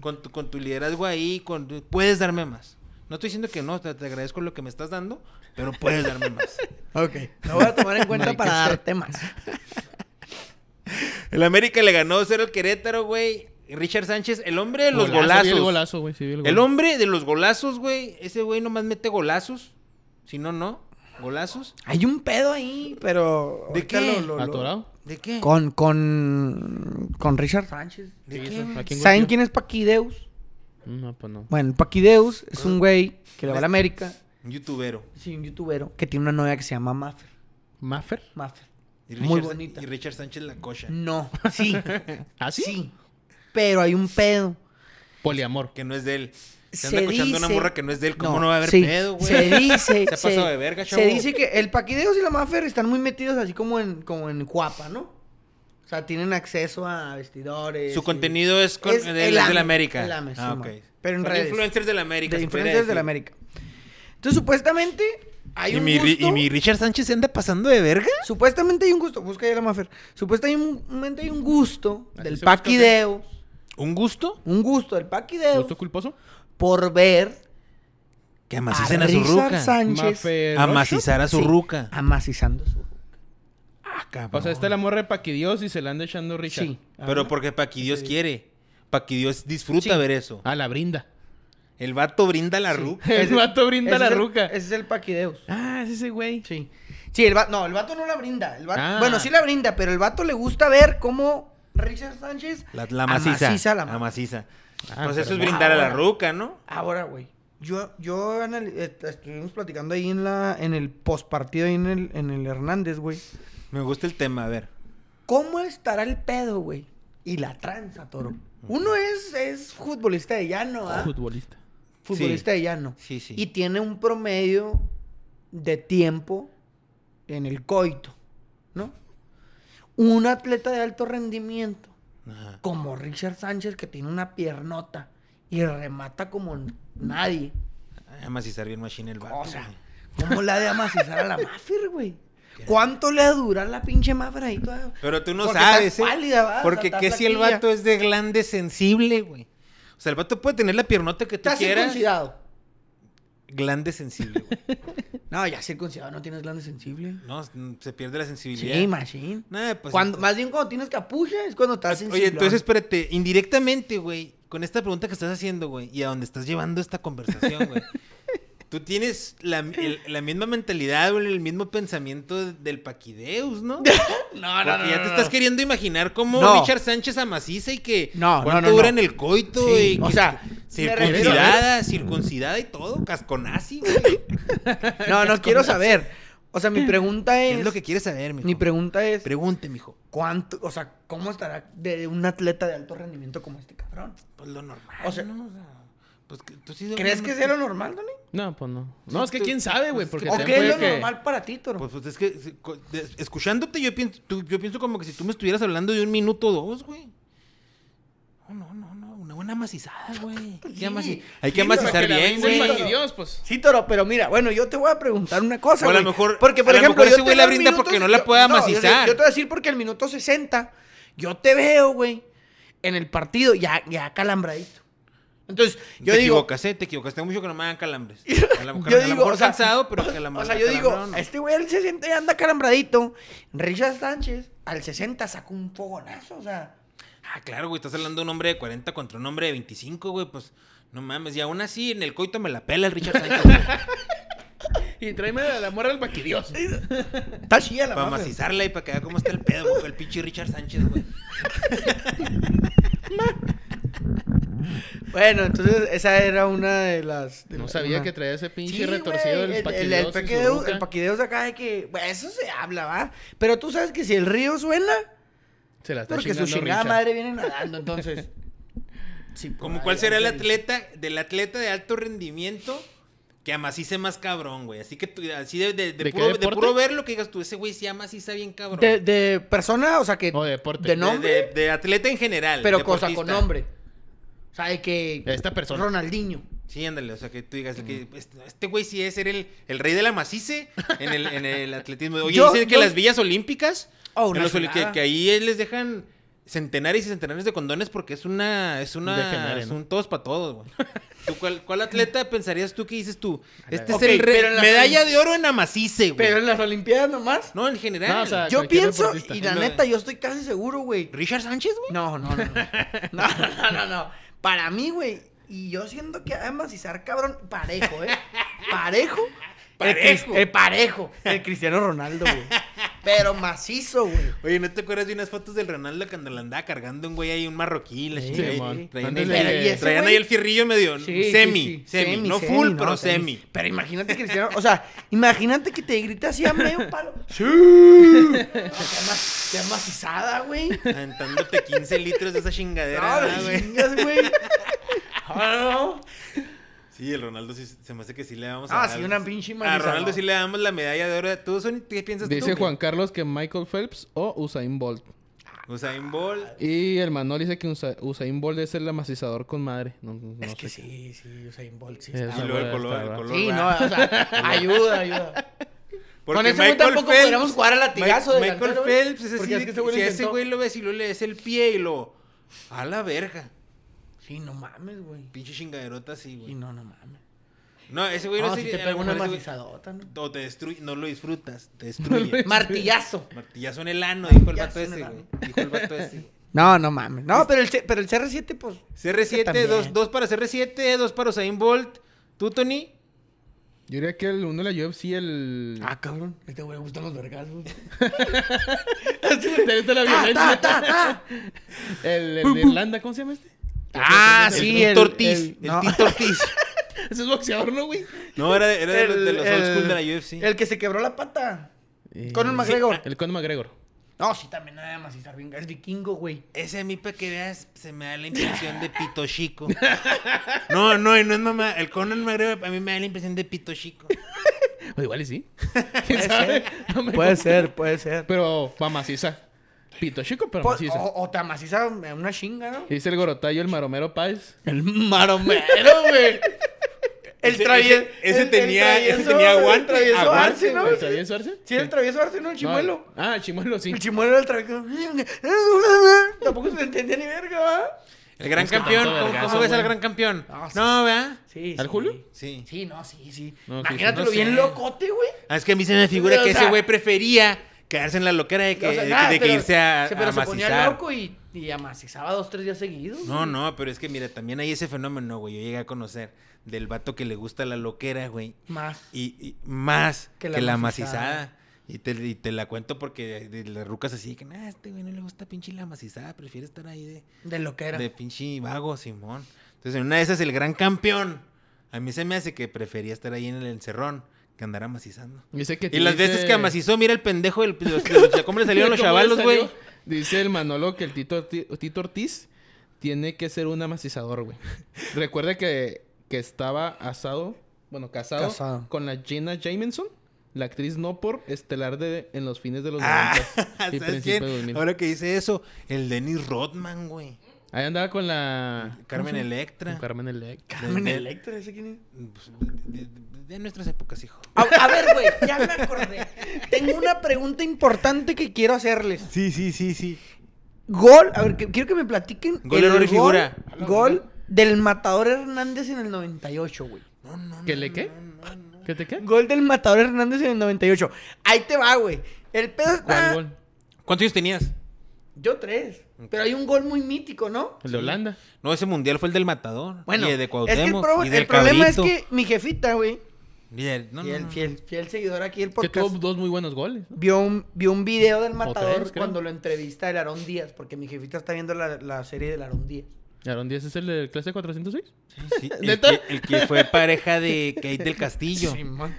Speaker 3: Con tu, con tu liderazgo ahí, con puedes darme más. No estoy diciendo que no, te, te agradezco lo que me estás dando, pero puedes darme más.
Speaker 2: Ok. Lo voy a tomar en cuenta
Speaker 1: Marica,
Speaker 2: para
Speaker 1: sí.
Speaker 2: darte más.
Speaker 3: El América le ganó 0 al Querétaro, güey. Richard Sánchez, el hombre de los
Speaker 1: Sí, vi el
Speaker 3: golazos.
Speaker 1: golazo, güey. Sí, vi el
Speaker 3: El
Speaker 1: golazo.
Speaker 3: hombre de los golazos, güey. Ese güey nomás mete golazos. Si no, no. Golazos.
Speaker 2: Hay un pedo ahí, pero.
Speaker 3: ¿De
Speaker 2: ahorita
Speaker 3: qué?
Speaker 2: lo- lo- lo-
Speaker 1: ¿Atorado?
Speaker 3: ¿De qué?
Speaker 2: Con, con. Con Richard Sánchez.
Speaker 3: ¿De
Speaker 1: ¿Qué
Speaker 3: qué,
Speaker 1: hizo?
Speaker 3: güey?
Speaker 1: ¿A quién
Speaker 2: ¿Saben
Speaker 1: golpeó?
Speaker 2: quién es Paquideus?
Speaker 1: No, pues no.
Speaker 2: Bueno, Paquideus es un güey que le va a la
Speaker 3: Es-
Speaker 2: América.
Speaker 3: Un youtubero.
Speaker 2: Sí, un youtubero que tiene una novia que se llama Maffer.
Speaker 1: ¿Maffer?
Speaker 2: Maffer.
Speaker 3: Y
Speaker 2: Muy
Speaker 3: Richard-
Speaker 2: bonita.
Speaker 3: Y Richard Sánchez la cocha.
Speaker 2: No, sí.
Speaker 1: ¿Ah, sí?
Speaker 2: Pero hay un pedo.
Speaker 1: Poliamor.
Speaker 3: Que no es de él. Se
Speaker 2: Se
Speaker 3: anda cochando una
Speaker 2: dice-
Speaker 3: morra que no es de él. ¿Cómo no, va a haber
Speaker 2: sí,
Speaker 3: pedo, güey?
Speaker 2: Se dice.
Speaker 3: Se ha pasado de verga, chavo.
Speaker 2: Se dice que el Paquideus y la Maffer están muy metidos así como en, como en Cuapa, ¿no? O sea, tienen acceso a vestidores.
Speaker 3: Su
Speaker 2: y-
Speaker 3: contenido es, con,
Speaker 2: Es
Speaker 3: de,
Speaker 2: el
Speaker 3: de
Speaker 2: AME,
Speaker 3: la América.
Speaker 2: el AME, sí,
Speaker 3: ah,
Speaker 2: man.
Speaker 3: ok.
Speaker 2: Pero en
Speaker 3: Son
Speaker 2: redes.
Speaker 3: Influencers de la América.
Speaker 2: de
Speaker 3: se podría
Speaker 2: influencias de la
Speaker 3: decir.
Speaker 2: América. Entonces, supuestamente hay
Speaker 3: ¿Y
Speaker 2: un
Speaker 3: mi, Ri-
Speaker 2: gusto.
Speaker 3: ¿Y mi Richard Sánchez se anda pasando de verga?
Speaker 2: Supuestamente hay un gusto. Busca ya la Mafer. Supuestamente hay un gusto
Speaker 1: Así
Speaker 2: del
Speaker 1: se busca,
Speaker 2: Paquideus.
Speaker 3: ¿Un gusto?
Speaker 2: Un gusto del Paquideus
Speaker 1: ¿Gusto culposo?
Speaker 2: por ver
Speaker 3: Que
Speaker 2: a
Speaker 3: amacicen a, su
Speaker 2: Richard
Speaker 3: ruca.
Speaker 2: Sánchez Ah,
Speaker 1: Maffer.
Speaker 3: Amacizar a su
Speaker 2: Sí.
Speaker 3: ruca.
Speaker 2: amacizando su.
Speaker 3: Ah, cabrón.
Speaker 1: O sea, está la morra de Paquidios y se la anda echando Richard.
Speaker 2: Sí.
Speaker 3: Pero porque pa' que Dios quiere. Pa' que Dios disfruta ver eso.
Speaker 1: A la brinda.
Speaker 3: El vato brinda la ruca.
Speaker 1: El vato
Speaker 2: Ese
Speaker 1: brinda a la
Speaker 2: es el-
Speaker 1: ruca.
Speaker 2: Ese es el Paquideus.
Speaker 1: Ah, es ese güey.
Speaker 2: Sí. Sí, el vato, no, el vato no la brinda. El vato-
Speaker 1: Ah.
Speaker 2: Bueno, sí la brinda, pero el vato le gusta ver cómo Richard Sánchez
Speaker 3: La, la maciza.
Speaker 2: amaciza la
Speaker 3: la
Speaker 2: ma-
Speaker 3: maciza.
Speaker 1: Ah,
Speaker 3: pues eso es
Speaker 1: pero-
Speaker 3: brindar a la
Speaker 2: Ahora.
Speaker 3: ruca, ¿no?
Speaker 2: Ahora, güey. Yo, yo anali- eh, estuvimos platicando ahí en la, en el postpartido ahí en el, en el Hernández, güey.
Speaker 3: Me gusta el tema, a ver.
Speaker 2: ¿Cómo estará el pedo, güey? Y la tranza, toro. Uno es, es futbolista de llano, ¿ah?
Speaker 1: Futbolista.
Speaker 2: Futbolista de llano.
Speaker 3: Sí, sí.
Speaker 2: Y tiene un promedio de tiempo en el coito, ¿no? Un atleta de alto rendimiento,
Speaker 3: Ajá.
Speaker 2: como Richard Sánchez, que tiene una piernota y remata como nadie.
Speaker 3: Ay, Amacizar bien machine el vato.
Speaker 2: O sea,
Speaker 3: güey.
Speaker 2: ¿cómo la de amacizar a la Maffer, güey? ¿Cuánto le dura la pinche Maffer ahí toda?
Speaker 3: Pero tú no
Speaker 2: porque
Speaker 3: sabes,
Speaker 2: estás
Speaker 3: ¿eh?
Speaker 2: pálida, ¿va?
Speaker 3: Porque
Speaker 2: Estás
Speaker 3: qué si el
Speaker 2: flaquilla.
Speaker 3: vato es de glande sensible, güey. O sea, el vato puede tener la piernota que tú
Speaker 2: ¿Estás
Speaker 3: quieras.
Speaker 2: circuncidado?
Speaker 3: Glande sensible, güey.
Speaker 2: No, ya circuncidado no tienes glande sensible.
Speaker 3: No, s- se pierde la sensibilidad.
Speaker 2: Sí, machín.
Speaker 3: Nah, pues,
Speaker 2: Cuando- más bien cuando tienes capucha es cuando estás sensible.
Speaker 3: Oye, entonces espérate, indirectamente, güey, con esta pregunta que estás haciendo, güey, y a donde estás llevando esta conversación, güey. Tú tienes la, el- la misma mentalidad, güey, el mismo pensamiento del Paquideus, ¿no?
Speaker 2: Ah, No,
Speaker 3: Porque ya te estás queriendo imaginar cómo
Speaker 2: No.
Speaker 3: Richard Sánchez amaciza y que
Speaker 2: No, no, no,
Speaker 3: cuánto dura
Speaker 2: no.
Speaker 3: en el coito
Speaker 2: Sí,
Speaker 3: y
Speaker 2: o
Speaker 3: que
Speaker 2: sea, me refiero-
Speaker 3: circuncidada, circuncidada y todo, casconazi, güey.
Speaker 2: No, no quiero saber. O sea, mi pregunta es.
Speaker 3: ¿Qué es lo que quieres saber, mijo?
Speaker 2: mi pregunta es.
Speaker 3: Pregunte, mijo.
Speaker 2: ¿Cuánto? O sea, ¿cómo estará de un atleta de alto rendimiento como este cabrón?
Speaker 3: Pues lo normal,
Speaker 2: O sea-
Speaker 3: ¿no? O sea, pues que tú sí de-
Speaker 2: ¿Crees que sea lo normal, Tony?
Speaker 1: No, pues no. No,
Speaker 3: Sí,
Speaker 1: es que
Speaker 3: tú-
Speaker 1: quién sabe, güey.
Speaker 3: pues,
Speaker 1: Porque
Speaker 3: que
Speaker 2: ¿O
Speaker 1: también
Speaker 2: qué es lo
Speaker 1: puede que-
Speaker 2: normal para ti, Toro?
Speaker 3: Pues, pues, es que se- co- de- escuchándote yo pienso, tú- yo pienso como que si tú me estuvieras hablando de un minuto o dos, güey. No, no, no, no. Una buena macizada, güey. Hay que amaci- Hay que
Speaker 1: Sí, para
Speaker 3: amacizar
Speaker 1: la
Speaker 3: bien,
Speaker 1: venda el
Speaker 2: güey.
Speaker 1: Dios, pues.
Speaker 2: Sí, Toro, pero mira, bueno, yo te voy a preguntar una cosa,
Speaker 3: O a
Speaker 2: güey.
Speaker 3: lo mejor-
Speaker 2: porque, por
Speaker 3: a lo
Speaker 2: ejemplo,
Speaker 3: mejor ese
Speaker 2: yo te veo
Speaker 3: güey la
Speaker 2: al
Speaker 3: brinda
Speaker 2: minuto-
Speaker 3: porque no la
Speaker 2: yo-
Speaker 3: pueda
Speaker 2: yo sé-
Speaker 3: macizar.
Speaker 2: Yo, te voy a decir porque al minuto 60 yo te veo, güey, en el partido ya, ya calambradito. Entonces, yo
Speaker 3: te
Speaker 2: digo,
Speaker 3: equivocas, eh, te equivocas. Tengo mucho que no me hagan calambres. A lo mejor,
Speaker 2: Yo
Speaker 3: a lo
Speaker 2: digo,
Speaker 3: mejor
Speaker 2: o sea,
Speaker 3: cansado, pero que
Speaker 2: o sea, yo digo, este güey al 60 ya anda calambradito. Richard Sánchez al 60 sacó un fogonazo, o sea,
Speaker 3: Ah, claro, güey, estás hablando de un hombre de 40 contra un hombre de 25, güey, pues no mames. Y aún así, en el coito me la pela el Richard Sánchez, güey,
Speaker 1: Y tráeme la, la morra del vaquidios.
Speaker 2: está chida la
Speaker 3: para
Speaker 2: madre.
Speaker 3: macizarla y para que vea cómo está el pedo, güey, el pinche Richard Sánchez, güey.
Speaker 2: Bueno, entonces esa era una de las... de
Speaker 1: No
Speaker 2: la-
Speaker 1: sabía
Speaker 2: una-
Speaker 1: que traía ese pinche
Speaker 2: Sí,
Speaker 1: retorcido
Speaker 2: güey,
Speaker 1: del
Speaker 2: el,
Speaker 1: paquidios.
Speaker 2: el, el paquideo- el paquideo de acá de que, bueno, eso se habla, ¿va? Pero tú sabes que si el río suena,
Speaker 1: Se la está
Speaker 2: porque su
Speaker 1: chingando
Speaker 2: chingada
Speaker 1: Richard.
Speaker 2: madre viene nadando, entonces. Sí, por
Speaker 3: Como
Speaker 2: ahí
Speaker 3: cuál será el
Speaker 2: anda
Speaker 3: atleta, del atleta de alto rendimiento que amacice más cabrón, güey. Así que tú- así de, de- de
Speaker 1: ¿De qué
Speaker 3: puro, de
Speaker 1: deporte?
Speaker 3: puro verlo que digas tú, ese güey sí amaciza bien cabrón.
Speaker 2: De, de persona, o sea que.
Speaker 1: O deporte.
Speaker 2: De
Speaker 1: De-
Speaker 2: nombre,
Speaker 3: De, de atleta en general.
Speaker 2: pero cosa
Speaker 3: deportista.
Speaker 2: con nombre. O sea, de que.
Speaker 1: Esta persona.
Speaker 2: Ronaldinho.
Speaker 3: Sí, ándale, o sea, que tú digas que este este güey sí es ser el, el rey de la macice en el, en el atletismo. Oye,
Speaker 2: Yo-
Speaker 3: dicen que
Speaker 2: yo-
Speaker 3: las villas olímpicas,
Speaker 2: Oh,
Speaker 3: en
Speaker 2: una
Speaker 3: los oli- que,
Speaker 2: chulada.
Speaker 3: que ahí les dejan centenares y centenares de condones porque es una, es una,
Speaker 1: Degenere,
Speaker 3: es
Speaker 1: ¿no?
Speaker 3: un todos para todos, güey. ¿Tú cuál, cuál atleta pensarías tú que dices tú?
Speaker 1: la
Speaker 3: Este
Speaker 2: verga.
Speaker 3: es el
Speaker 2: Ok,
Speaker 3: rey,
Speaker 2: pero en las
Speaker 3: medalla
Speaker 2: olim-
Speaker 3: de oro en amacice, güey.
Speaker 2: Pero en las Olimpiadas nomás.
Speaker 3: No, en general.
Speaker 1: No, o sea,
Speaker 2: yo
Speaker 1: cualquier
Speaker 2: pienso,
Speaker 1: deportista.
Speaker 2: y la
Speaker 3: No.
Speaker 2: neta, yo estoy casi seguro, güey.
Speaker 3: ¿Richard Sánchez, güey?
Speaker 2: No, no, no. No, no, no, no, no. Para mí, güey. Y yo siento que además Izar, cabrón, parejo, ¿eh? Parejo. el Cris-
Speaker 3: Parejo.
Speaker 2: El, parejo. El Cristiano Ronaldo, güey. Pero macizo, güey.
Speaker 3: Oye, ¿no te acuerdas de unas fotos del Ronaldo cuando la andaba cargando un güey ahí, un marroquí? La
Speaker 2: Sí,
Speaker 3: chingada, y
Speaker 1: mon.
Speaker 3: traían
Speaker 1: Antes
Speaker 3: el-
Speaker 1: de que-
Speaker 2: Pero, ¿y ese
Speaker 3: Traían
Speaker 2: güey?
Speaker 3: ahí el fierrillo medio
Speaker 2: Sí, sí,
Speaker 3: semi,
Speaker 2: sí.
Speaker 3: semi,
Speaker 2: Semi,
Speaker 3: no full,
Speaker 2: semi,
Speaker 3: pero
Speaker 2: no,
Speaker 3: semi.
Speaker 2: Pero imagínate Cristiano, o sea, imagínate que te grita así a medio palo. ¡Sí! Te macizada, güey.
Speaker 3: Aventándote 15 litros de esa
Speaker 2: No,
Speaker 3: chingadera,
Speaker 2: no,
Speaker 3: güey.
Speaker 2: chingas, güey. No, no.
Speaker 3: Sí, el Ronaldo sí, se me hace que sí le damos
Speaker 2: Ah, sí, una pinche
Speaker 3: A
Speaker 2: manizada.
Speaker 3: Ronaldo sí le damos la medalla de oro. ¿Tú, Sony, qué piensas tú?
Speaker 1: Dice
Speaker 3: güey?
Speaker 1: Juan Carlos que Michael Phelps o Usain Bolt.
Speaker 3: Usain Bolt.
Speaker 1: Y el Manuel dice que Usa- Usain Bolt es el amacizador con madre. No, no
Speaker 2: Es
Speaker 1: sé
Speaker 2: que
Speaker 1: qué.
Speaker 2: sí, sí, o sea, en Bolt sí
Speaker 1: Es-
Speaker 2: está
Speaker 3: Y luego el
Speaker 1: bueno,
Speaker 3: color,
Speaker 1: está
Speaker 3: el
Speaker 1: bueno.
Speaker 3: color.
Speaker 2: Sí, no,
Speaker 3: ¿verdad?
Speaker 2: o sea, ayuda, ayuda.
Speaker 3: Porque
Speaker 2: Con ese güey tampoco podríamos jugar al latigazo
Speaker 3: Ma-
Speaker 2: delantero,
Speaker 3: Michael
Speaker 2: güey.
Speaker 3: Phelps, ese
Speaker 2: Porque
Speaker 3: sí,
Speaker 2: es que ese güey
Speaker 3: si
Speaker 2: lo
Speaker 3: a ese
Speaker 2: intentó.
Speaker 3: güey lo ves y luego le des el pie y lo... A la verga.
Speaker 2: Sí, no mames, güey.
Speaker 3: Pinche chingaderota así,
Speaker 2: Y
Speaker 3: güey.
Speaker 2: no, no mames.
Speaker 3: No, ese güey no,
Speaker 2: No, si
Speaker 3: sería-
Speaker 2: te
Speaker 3: a lo
Speaker 2: pega una
Speaker 3: mejor ese güey-
Speaker 2: macizadota, ¿no?
Speaker 3: O te destruye, no lo disfrutas, te destruye.
Speaker 2: Martillazo.
Speaker 3: Martillazo en el ano, dijo el
Speaker 2: Martillazo
Speaker 3: vato
Speaker 2: en el
Speaker 3: ese, güey.
Speaker 2: ano.
Speaker 3: Dijo el vato ese, güey.
Speaker 2: No, no mames. No, pero el, C- pero el CR7, pues.
Speaker 3: CR7,
Speaker 2: También.
Speaker 3: dos, dos para CR7, dos para Usain Bolt. ¿Tú, Tony?
Speaker 1: Yo diría que el uno de la UFC, el.
Speaker 2: Ah, cabrón. Este güey le gustan los vergazos.
Speaker 1: Te
Speaker 2: Ah,
Speaker 1: gusta la violencia. El, el de Irlanda, ¿cómo se llama este?
Speaker 2: Ah,
Speaker 1: El-
Speaker 2: sí,
Speaker 3: el,
Speaker 2: el.
Speaker 3: Tito Ortiz. El,
Speaker 2: el- no.
Speaker 3: Tito Ortiz.
Speaker 1: Ese es boxeador, ¿no, güey?
Speaker 3: No, era, de- era de, los- de los old
Speaker 2: el-
Speaker 3: school de la UFC.
Speaker 2: El que se quebró la pata.
Speaker 1: Eh,
Speaker 2: Conor McGregor.
Speaker 1: El Conor McGregor.
Speaker 2: No, sí, también nada más. Estar bien. Es vikingo, güey.
Speaker 3: Ese a mí, para que veas, se me da la impresión de Pito Chico. No, no, y no es mamá. El Conan McGregor a mí me da la impresión de Pito Chico.
Speaker 1: O Pues igual y sí. ¿Quién sabe? No me acuerdo.
Speaker 2: ser, puede ser.
Speaker 1: Pero va maciza. Pito chico, pero
Speaker 2: Pues,
Speaker 1: maciza.
Speaker 2: o, o te amaciza una chinga, ¿no?
Speaker 1: Dice el Gorotayo, el Maromero Páez.
Speaker 2: El maromero, güey. El
Speaker 3: Ese-
Speaker 2: travieso.
Speaker 3: ese- ese tenía- ese tenía guante,
Speaker 2: El travieso
Speaker 3: aguante,
Speaker 2: Arce, ¿no?
Speaker 1: ¿El travieso Arce?
Speaker 2: Sí, el travieso Arce, ¿no? El
Speaker 1: No,
Speaker 2: chimuelo.
Speaker 1: Ah, el chimuelo, sí.
Speaker 2: El chimuelo era el travieso. Tampoco se le entendía ni verga, ¿va?
Speaker 3: El gran
Speaker 1: Es que
Speaker 3: campeón.
Speaker 1: tanto
Speaker 3: ¿Cómo,
Speaker 1: vergazo,
Speaker 3: cómo ves al
Speaker 1: güey.
Speaker 3: gran campeón?
Speaker 2: No, Ah, sí.
Speaker 3: No, ¿verdad?
Speaker 2: Sí,
Speaker 1: ¿Al
Speaker 2: sí.
Speaker 1: Julio?
Speaker 3: Sí.
Speaker 2: Sí, no, sí, sí.
Speaker 1: No, sí,
Speaker 2: Imagínatelo
Speaker 3: sí, no
Speaker 2: bien
Speaker 3: sé.
Speaker 2: locote, güey.
Speaker 3: Ah, es que a mí se me figura
Speaker 2: Pero, o
Speaker 3: que ese
Speaker 2: sea,
Speaker 3: güey prefería quedarse en la loquera de que,
Speaker 2: O sea,
Speaker 3: de-
Speaker 2: nada,
Speaker 3: de que
Speaker 2: pero-
Speaker 3: irse a,
Speaker 2: se- Pero
Speaker 3: a
Speaker 2: se ponía
Speaker 3: macizar.
Speaker 2: loco y, y amacizaba dos, tres días seguidos.
Speaker 3: No, no, pero es que mira, también hay ese fenómeno, güey. Yo llegué a conocer del vato que le gusta la loquera, güey.
Speaker 2: Más.
Speaker 3: Y, y más que
Speaker 2: Que
Speaker 3: la,
Speaker 2: la
Speaker 3: macizada.
Speaker 2: macizada.
Speaker 3: Y te, y te la cuento porque de- le rucas así, que nada, este güey no le gusta pinche la macizada, prefiere estar ahí de,
Speaker 2: De lo que era.
Speaker 3: de pinche vago, Simón. Entonces, en una de esas, el gran campeón. A mí se me hace que prefería estar ahí en el encerrón que andar amacizando.
Speaker 1: Dice que
Speaker 3: Y las veces que
Speaker 1: amacizó
Speaker 3: amacizó, mira el pendejo, el, los- los- ¿cómo le salieron los
Speaker 1: Mira cómo
Speaker 3: chavalos,
Speaker 1: le
Speaker 3: güey?
Speaker 1: salió. Dice el Manolo que el Tito, Orti- Tito Ortiz tiene que ser un amacizador, güey. Recuerda que, que estaba asado, bueno, casado,
Speaker 2: Casado.
Speaker 1: con la Jenna Jameson, la actriz no por estelar de en los fines de los
Speaker 3: Ah,
Speaker 1: 90 y
Speaker 3: ¿sabes
Speaker 1: principios
Speaker 3: quién?
Speaker 1: de 2000.
Speaker 3: Ahora que dice eso, el Dennis Rodman, güey.
Speaker 1: Ahí andaba con la
Speaker 3: Carmen
Speaker 1: ¿cómo se llama?
Speaker 3: Electra.
Speaker 1: Con Carmen Electra.
Speaker 2: Carmen
Speaker 3: de-
Speaker 2: Electra, ¿ese quién es?
Speaker 3: Pues, De, de- de nuestras épocas, hijo.
Speaker 2: A, a ver, güey, ya me acordé. Tengo una pregunta importante que quiero hacerles.
Speaker 3: Sí, sí, sí, sí.
Speaker 2: Gol, a ver, que- quiero que me platiquen.
Speaker 3: Gol,
Speaker 2: el
Speaker 3: error y figura.
Speaker 2: Gol del Matador Hernández en el 98, güey.
Speaker 3: No, no,
Speaker 1: ¿Que
Speaker 3: no,
Speaker 1: le qué?
Speaker 3: no, no, no.
Speaker 1: ¿Qué te qué?
Speaker 2: Gol del Matador Hernández en el 98. Ahí te va, güey. El pedo
Speaker 3: Ah.
Speaker 2: está.
Speaker 1: ¿Cuál gol?
Speaker 3: ¿Cuántos años tenías?
Speaker 2: Yo tres. Pero hay un gol muy mítico, ¿no?
Speaker 1: El de Holanda.
Speaker 3: No, ese mundial fue el del Matador.
Speaker 2: Bueno,
Speaker 3: y el de
Speaker 2: es que el,
Speaker 3: Cuauhtémoc.
Speaker 2: pro-
Speaker 3: y
Speaker 2: el
Speaker 3: del
Speaker 2: problema es
Speaker 3: Cabrito.
Speaker 2: que mi jefita, güey,
Speaker 3: Y el- no, no,
Speaker 2: fiel,
Speaker 3: no.
Speaker 2: fiel, fiel seguidor aquí del
Speaker 1: Que tuvo
Speaker 2: podcast,
Speaker 1: dos muy buenos goles. ¿no?
Speaker 2: vio un, vio un video del
Speaker 1: tres,
Speaker 2: matador
Speaker 1: creo.
Speaker 2: cuando lo entrevista el Aarón Díaz, porque mi jefita está viendo la, la serie del Aarón Díaz.
Speaker 1: Aaron Díaz es el de clase 406.
Speaker 3: Sí, el,
Speaker 1: ¿Neta?
Speaker 3: que, el que fue pareja de Kate del Castillo.
Speaker 2: Simón.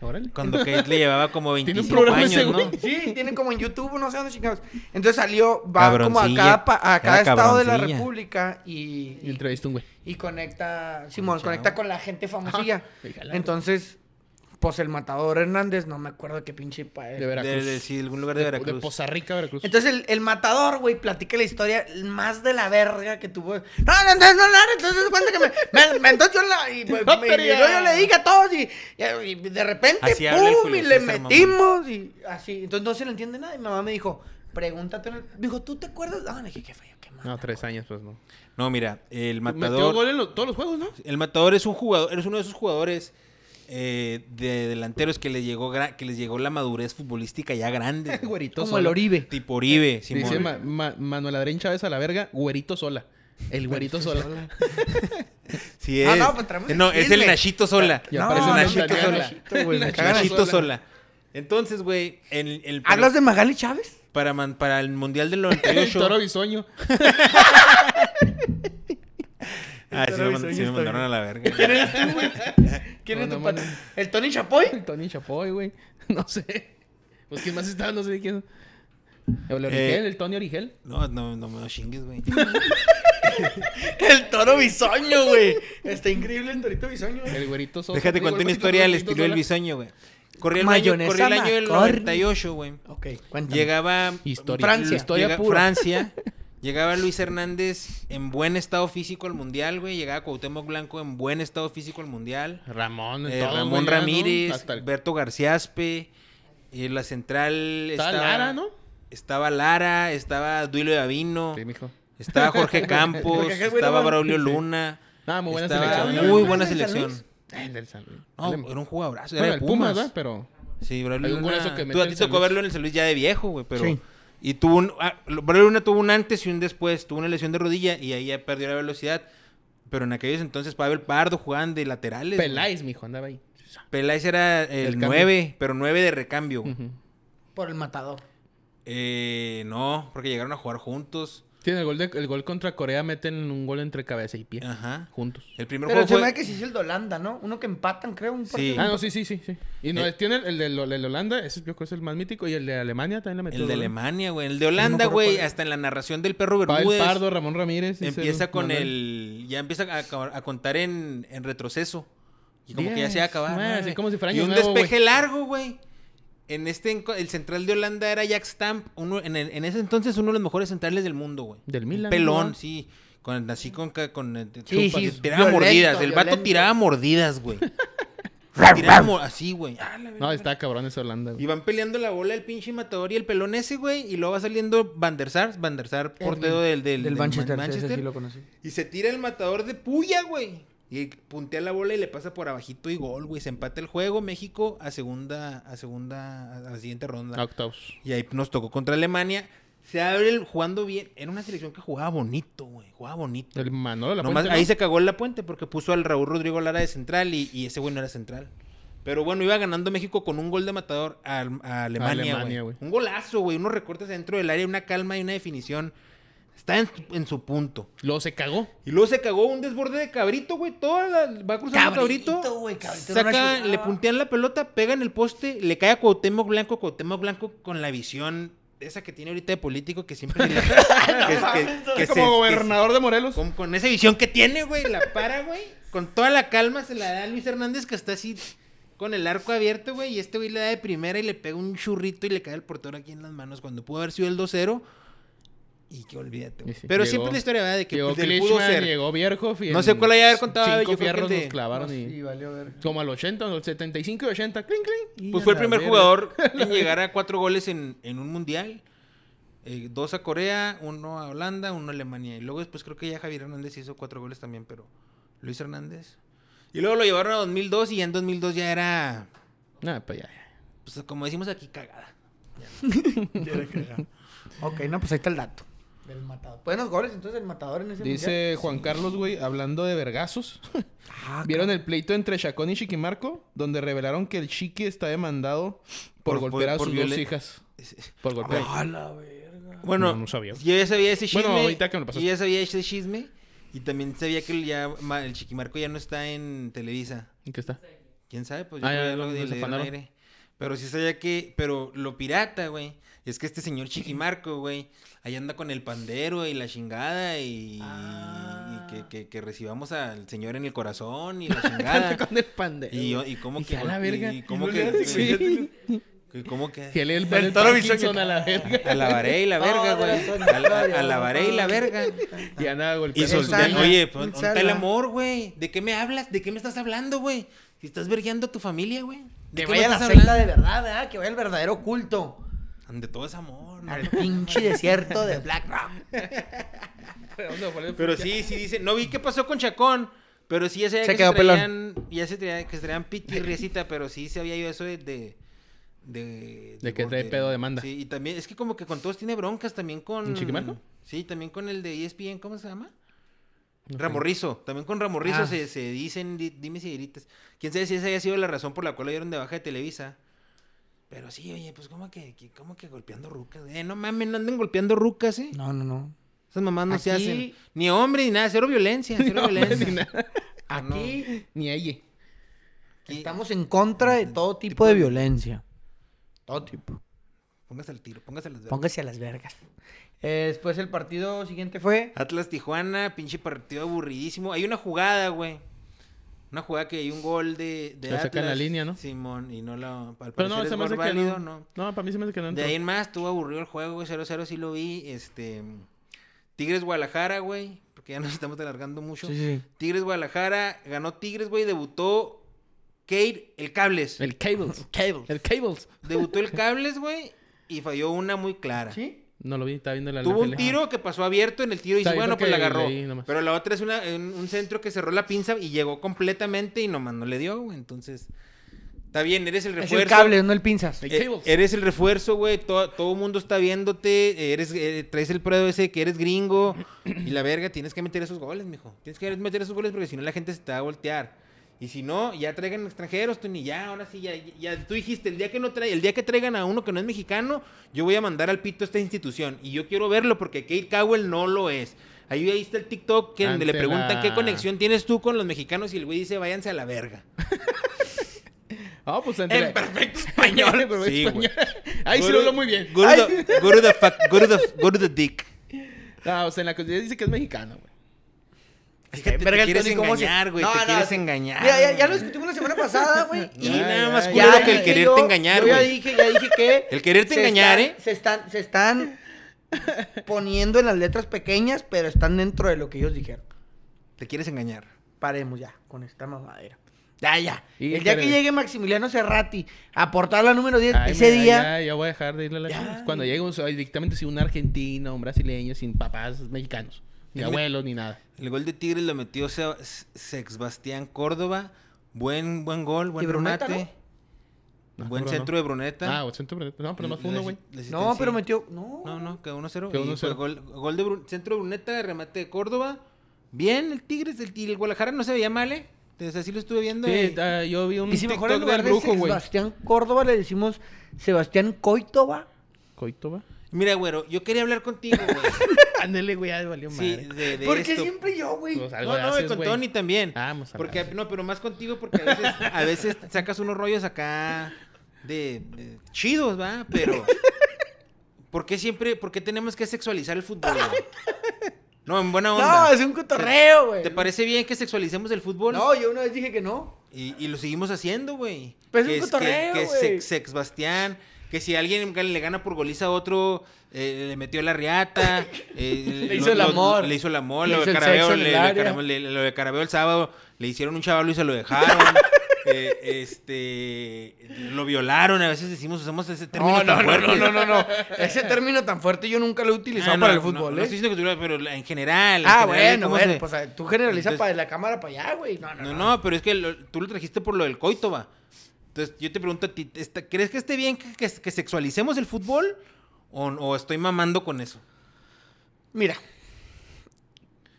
Speaker 1: Órale.
Speaker 3: Cuando Kate le llevaba como
Speaker 1: Tiene un
Speaker 3: 25
Speaker 1: programa
Speaker 3: años,
Speaker 1: ese
Speaker 3: ¿no?
Speaker 1: güey.
Speaker 2: Sí, tienen como en YouTube, no sé dónde chingados. Entonces salió, va como a
Speaker 3: Cabroncilla.
Speaker 2: cada, pa- a
Speaker 3: Era
Speaker 2: cada estado de la
Speaker 3: cabroncilla.
Speaker 2: República y,
Speaker 1: Y
Speaker 2: y,
Speaker 1: entrevistó un güey.
Speaker 2: y conecta, Simón,
Speaker 3: Chao.
Speaker 2: conecta con la gente famosilla.
Speaker 1: Fíjala.
Speaker 2: Entonces, pues el matador Hernández, no me acuerdo qué pinche este, país.
Speaker 1: De Veracruz.
Speaker 3: De, de- sí, de algún lugar de Veracruz.
Speaker 1: De Poza Rica, Veracruz.
Speaker 2: Entonces el, el matador, güey, platica la historia más de la verga que tuvo. No, no, no, no, no, entonces cuenta que me, me- me- entonces yo la- y, me-
Speaker 1: No,
Speaker 2: me-
Speaker 1: pero ya.
Speaker 2: yo, yo le dije a todos y, y- y de repente,
Speaker 3: Así habla el
Speaker 2: pum,
Speaker 3: Julio
Speaker 2: y le
Speaker 3: César, mamá.
Speaker 2: metimos y así. Entonces no se le entiende nada y mi mamá me dijo, pregúntate, en el-". dijo, ¿tú te acuerdas? Ah, le dije, ¿qué fue? ¿Qué más?
Speaker 1: No, tres años, pues no.
Speaker 3: No, mira, el
Speaker 1: Metió
Speaker 3: matador.
Speaker 1: gol en lo- todos los juegos, ¿no?
Speaker 3: El matador es un jugador, eres uno de esos jugadores eh, de delanteros que les llegó gra- que les llegó la madurez futbolística ya grande. güey.
Speaker 1: Güerito
Speaker 2: Como el Oribe.
Speaker 3: tipo Oribe,
Speaker 1: Dice
Speaker 3: Simón.
Speaker 1: Ma- Ma- Manuel Adrián Chávez a la verga, güerito sola. El güerito sola.
Speaker 3: Sí es.
Speaker 2: Ah, no, pues traemos
Speaker 3: Eh, no,
Speaker 2: el
Speaker 3: es el
Speaker 2: chisme.
Speaker 3: Nachito Sola.
Speaker 1: Y
Speaker 2: No,
Speaker 1: aparece
Speaker 2: no,
Speaker 1: Nachito
Speaker 2: me caga
Speaker 1: Sola.
Speaker 2: Nachito, güey, me
Speaker 1: Nachito
Speaker 2: caga
Speaker 3: Nachito Sola. Entonces, güey, el, el-
Speaker 2: ¿Hablas de Magali Chávez?
Speaker 3: para, man- para el Mundial del
Speaker 1: El
Speaker 3: 98.
Speaker 1: toro bisoño.
Speaker 3: ah,
Speaker 2: El
Speaker 3: sí, me
Speaker 2: toro
Speaker 3: man-
Speaker 2: Bisoño
Speaker 3: sí me
Speaker 2: está
Speaker 3: mandaron
Speaker 2: bien.
Speaker 3: a la verga.
Speaker 2: ¿Quién eres tú, güey? ¿Quién
Speaker 1: No,
Speaker 2: es
Speaker 1: no,
Speaker 2: tu pata?
Speaker 1: man.
Speaker 2: ¿El Tony Chapoy?
Speaker 1: El Tony Chapoy, güey. No sé. Pues quién más estaba, no sé quién. El Origel,
Speaker 3: Eh.
Speaker 1: el Tony Origel.
Speaker 3: No, no, no me lo chingues, güey.
Speaker 2: El toro bisoño, güey. Está increíble el torito bisoño. güey.
Speaker 1: El güerito sola.
Speaker 3: Déjate
Speaker 1: Digo,
Speaker 3: contar una
Speaker 1: güerito
Speaker 3: historia al
Speaker 1: sola,
Speaker 3: estilo del
Speaker 1: güerito
Speaker 3: bisoño, güey. Corría el año,
Speaker 2: Mayonesa
Speaker 3: corría el año del
Speaker 2: McCormick.
Speaker 3: 98, güey.
Speaker 2: Ok, cuéntame.
Speaker 3: Llegaba
Speaker 1: Historia.
Speaker 2: Francia.
Speaker 1: Historia
Speaker 3: llega-
Speaker 1: pura.
Speaker 3: Francia. Llegaba Luis Hernández en buen estado físico al mundial, güey. Llegaba Cuauhtémoc Blanco en buen estado físico al mundial.
Speaker 1: sola. Ramón,
Speaker 3: Eh,
Speaker 1: todos,
Speaker 3: Ramón
Speaker 1: güey, ya, ¿no?
Speaker 3: Ramírez,
Speaker 1: Hasta el-
Speaker 3: Berto Garciaspe. Y la central
Speaker 1: Estaba
Speaker 3: estaba,
Speaker 1: Lara, ¿no?
Speaker 3: Estaba Lara, estaba Duilo de Avino,
Speaker 1: Sí, mijo.
Speaker 3: estaba Jorge Campos,
Speaker 2: Porque acá, güey,
Speaker 3: estaba
Speaker 2: no mames.
Speaker 3: Braulio Luna.
Speaker 1: Ah, muy buena
Speaker 3: estaba-
Speaker 1: selección.
Speaker 3: Muy
Speaker 1: ¿no?
Speaker 3: buena
Speaker 2: ¿Del San
Speaker 3: selección.
Speaker 2: Luis?
Speaker 1: El del San Luis.
Speaker 3: No,
Speaker 1: Bueno,
Speaker 3: era un jugadorazo, era
Speaker 1: el
Speaker 3: de
Speaker 1: Pumas,
Speaker 3: Pumas.
Speaker 1: ¿verdad? Pero.
Speaker 3: Sí, Braulio
Speaker 1: Hay un
Speaker 3: Luna.
Speaker 1: golazo que mete
Speaker 3: Tú a
Speaker 1: el
Speaker 3: ti
Speaker 1: San
Speaker 3: tocó
Speaker 1: Luis.
Speaker 3: verlo en el San Luis ya de viejo, güey, pero...
Speaker 2: Sí.
Speaker 3: Y tuvo un... ah, lo- Braulio Luna tuvo un antes y un después. Tuvo una lesión de rodilla y ahí ya perdió la velocidad. Pero en aquellos entonces Pavel Pardo jugaban de laterales. güey.
Speaker 1: Peláez, mijo, andaba ahí.
Speaker 3: Peláez era el,
Speaker 1: El cambio.
Speaker 3: 9, pero 9 de recambio. güey.
Speaker 1: Ujú.
Speaker 2: Por el matador.
Speaker 3: Eh, no, porque llegaron a jugar juntos.
Speaker 1: Tiene el gol, de- el gol contra Corea, meten un gol entre cabeza y pie.
Speaker 3: Ajá.
Speaker 1: Juntos.
Speaker 3: El primer
Speaker 2: Pero el
Speaker 3: juego
Speaker 2: tema
Speaker 3: fue...
Speaker 2: es que se hizo el de Holanda, ¿no? Uno que empatan, creo, un
Speaker 3: Sí.
Speaker 1: Ah,
Speaker 2: partido.
Speaker 1: no, sí, sí, sí. sí. Y no,
Speaker 3: Eh.
Speaker 1: tiene el, el de, lo- el de Holanda, ese yo creo que es el más mítico. Y el de Alemania también la metió.
Speaker 3: El de
Speaker 1: gol.
Speaker 3: Alemania, güey. El de Holanda,
Speaker 2: acuerdo
Speaker 3: güey.
Speaker 2: cuál es.
Speaker 3: Hasta en la narración del perro
Speaker 1: Pavel
Speaker 3: Bermúdez.
Speaker 1: Pardo, Ramón Ramírez. ese
Speaker 3: Empieza con
Speaker 1: Manuel.
Speaker 3: el. Ya empieza a, acabar- a contar en, en retroceso. Y como que ya se
Speaker 1: Diez,
Speaker 3: va a acabar.
Speaker 1: nueve,
Speaker 3: nueve.
Speaker 1: así como si fuera
Speaker 3: y
Speaker 1: año
Speaker 3: un
Speaker 1: nuevo,
Speaker 3: despeje largo, güey. En este, enco- el central de Holanda era Jack Stamp. Uno, en, el- en ese entonces, uno de los mejores centrales del mundo, güey.
Speaker 1: Del
Speaker 3: Un
Speaker 1: Milan,
Speaker 3: Pelón,
Speaker 1: ¿no?
Speaker 3: sí. Con, así con. ca- con
Speaker 2: Sí,
Speaker 3: chupa,
Speaker 2: sí,
Speaker 3: tiraba
Speaker 2: violento,
Speaker 3: mordidas. El vato
Speaker 2: violento.
Speaker 3: tiraba mordidas, güey. tiraba mo- así, güey. Ah, la
Speaker 1: No,
Speaker 3: verga.
Speaker 1: está cabrón ese Holanda. güey.
Speaker 3: Y van peleando la bola el pinche matador y el pelón ese, güey. Y luego va saliendo Van der Sar, Van der Sar, portero del, del,
Speaker 2: Del
Speaker 3: del
Speaker 2: Manchester,
Speaker 3: Man-
Speaker 2: Manchester.
Speaker 3: Manchester.
Speaker 2: sí lo conocí.
Speaker 3: Y se tira el matador de puya, güey. Y puntea la bola y le pasa por abajito y gol, güey. Se empata el juego. México a segunda, a segunda, a la siguiente ronda.
Speaker 1: A Octavos.
Speaker 3: Y ahí nos tocó contra Alemania. Se abre el jugando bien. Era una selección que jugaba bonito, güey. Jugaba bonito.
Speaker 1: El Manolo la
Speaker 3: Nomás
Speaker 1: Puente,
Speaker 3: ahí
Speaker 1: ¿no?
Speaker 3: se cagó en la puente porque puso al Raúl Rodrigo Lara de central y, y ese güey no era central. Pero bueno, iba ganando México con un gol de matador a, a Alemania,
Speaker 1: Alemania, güey.
Speaker 3: güey. Un golazo, güey. Unos recortes dentro del área, una calma y una definición. Está en, en su punto.
Speaker 1: Luego se cagó.
Speaker 3: Y luego se cagó un desborde de cabrito, güey. Toda la, va cruzando
Speaker 2: Cabrito,
Speaker 3: cabrito.
Speaker 2: güey, cabrito era una
Speaker 3: saca,
Speaker 2: chulada.
Speaker 3: le puntean la pelota, pega en el poste, le cae a Cuauhtémoc Blanco. Cuauhtémoc Blanco con la visión esa que tiene ahorita de político que siempre se le- que- que- que se- que se-
Speaker 1: como gobernador de Morelos.
Speaker 3: con, con esa visión que tiene, güey, la para, güey. Con toda la calma se la da a Luis Hernández que está así con el arco abierto, güey. Y este güey le da de primera y le pega un churrito y le cae el portero aquí en las manos cuando pudo haber sido el 2-0. Y que olvídate, güey.
Speaker 1: Y sí,
Speaker 3: Pero
Speaker 1: llegó-
Speaker 3: siempre la historia, ¿verdad? De que
Speaker 1: llegó
Speaker 3: pues, del pudo
Speaker 1: Klichmann,
Speaker 3: ser.
Speaker 1: llegó Bierhoff. y
Speaker 3: No
Speaker 1: en
Speaker 3: sé cuál haya haber contado, yo
Speaker 1: Cinco
Speaker 3: creo que el
Speaker 1: fierros
Speaker 3: de-
Speaker 1: nos clavaron y...
Speaker 2: Sí, valió verga.
Speaker 1: Como al 80, al 75 y 80. Cling, cling.
Speaker 3: Pues fue el
Speaker 1: Y a la
Speaker 3: primer
Speaker 1: verga.
Speaker 3: jugador en llegar a cuatro goles en, en un mundial. Eh, dos a Corea, uno a Holanda, uno a Alemania. Y luego después creo que ya Javier Hernández hizo cuatro goles también, pero Luis Hernández. Y luego lo llevaron a 2002 y ya en 2002 ya era,
Speaker 1: Nah, pues ya. ya.
Speaker 3: pues como decimos aquí, cagada.
Speaker 2: Ok, no, pues ahí está el dato. Del matador. Buenos goles, entonces el matador en ese
Speaker 1: Dice Juan Carlos, güey, hablando de vergazos.
Speaker 2: Ah,
Speaker 1: ¿Vieron el pleito entre Chacón y Chiquimarco? Donde revelaron que el Chiqui está demandado por,
Speaker 3: Por- por-
Speaker 1: golpear a
Speaker 3: por
Speaker 1: sus
Speaker 3: violen-
Speaker 1: dos hijas. Por golpear.
Speaker 2: A la verga.
Speaker 3: Bueno,
Speaker 1: No, no sabía.
Speaker 3: yo ya sabía ese chisme.
Speaker 1: Bueno, ahorita que me lo pasaste.
Speaker 3: Yo ya sabía ese chisme. Y también sabía que ya ma- el Chiquimarco ya no está en Televisa.
Speaker 1: ¿En qué está?
Speaker 3: ¿Quién sabe? Pues yo
Speaker 1: Ah,
Speaker 3: creo
Speaker 1: ya, lo-
Speaker 3: ya lo
Speaker 1: lo
Speaker 3: le dieron
Speaker 1: zafanaron.
Speaker 3: aire. Pero sí sabía que... Pero lo pirata, güey. Es que este señor Chiquimarco, güey. Ahí anda con el pandero y la chingada y...
Speaker 2: Ah.
Speaker 3: y que, que- que recibamos al señor en el corazón y la chingada.
Speaker 1: Con el pandero.
Speaker 3: y, y cómo
Speaker 1: Dije,
Speaker 3: que...
Speaker 1: a la verga.
Speaker 3: Y cómo
Speaker 1: Y
Speaker 3: que...
Speaker 1: luego- Sí.
Speaker 3: que- cómo que...
Speaker 1: Que le el, el,
Speaker 2: toro
Speaker 1: Parkinson a la verga.
Speaker 3: Alabaré y la verga, güey. Al- a- Alabaré y la verga.
Speaker 1: Y andaba
Speaker 3: Y
Speaker 1: golpeando.
Speaker 2: solté-
Speaker 3: solté,
Speaker 2: Insana,
Speaker 3: oye, pues, ¿dónde
Speaker 2: insana.
Speaker 3: está el amor, güey? ¿De qué me hablas? ¿De qué me estás hablando, güey? Si estás vergueando a tu familia, güey. ¿De
Speaker 2: Que
Speaker 3: qué me
Speaker 2: vaya a la
Speaker 3: estás
Speaker 2: secta
Speaker 3: hablando?
Speaker 2: de verdad, ¿verdad? Que vaya al verdadero culto.
Speaker 3: Ante todo es amor. ¿no?
Speaker 2: Al pinche desierto de Black Rock.
Speaker 3: Pero sí, sí dice, no vi qué pasó con Chacón, pero sí ya sabía
Speaker 2: Se
Speaker 3: que
Speaker 2: quedó
Speaker 3: se traían, ya se traían, que se traían pitirriecita, pero sí se había ido eso de de de,
Speaker 1: De que trae pedo demanda.
Speaker 3: Sí, y también es que como que con todos tiene broncas también con
Speaker 1: ¿Con Chiquimarco?
Speaker 3: Sí, también con el de E ESPN, ¿cómo se llama?
Speaker 1: sé.
Speaker 3: Ramorrizo, también con Ramorrizo
Speaker 2: Ah.
Speaker 3: se, se dicen, di- dime si gritas. Quién sabe si esa haya sido la razón por la cual lo dieron de baja de Televisa. Pero sí, oye, pues como que, que- como que golpeando rucas. Eh, no mames, no anden golpeando rucas, eh.
Speaker 2: No, no, no.
Speaker 3: Esas mamás no se
Speaker 2: Aquí-
Speaker 3: hacen. Ni hombre ni nada, cero violencia, cero violencia. Ah, No.
Speaker 2: Aquí
Speaker 1: Ni ella.
Speaker 3: Aquí-
Speaker 2: estamos en contra de todo tipo
Speaker 3: Tipo
Speaker 2: de
Speaker 3: de-
Speaker 2: violencia. Todo tipo.
Speaker 3: Póngase al tiro, póngase las vergas.
Speaker 2: Póngase a las vergas. Eh, después el partido siguiente fue.
Speaker 3: Atlas Tijuana, pinche partido aburridísimo. Hay una jugada, güey. Una jugada que hay un gol de, de
Speaker 1: Le
Speaker 3: Atlas.
Speaker 1: sacan la línea, ¿no?
Speaker 3: Simón, y no lo... Al
Speaker 1: Pero no,
Speaker 3: parecer
Speaker 1: se
Speaker 3: es
Speaker 1: me hace
Speaker 3: gol
Speaker 1: que
Speaker 3: válido,
Speaker 1: no.
Speaker 3: no.
Speaker 1: No, para mí se me hace que no
Speaker 3: De
Speaker 1: entró.
Speaker 3: ahí en más, estuvo aburrido el juego, güey. 0-0 sí lo vi. Este... Tigres Guadalajara, güey. Porque ya nos estamos alargando mucho.
Speaker 2: Sí, sí.
Speaker 3: Tigres Guadalajara. Ganó Tigres, güey. Debutó Kate el Cables.
Speaker 1: El Cables.
Speaker 2: Cables.
Speaker 1: El Cables.
Speaker 3: Debutó el Cables, güey. Y falló una muy clara.
Speaker 2: ¿Sí?
Speaker 1: No lo vi, estaba viendo la
Speaker 3: Tuvo
Speaker 1: la
Speaker 3: un
Speaker 1: tele.
Speaker 3: tiro que pasó abierto en el tiro y
Speaker 1: Está
Speaker 3: dice,
Speaker 1: bien,
Speaker 3: bueno, pues la
Speaker 1: porque
Speaker 3: agarró.
Speaker 1: leí nomás.
Speaker 3: Pero la otra es una, en un centro que cerró la pinza y llegó completamente y nomás no le dio, güey. Entonces, está bien, eres el
Speaker 2: Es
Speaker 3: refuerzo.
Speaker 2: el cable, no el pinzas.
Speaker 1: El
Speaker 3: Eh,
Speaker 1: cables.
Speaker 3: eres el refuerzo, güey. Todo, todo mundo está viéndote. Eres, eh, traes el prueba ese que eres gringo. Y la verga, tienes que meter esos goles, mijo. Tienes que meter esos goles porque si no la gente se te va a voltear. Y si no, ya traigan extranjeros, tú ni ya, ahora sí, ya, ya tú dijiste, el día que no trae, el día que traigan a uno que no es mexicano, yo voy a mandar al pito a esta institución. Y yo quiero verlo porque Kate Cowell no lo es. Ahí, ahí está el TikTok que donde le
Speaker 1: Ante
Speaker 3: preguntan
Speaker 1: la-
Speaker 3: qué conexión tienes tú con los mexicanos y el güey dice, váyanse a la verga.
Speaker 1: Ah, pues entre...
Speaker 3: En perfecto español.
Speaker 1: Pero
Speaker 3: Sí,
Speaker 1: español.
Speaker 3: güey.
Speaker 1: Ahí sí
Speaker 3: Guru-
Speaker 1: lo habló muy bien.
Speaker 3: Go to, the, go to the fuck, go to the, go to the dick.
Speaker 1: Ah, o sea, en la constitución dice que es mexicano, güey.
Speaker 3: Es que te,
Speaker 2: Verga, el
Speaker 3: quieres
Speaker 2: Tony, ¿cómo se-
Speaker 3: engañar, güey.
Speaker 2: No,
Speaker 3: te
Speaker 2: no,
Speaker 3: quieres
Speaker 2: sí.
Speaker 3: engañar.
Speaker 2: Mira, ya, ya lo
Speaker 3: güey.
Speaker 2: discutimos la semana pasada, güey.
Speaker 3: Y
Speaker 1: Ya,
Speaker 3: nada
Speaker 1: ya,
Speaker 3: más
Speaker 1: ya,
Speaker 3: culero
Speaker 1: ya,
Speaker 3: que el
Speaker 1: ya,
Speaker 3: quererte
Speaker 2: yo-
Speaker 3: engañar,
Speaker 2: Yo ya
Speaker 3: güey.
Speaker 2: dije, ya dije que.
Speaker 3: El quererte
Speaker 2: se
Speaker 3: engañar,
Speaker 2: están-
Speaker 3: ¿eh?
Speaker 2: Se están, se están poniendo en las letras pequeñas, pero están dentro de lo que ellos dijeron.
Speaker 3: Te quieres engañar.
Speaker 2: Paremos ya con esta mamadera. Ya, ya.
Speaker 1: Y
Speaker 2: el día que
Speaker 1: espérame.
Speaker 2: llegue Maximiliano Cerrati a portar la número 10,
Speaker 1: Ay,
Speaker 2: ese
Speaker 1: mira,
Speaker 2: día.
Speaker 1: Ya, ya voy a dejar de irle a la
Speaker 2: Ya.
Speaker 1: chingada. Cuando llegue un, ay, directamente si un argentino, un brasileño, sin papás mexicanos, ni
Speaker 3: El me-
Speaker 1: abuelos, ni nada.
Speaker 3: El gol de Tigres lo metió Se- Sexbastián Córdoba. Buen, buen gol, buen
Speaker 2: Y Bruneta,
Speaker 3: remate.
Speaker 1: ¿no?
Speaker 3: Buen
Speaker 1: No, no,
Speaker 3: centro
Speaker 1: no.
Speaker 3: de Bruneta.
Speaker 1: Ah, 80 No, pero más
Speaker 3: La-
Speaker 1: fue uno,
Speaker 3: la-
Speaker 1: güey.
Speaker 3: la
Speaker 2: No, pero
Speaker 3: asistencia.
Speaker 2: metió. No.
Speaker 3: No, no, quedó 1-0.
Speaker 1: Quedó
Speaker 3: Y
Speaker 1: 1-0.
Speaker 3: fue Gol, gol de Bru- centro de Bruneta, remate de Córdoba. Bien, el Tigres, el, y el Guadalajara no se veía mal, ¿eh? Entonces así lo estuve viendo. eh.
Speaker 1: Sí,
Speaker 3: y-
Speaker 1: ah, yo vi un
Speaker 2: Y si mejor en
Speaker 1: TikTok
Speaker 2: lugar
Speaker 1: del
Speaker 2: de
Speaker 1: brujo, güey.
Speaker 2: Sebastián Córdoba le decimos Sebastián Coitova.
Speaker 1: Coito, va.
Speaker 3: Mira, güero, yo quería hablar contigo, güey.
Speaker 1: Ándale, güey, ya valió
Speaker 3: Sí,
Speaker 1: madre.
Speaker 3: de, de
Speaker 2: ¿Por qué
Speaker 3: esto.
Speaker 2: siempre yo, güey?
Speaker 1: Pues, algo
Speaker 3: No, no,
Speaker 1: haces,
Speaker 3: con
Speaker 1: güey.
Speaker 3: Tony también.
Speaker 1: Vamos a la
Speaker 3: porque,
Speaker 1: verga.
Speaker 3: no, pero más contigo porque a veces, a veces sacas unos rollos acá de, de chidos, ¿va? Pero ¿por qué siempre, por qué tenemos que sexualizar el fútbol? güey? No, en buena onda.
Speaker 2: No, es un cotorreo, güey.
Speaker 3: ¿Te parece bien que sexualicemos el fútbol?
Speaker 2: No, yo una vez dije que no.
Speaker 3: Y, y lo seguimos haciendo, güey.
Speaker 2: Pero es
Speaker 3: que
Speaker 2: un cotorreo,
Speaker 3: Que, que
Speaker 2: güey.
Speaker 3: sex, sex Bastián, que si alguien gan- le gana por goliza a otro, eh, le metió la riata. eh,
Speaker 2: Le hizo el amor.
Speaker 3: Le hizo el amor.
Speaker 2: Le
Speaker 3: Lo
Speaker 2: hizo
Speaker 3: de
Speaker 2: el
Speaker 3: carabeo,
Speaker 2: sexo en
Speaker 3: le,
Speaker 2: el
Speaker 3: lo de
Speaker 2: área.
Speaker 3: Carabeo- le- lo de carabeo el sábado, le hicieron un chavalo y se lo dejaron. Eh, este lo violaron a veces decimos usamos ese
Speaker 2: No,
Speaker 3: término
Speaker 2: no,
Speaker 3: tan
Speaker 2: no,
Speaker 3: fuerte.
Speaker 2: no, no, no, no. Ese término tan fuerte yo nunca lo he utilizado
Speaker 3: Ah, no,
Speaker 2: para el
Speaker 3: no,
Speaker 2: fútbol,
Speaker 3: no
Speaker 2: ¿eh?
Speaker 3: estoy diciendo que tú- pero en general en
Speaker 2: ah,
Speaker 3: general,
Speaker 2: bueno,
Speaker 3: ¿cómo
Speaker 2: bueno.
Speaker 3: se-
Speaker 2: Pues a- tú generalizas
Speaker 3: Entonces-
Speaker 2: para la cámara para allá, güey. No, no,
Speaker 3: No,
Speaker 2: no.
Speaker 3: no, pero es que lo- tú lo trajiste por lo del coito, va. Entonces, yo te pregunto a ti, ¿está- ¿crees que esté bien que, que- que sexualicemos el fútbol o, o estoy mamando con eso?
Speaker 2: Mira.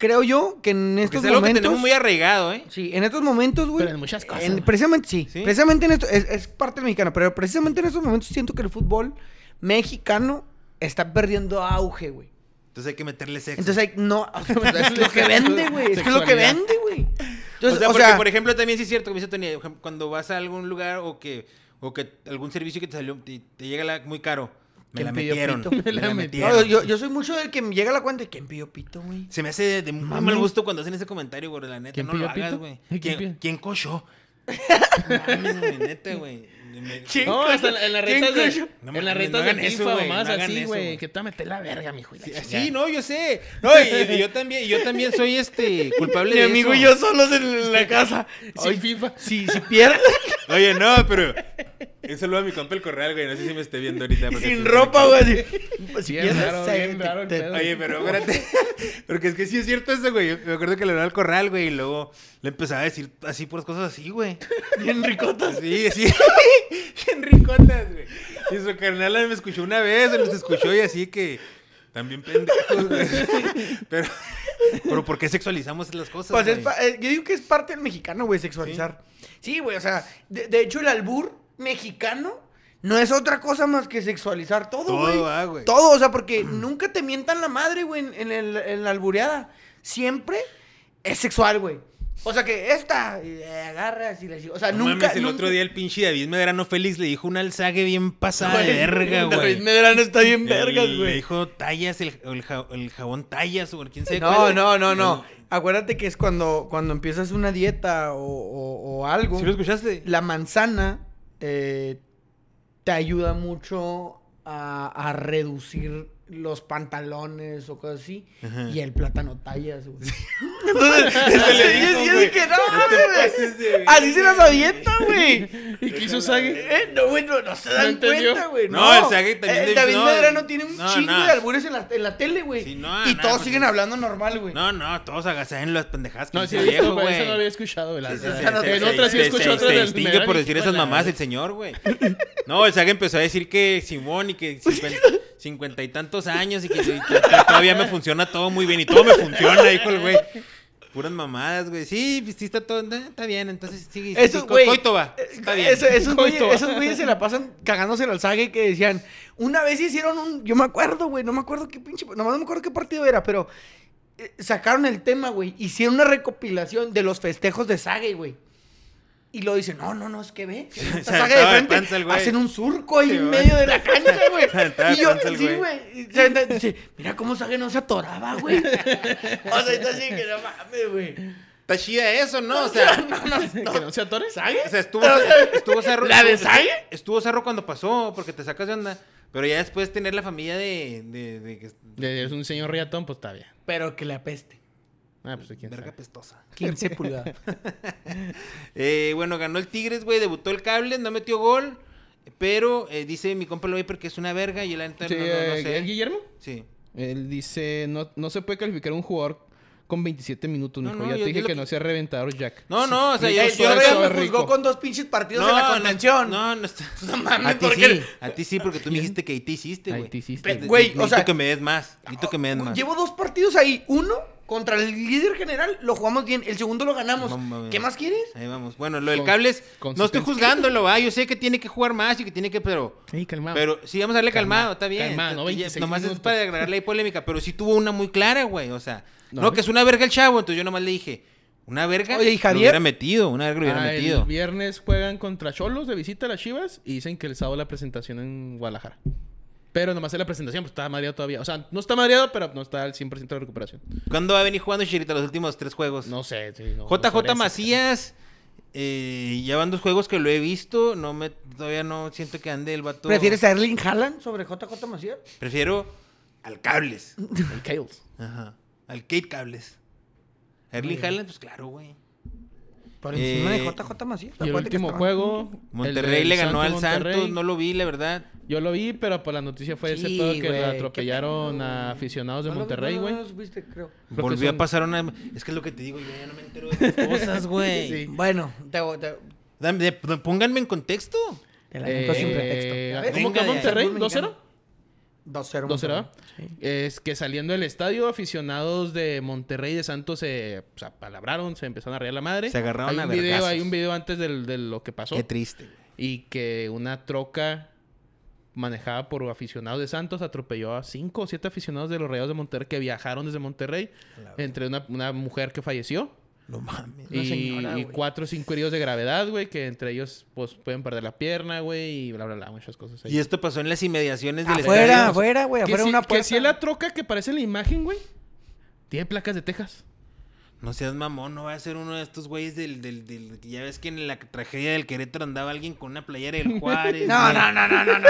Speaker 2: Creo yo que en
Speaker 3: Porque
Speaker 2: estos
Speaker 3: es algo que
Speaker 2: momentos.
Speaker 3: tenemos muy arraigado, ¿eh?
Speaker 2: Sí, en estos momentos, güey.
Speaker 1: Pero en muchas cosas,
Speaker 2: en-
Speaker 1: güey.
Speaker 2: precisamente, sí.
Speaker 3: Sí.
Speaker 2: Precisamente en esto. Es, es parte del mexicano, pero precisamente en estos momentos siento que el fútbol mexicano está perdiendo auge, güey.
Speaker 3: Entonces hay que meterle sexo.
Speaker 2: Entonces, hay- no. pues, Es lo que vende, güey. Es que es lo que
Speaker 1: Sexualidad.
Speaker 2: vende, güey. Entonces,
Speaker 3: o sea, porque, por ejemplo, también sí es cierto, como dice Tony, por ejemplo, cuando vas a algún lugar o que, o que algún servicio que te salió, te, te llega la- muy caro, me
Speaker 1: ¿Quién
Speaker 3: la
Speaker 1: pidió
Speaker 3: metieron.
Speaker 1: pito?
Speaker 3: Me la metieron.
Speaker 2: No, yo, yo soy mucho del que me llega la cuenta de quién pidió pito, güey.
Speaker 3: Se me hace de, de muy
Speaker 2: Mames.
Speaker 3: mal gusto cuando hacen ese comentario, güey. La neta,
Speaker 1: ¿Quién
Speaker 3: no lo
Speaker 1: pidió pito?
Speaker 3: hagas, güey.
Speaker 1: ¿Quién
Speaker 3: ¿Quién,
Speaker 1: pidió?
Speaker 3: ¿Quién cochó? Mames, güey, neta, güey. Me-
Speaker 1: No, hasta en, la- en las
Speaker 2: ¿Quién
Speaker 1: retas de,
Speaker 2: coño?
Speaker 3: No
Speaker 1: en las
Speaker 3: mames,
Speaker 1: retas
Speaker 3: no
Speaker 1: de
Speaker 3: hagan eso,
Speaker 1: FIFA o
Speaker 3: güey, no
Speaker 1: más
Speaker 3: hagan
Speaker 1: así,
Speaker 3: eso,
Speaker 1: güey.
Speaker 3: güey.
Speaker 1: Que te va a meter la verga, mijo. y la
Speaker 3: Sí,
Speaker 2: Ah,
Speaker 1: chingada.
Speaker 3: sí, no, yo sé. No, y, y yo también, yo también soy este culpable
Speaker 2: Mi
Speaker 3: de
Speaker 2: amigo
Speaker 3: eso.
Speaker 2: y yo solos en la casa.
Speaker 1: Sin FIFA.
Speaker 2: Si, si pierdes,
Speaker 3: Oye, no, pero un saludo a mi compa el Corral, güey. No sé si me esté viendo ahorita. porque
Speaker 2: sin
Speaker 3: sí,
Speaker 2: ropa,
Speaker 3: me-
Speaker 2: güey. Si si
Speaker 1: Bien
Speaker 2: pierdes,
Speaker 1: raro,
Speaker 2: se-
Speaker 1: bien
Speaker 2: te-
Speaker 1: raro el
Speaker 2: te-
Speaker 1: pedo.
Speaker 3: Oye, pero espérate. Porque es que sí es cierto eso, güey. Yo Me acuerdo que le hablaba al Corral, güey, y luego le empezaba a decir así puras cosas así, güey.
Speaker 2: bien ricotas.
Speaker 3: Sí, sí. Bien ricotas, güey. Y su carnal me escuchó una vez, nos escuchó y así que. También pendejos, güey. Pero, pero ¿por qué sexualizamos las cosas?
Speaker 2: Pues es
Speaker 3: güey?
Speaker 2: pa- eh, yo digo que es parte del mexicano, güey, sexualizar. Sí, güey, o sea, de, de hecho el albur mexicano no es otra cosa más que sexualizar todo,
Speaker 3: Todo,
Speaker 2: güey.
Speaker 3: ah, güey.
Speaker 2: Todo, o sea, porque nunca te mientan la madre, güey, en, en el- en la albureada. Siempre es sexual, güey. O sea, que esta, eh, agarras y le... O sea,
Speaker 3: No
Speaker 2: nunca...
Speaker 3: mames, el
Speaker 2: nunca-
Speaker 3: otro día el pinche David Medrano Félix le dijo un alzague bien pasada de verga, güey.
Speaker 2: David Medrano está bien
Speaker 3: El-
Speaker 2: vergas,
Speaker 3: Le
Speaker 2: güey.
Speaker 3: dijo tallas, el, el ja- el jabón tallas, o quién sabe
Speaker 2: No,
Speaker 3: cuál.
Speaker 2: no, no, no. Acuérdate que es cuando, cuando empiezas una dieta o, o- o algo.
Speaker 3: ¿Sí lo escuchaste?
Speaker 2: la manzana eh, te ayuda mucho a, a reducir los pantalones o cosas así.
Speaker 3: Ajá.
Speaker 2: Y el plátano tallas, güey.
Speaker 3: Eso le
Speaker 2: Yo-
Speaker 3: dijo,
Speaker 2: yo
Speaker 3: güey.
Speaker 2: dije, no,
Speaker 3: te
Speaker 2: mames, güey.
Speaker 3: pases "Este de
Speaker 2: Así se
Speaker 3: verga,
Speaker 2: las avienta, güey.
Speaker 1: ¿Y qué hizo Sage?
Speaker 2: Eh, no, güey, no, no se
Speaker 1: ¿No
Speaker 2: dan
Speaker 1: entendió?
Speaker 2: cuenta, güey.
Speaker 3: No, el Sage también
Speaker 2: El
Speaker 3: de-
Speaker 2: David
Speaker 3: no,
Speaker 2: Medrano tiene un
Speaker 3: no,
Speaker 2: chingo
Speaker 3: no.
Speaker 2: de albures en la, en la tele, güey.
Speaker 3: Sí, no,
Speaker 2: y
Speaker 3: no,
Speaker 2: todos
Speaker 3: pues,
Speaker 2: siguen
Speaker 3: sí.
Speaker 2: hablando normal, güey.
Speaker 3: No, no, todos agasajan las pendejadas que
Speaker 1: No, sí,
Speaker 3: dice
Speaker 1: he visto,
Speaker 3: viejo,
Speaker 1: pero esa
Speaker 3: güey.
Speaker 1: no había escuchado. la-
Speaker 3: Sí, sí,
Speaker 1: la-
Speaker 3: sí,
Speaker 1: En
Speaker 3: sí,
Speaker 1: otras sí
Speaker 3: se-
Speaker 1: escuché
Speaker 3: se-
Speaker 1: otras
Speaker 3: Se
Speaker 1: del
Speaker 3: distingue
Speaker 1: Medrano
Speaker 3: por
Speaker 1: y
Speaker 3: decir
Speaker 1: dijo,
Speaker 3: esas
Speaker 1: "La
Speaker 3: mamadas
Speaker 1: verga".
Speaker 3: el señor, güey. No, el Saga empezó a decir que Simón y que cincuenta- cincuenta y tantos años y que y to- to- todavía me funciona todo muy bien y todo me funciona, dijo el güey. Puras mamadas, güey. Sí, pues, sí está todo, nah, está bien, entonces sigue.
Speaker 2: Eso,
Speaker 3: sí, co-
Speaker 2: güey.
Speaker 3: coito va,
Speaker 2: eh,
Speaker 3: está bien.
Speaker 2: eso- esos, güeyes,
Speaker 1: Coito va.
Speaker 2: esos güeyes se la pasan cagándose al alzague que decían. Una vez hicieron un. Yo me acuerdo, güey. No me acuerdo qué pinche. Nomás no me acuerdo qué partido era, pero. eh, Sacaron el tema, güey. Hicieron una recopilación de los festejos de Sague, güey. Y lo dicen, no, no, no, es que ve. que está
Speaker 3: aventaba
Speaker 2: Sague de
Speaker 3: de
Speaker 2: frente.
Speaker 3: panza el güey.
Speaker 2: hacen un surco ahí
Speaker 3: Sí,
Speaker 2: en
Speaker 3: güey.
Speaker 2: medio de la cancha, güey.
Speaker 3: Se aventaba de
Speaker 2: Y yo,
Speaker 3: panza el
Speaker 2: sí,
Speaker 3: güey.
Speaker 2: güey. y se aventa- Dice, mira cómo Sague no se atoraba, güey. o sea, está así que no mames, güey.
Speaker 3: Está chida eso, ¿no? O sea,
Speaker 2: No, no, no.
Speaker 1: ¿Que no se atore?
Speaker 2: ¿Sague?
Speaker 3: o sea, estuvo,
Speaker 2: Pero, o sea,
Speaker 3: estuvo zarro.
Speaker 2: ¿La de
Speaker 3: estuvo-
Speaker 2: Sague?
Speaker 3: Estuvo zarro cuando pasó, porque te sacas de onda. Pero ya después tener la familia de. de, de, que-
Speaker 1: De- Es un señor riatón, pues está bien.
Speaker 2: Pero que le apeste.
Speaker 1: Ah, pues quién
Speaker 3: verga
Speaker 1: sabe.
Speaker 3: pestosa.
Speaker 2: 15 pulgadas.
Speaker 3: Eh, bueno, ganó el Tigres, güey, debutó el cable, no metió gol, pero eh, dice mi compa Loiper que es una verga y el neta
Speaker 1: Sí,
Speaker 3: no, no, no
Speaker 1: eh, ¿El
Speaker 3: sé.
Speaker 1: Guillermo?
Speaker 3: Sí.
Speaker 1: Él dice, no, no se puede calificar un jugador con 27 minutos,
Speaker 3: No,
Speaker 1: mijo.
Speaker 3: no,
Speaker 1: ya
Speaker 3: yo-
Speaker 1: te dije
Speaker 3: yo lo
Speaker 1: que,
Speaker 3: que-
Speaker 1: no sea reventador, Jack.
Speaker 3: No, no, o sea,
Speaker 1: Yo
Speaker 2: El
Speaker 3: yo,
Speaker 1: soy-
Speaker 3: yo-
Speaker 1: soy-
Speaker 2: Torreón me
Speaker 1: rico.
Speaker 2: juzgó con dos pinches partidos
Speaker 3: no,
Speaker 2: en la contención.
Speaker 3: No, no, está.
Speaker 2: No mames,
Speaker 3: a ti
Speaker 2: ¿por
Speaker 3: sí,
Speaker 2: qué?
Speaker 3: a ti sí, porque tú me dijiste que ahí te hiciste,
Speaker 1: Ahí
Speaker 3: güey.
Speaker 1: te hiciste,
Speaker 3: Te-
Speaker 2: güey, o
Speaker 3: necesito
Speaker 2: sea-
Speaker 3: que me des más, necesito que me des más.
Speaker 2: Llevo dos partidos ahí. Uno Contra el líder general lo jugamos bien. El segundo lo ganamos.
Speaker 3: No mames.
Speaker 2: ¿Qué más quieres?
Speaker 3: Ahí vamos. Bueno, lo del
Speaker 1: Con-
Speaker 3: cables, no estoy
Speaker 1: consistencia.
Speaker 3: juzgándolo, va. Yo sé que tiene que jugar más y que tiene que, pero.
Speaker 1: Sí, calmado.
Speaker 3: Pero sí, vamos a darle calmado,
Speaker 1: Calmado,
Speaker 3: está bien.
Speaker 1: calmado, ¿no?
Speaker 3: Entonces, ya-
Speaker 1: 26
Speaker 3: nomás es
Speaker 1: minutos.
Speaker 3: para agregarle ahí polémica, pero sí tuvo una muy clara, güey. O sea, no,
Speaker 1: No.
Speaker 3: que es una verga el chavo. Entonces yo nomás le dije, una verga.
Speaker 2: Oye, ¿y
Speaker 3: Lo
Speaker 2: Javier?
Speaker 3: hubiera metido, una verga lo hubiera
Speaker 1: Ah,
Speaker 3: metido.
Speaker 1: El viernes juegan contra Cholos de visita a las Chivas y dicen que el sábado la presentación en Guadalajara. Pero nomás es la presentación, pues está madreado todavía. O sea, no está madreado, pero no está al 100% de recuperación.
Speaker 3: ¿Cuándo va a venir jugando Chirita los últimos tres juegos?
Speaker 1: No sé. sí, no- no sé.
Speaker 3: JJ Macías. eh, ya van dos juegos que lo he visto. No me, todavía no siento que ande el vato.
Speaker 2: ¿Prefieres a Erling Haaland sobre JJ Macías?
Speaker 3: Prefiero al cables.
Speaker 1: El Kales.
Speaker 3: Ajá. Al Kate Cables. Erling Haaland, pues claro, güey.
Speaker 2: Por
Speaker 3: Eh,
Speaker 2: encima de JJ Macías.
Speaker 1: Y el
Speaker 2: Acuérdate que
Speaker 1: último
Speaker 2: estaba-
Speaker 1: juego. el
Speaker 3: Monterrey
Speaker 1: del
Speaker 3: le ganó
Speaker 1: Santos
Speaker 3: al Santos,
Speaker 1: Monterrey.
Speaker 3: no lo vi, la verdad.
Speaker 1: Yo lo vi, pero pues la noticia fue ese
Speaker 2: Sí,
Speaker 1: pedo que
Speaker 2: güey,
Speaker 1: le
Speaker 2: qué
Speaker 1: atropellaron
Speaker 2: pedo,
Speaker 1: a
Speaker 2: güey.
Speaker 1: aficionados de
Speaker 2: No lo-
Speaker 1: Monterrey,
Speaker 2: no lo-
Speaker 1: güey.
Speaker 2: no lo supiste, creo.
Speaker 1: que
Speaker 3: Volvió a
Speaker 1: son-
Speaker 3: pasar una. em-, Es que es lo que te digo, yo ya no me entero de las cosas, güey.
Speaker 1: Sí.
Speaker 2: Bueno, te, te,
Speaker 3: Dame- de- Pónganme en contexto.
Speaker 2: te la dejo sin
Speaker 1: Eh,
Speaker 2: pretexto.
Speaker 1: ¿Cómo quedó
Speaker 3: Venga de ahí.
Speaker 1: Monterrey?
Speaker 2: Fútbol mexicano.
Speaker 1: ¿2-0?
Speaker 2: 2-0.
Speaker 1: 2-0.
Speaker 2: Monterrey. Sí.
Speaker 1: Es que saliendo del estadio, aficionados de Monterrey y de Santos se pues, apalabraron, se empezaron a reír la madre.
Speaker 3: Se agarraron
Speaker 1: hay
Speaker 3: a
Speaker 1: un video,
Speaker 3: vergazos.
Speaker 1: Hay un video antes del- de lo que pasó.
Speaker 3: Qué triste, güey.
Speaker 1: Y que una troca manejada por aficionados de Santos atropelló a cinco o siete aficionados de los Rayados de Monterrey que viajaron desde Monterrey. Entre una, una mujer que falleció
Speaker 3: No mames.
Speaker 2: Una
Speaker 1: y,
Speaker 2: señora,
Speaker 1: y
Speaker 2: güey.
Speaker 1: cuatro o cinco heridos de gravedad, güey, que entre ellos pues pueden perder la pierna, güey, y bla, bla, bla, muchas cosas. ahí.
Speaker 3: Y esto pasó en las inmediaciones del
Speaker 2: Afuera,
Speaker 3: estadio.
Speaker 2: afuera, güey.
Speaker 1: que
Speaker 2: Afuera
Speaker 1: si,
Speaker 2: una
Speaker 1: que
Speaker 2: puerta.
Speaker 1: si la troca que parece en la imagen, güey, tiene placas de Texas.
Speaker 3: No seas mamón, no va a ser uno de estos güeyes del, del, del- Ya ves que en la tragedia del Querétaro andaba alguien con una playera del Juárez.
Speaker 2: No,
Speaker 3: güey.
Speaker 2: no, no, no, no, no, no, no,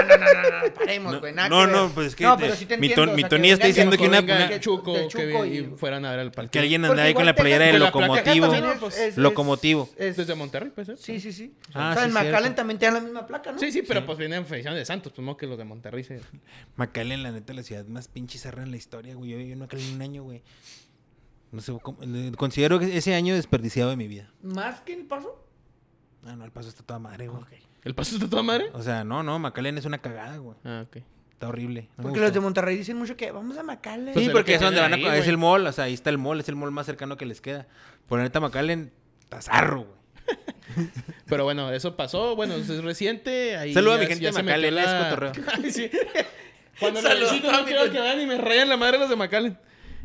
Speaker 2: no, paremos,
Speaker 3: No,
Speaker 2: güey. nada
Speaker 3: no,
Speaker 2: que
Speaker 3: no,
Speaker 2: ver.
Speaker 3: pues es que te-
Speaker 2: sí te
Speaker 3: mi
Speaker 2: entiendo,
Speaker 3: ton-
Speaker 2: o
Speaker 3: mi
Speaker 2: sea,
Speaker 3: Tonía
Speaker 2: venga
Speaker 3: está diciendo que
Speaker 2: alguien
Speaker 3: una-
Speaker 1: venga,
Speaker 3: una-
Speaker 1: que Chuco,
Speaker 2: del
Speaker 1: que
Speaker 2: Chuco
Speaker 1: vi- y
Speaker 2: y-
Speaker 1: fueran a ver al partido.
Speaker 3: Que alguien
Speaker 2: Porque
Speaker 3: andaba ahí
Speaker 2: igual
Speaker 3: con la
Speaker 2: Texas-
Speaker 3: playera del
Speaker 1: Con la placa
Speaker 3: locomotivo.
Speaker 1: Texas también es-
Speaker 2: es-
Speaker 3: locomotivo.
Speaker 2: es-
Speaker 1: Desde Monterrey, pues. ¿eh?
Speaker 2: Sí, sí, sí.
Speaker 3: Ah,
Speaker 2: o sea,
Speaker 3: sí,
Speaker 2: en
Speaker 3: cierto.
Speaker 2: McAllen también te dan la misma placa, ¿no?
Speaker 1: Sí, sí, pero pues vienen aficionados de Santos, pues no que los de Monterrey se...
Speaker 3: Macalen, la neta, la ciudad más pinche cerra en la historia, güey. Yo viví en Macalen un año, güey. No sé, cómo- eh, considero que ese año desperdiciado de mi vida.
Speaker 2: Más que el paso.
Speaker 3: Ah, no, el paso está toda madre, güey.
Speaker 1: ¿El paso está toda madre?
Speaker 3: O sea, no, no, Macalen es una cagada, güey.
Speaker 1: Ah, ok.
Speaker 3: Ah, Está horrible. No me
Speaker 2: Porque los de
Speaker 3: gustó.
Speaker 2: Monterrey dicen mucho que vamos a McAllen.
Speaker 1: Pues
Speaker 3: Sí,
Speaker 1: es lo
Speaker 3: porque
Speaker 1: que
Speaker 3: es donde
Speaker 1: tienen
Speaker 3: van
Speaker 1: ahí,
Speaker 3: a... co- es
Speaker 1: güey.
Speaker 3: el mall, o sea, ahí está el mall, es el mall más cercano que les queda. Por la neta, Macalen, tazarro, güey.
Speaker 1: Pero bueno, eso pasó. Bueno, es es reciente. Ahí
Speaker 3: Saluda a
Speaker 1: ya-
Speaker 3: mi gente
Speaker 1: ya
Speaker 3: de
Speaker 1: se metió
Speaker 3: McAllen, es cotorreo.
Speaker 1: Ay, sí. Cuando
Speaker 2: Saluda
Speaker 1: lo visito,
Speaker 2: a
Speaker 1: no
Speaker 2: mi
Speaker 1: quiero
Speaker 2: gente.
Speaker 1: que vean y me rayan la madre los de McAllen.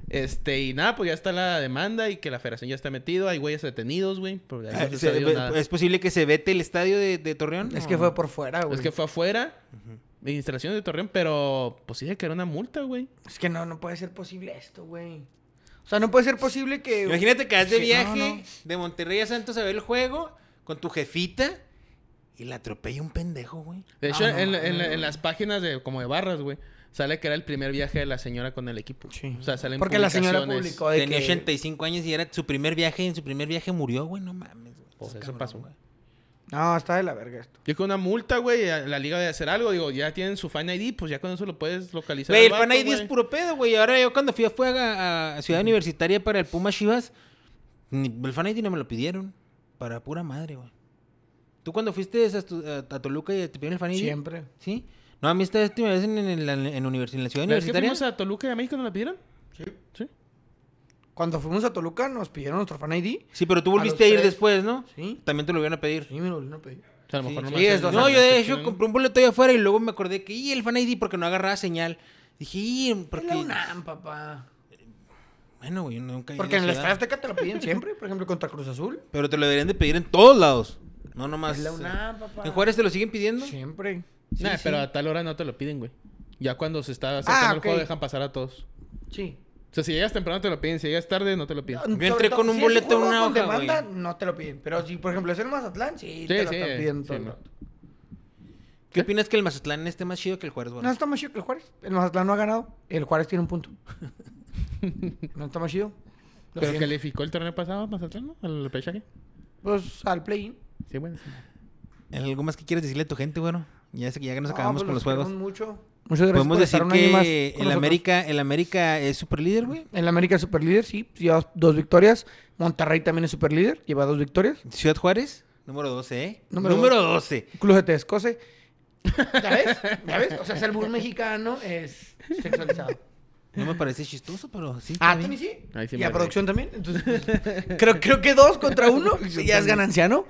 Speaker 1: Este, y nada, pues ya está la demanda y que la federación ya está metido. Hay güeyes detenidos, güey. pero de ahí
Speaker 3: Ah,
Speaker 1: no se ha
Speaker 3: se-
Speaker 1: sabido
Speaker 3: ¿Es
Speaker 1: nada.
Speaker 3: posible que se vete el estadio de, de Torreón?
Speaker 2: Es que
Speaker 3: No.
Speaker 2: fue por fuera, güey.
Speaker 1: Es que fue afuera. de Instalaciones de Torreón, pero pues sí de que era una multa, güey.
Speaker 2: Es que no, no puede ser posible esto, güey. O sea, no puede ser posible que.
Speaker 3: Imagínate que vas de
Speaker 2: Sí, no,
Speaker 3: viaje
Speaker 2: no.
Speaker 3: de Monterrey a Santos a ver el juego con tu jefita y la atropella un pendejo, güey.
Speaker 1: De hecho,
Speaker 2: Ah, no
Speaker 1: en, la-
Speaker 2: mames,
Speaker 1: en la- en
Speaker 2: güey.
Speaker 1: las páginas de como de barras, güey, sale que era el primer viaje de la señora con el equipo.
Speaker 2: Sí.
Speaker 1: O sea, salen
Speaker 2: Porque la señora
Speaker 1: publicaciones.
Speaker 2: publicó de
Speaker 3: Tenía
Speaker 2: que-
Speaker 3: 85 años y era su primer viaje y en su primer viaje murió, güey. No mames, güey.
Speaker 1: Pues
Speaker 3: Ese
Speaker 1: eso
Speaker 3: cabrón,
Speaker 1: pasó.
Speaker 3: güey.
Speaker 2: No, está de la verga esto.
Speaker 1: Yo creo que una multa, güey, a la liga de hacer algo. Digo, ya tienen su fan ID, pues ya con eso lo puedes localizar.
Speaker 3: Güey,
Speaker 1: al
Speaker 3: el fan
Speaker 1: vato,
Speaker 3: ID es
Speaker 1: güey.
Speaker 3: puro pedo, güey. Ahora yo cuando fui fue a, a Ciudad Universitaria para el Puma Chivas, ni- el fan ID no me lo pidieron. Para pura madre, güey. ¿Tú cuando fuiste a, tu- a- a Toluca y te pidieron el fan ID?
Speaker 2: Siempre.
Speaker 3: ¿Sí? No, a mí esta última vez en, en la, en univers- en la Ciudad
Speaker 1: ¿La vez que
Speaker 3: Universitaria.
Speaker 1: fuimos a Toluca y a México no la pidieron?
Speaker 2: Sí.
Speaker 1: Sí.
Speaker 2: Cuando fuimos a Toluca nos pidieron nuestro fan ID.
Speaker 3: Sí, pero tú
Speaker 2: a
Speaker 3: volviste a,
Speaker 2: los
Speaker 3: ir
Speaker 2: tres.
Speaker 3: después, ¿no?
Speaker 2: Sí.
Speaker 3: También te lo iban a pedir.
Speaker 2: Sí, me lo volvieron a pedir.
Speaker 1: O sea, a lo
Speaker 2: Sí,
Speaker 1: mejor
Speaker 2: sí,
Speaker 1: me
Speaker 2: es
Speaker 1: acuerdo.
Speaker 2: dos
Speaker 3: No,
Speaker 2: Ajá,
Speaker 3: yo de
Speaker 1: que
Speaker 3: hecho
Speaker 1: tienen-
Speaker 3: compré un boleto allá afuera y luego me acordé que, y el fan ID porque no agarraba señal. Dije, y,
Speaker 2: Porque...
Speaker 3: porque.
Speaker 2: la UNAM, papá.
Speaker 3: Bueno, güey, yo nunca he
Speaker 2: Porque
Speaker 3: ido
Speaker 2: en
Speaker 3: a
Speaker 2: el
Speaker 3: Ciudad.
Speaker 2: Estadio Azteca te lo piden siempre. Por ejemplo, contra Cruz Azul.
Speaker 3: Pero te lo deberían de pedir en todos lados. No nomás.
Speaker 2: En la
Speaker 3: eh,
Speaker 2: UNAM, papá.
Speaker 3: ¿En Juárez te lo siguen pidiendo?
Speaker 2: Siempre.
Speaker 1: Nah,
Speaker 3: sí,
Speaker 1: pero
Speaker 3: sí.
Speaker 1: a tal hora no te lo piden, güey. Ya cuando se está acercando el
Speaker 2: Ah, ok.
Speaker 1: juego dejan pasar a todos.
Speaker 2: Sí.
Speaker 1: O sea, si llegas temprano te lo piden, si llegas tarde no te lo piden.
Speaker 2: Sobre
Speaker 3: entré
Speaker 2: todo,
Speaker 3: con un
Speaker 2: si es
Speaker 3: boleto en
Speaker 2: juego
Speaker 3: una
Speaker 2: con
Speaker 3: hoja,
Speaker 2: demanda,
Speaker 3: güey.
Speaker 2: no te lo piden. Pero si, por ejemplo, es el Mazatlán, sí,
Speaker 1: Sí,
Speaker 2: te lo
Speaker 1: sí,
Speaker 2: están pidiendo.
Speaker 1: sí,
Speaker 2: todo el
Speaker 1: man.
Speaker 2: rato.
Speaker 3: ¿Qué opinas que el Mazatlán esté más chido que el Juárez, güey?
Speaker 2: No está más chido que el Juárez. El Mazatlán no ha ganado. El Juárez tiene un punto. no está más chido. Lo
Speaker 1: Pero
Speaker 2: siento.
Speaker 1: calificó el torneo pasado Mazatlán, ¿no? Al pechaje.
Speaker 2: Pues al play-in.
Speaker 1: Sí, bueno. sí.
Speaker 3: ¿Algo más que quieres decirle a tu gente, güey? Ya sé que ya que nos acabamos
Speaker 2: No,
Speaker 3: con los
Speaker 2: pues,
Speaker 3: juegos.
Speaker 2: queremos Mucho. Muchas gracias
Speaker 3: Podemos
Speaker 2: por
Speaker 3: decir
Speaker 2: estar un año más
Speaker 3: que
Speaker 2: con
Speaker 3: el
Speaker 2: nosotros.
Speaker 3: América, el América es super líder, güey.
Speaker 2: El América es superlíder, sí. pues Lleva dos victorias. Monterrey también es superlíder. Lleva dos victorias.
Speaker 3: Ciudad Juárez, número 12, ¿eh?
Speaker 2: Número
Speaker 3: número 12.
Speaker 2: Club de Escoce. ¿Ya ves? ¿Ya ves? O sea, es el bull mexicano es sexualizado.
Speaker 3: No me parece chistoso, pero sí. está
Speaker 2: Ah,
Speaker 3: bien.
Speaker 2: Tony sí.
Speaker 1: Ahí sí
Speaker 2: y
Speaker 1: me
Speaker 2: a
Speaker 1: reí.
Speaker 2: producción también. Entonces, pues, creo, creo que dos contra uno ya es ganancia, ¿no?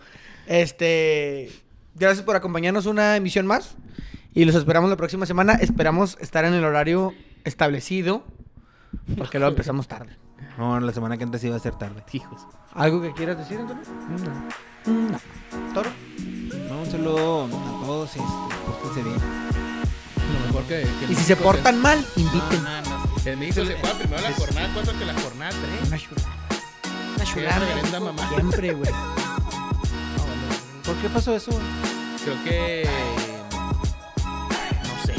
Speaker 2: Este. Gracias por acompañarnos una emisión más. Y los esperamos la próxima semana. Esperamos estar en el horario establecido. Porque lo empezamos tarde.
Speaker 3: No, la semana que antes iba a ser tarde.
Speaker 1: Hijos.
Speaker 2: ¿Algo que quieras decir, Antonio? No. Toro.
Speaker 3: No, un saludo a todos. Este, pórtense bien.
Speaker 1: Lo mejor que, que
Speaker 2: Y
Speaker 1: en
Speaker 2: si se
Speaker 1: México
Speaker 2: portan mal,
Speaker 3: No,
Speaker 2: inviten.
Speaker 3: no, no.
Speaker 1: se- En México se
Speaker 3: Es-
Speaker 1: juega primero la
Speaker 3: es-
Speaker 1: jornada 4 que la jornada 3.
Speaker 2: Una chulada. Una
Speaker 1: una
Speaker 2: chulada.
Speaker 1: reverenda
Speaker 2: hijo,
Speaker 1: mamá.
Speaker 2: Siempre, güey.
Speaker 3: ¿Por qué pasó eso?
Speaker 1: Creo que. No sé.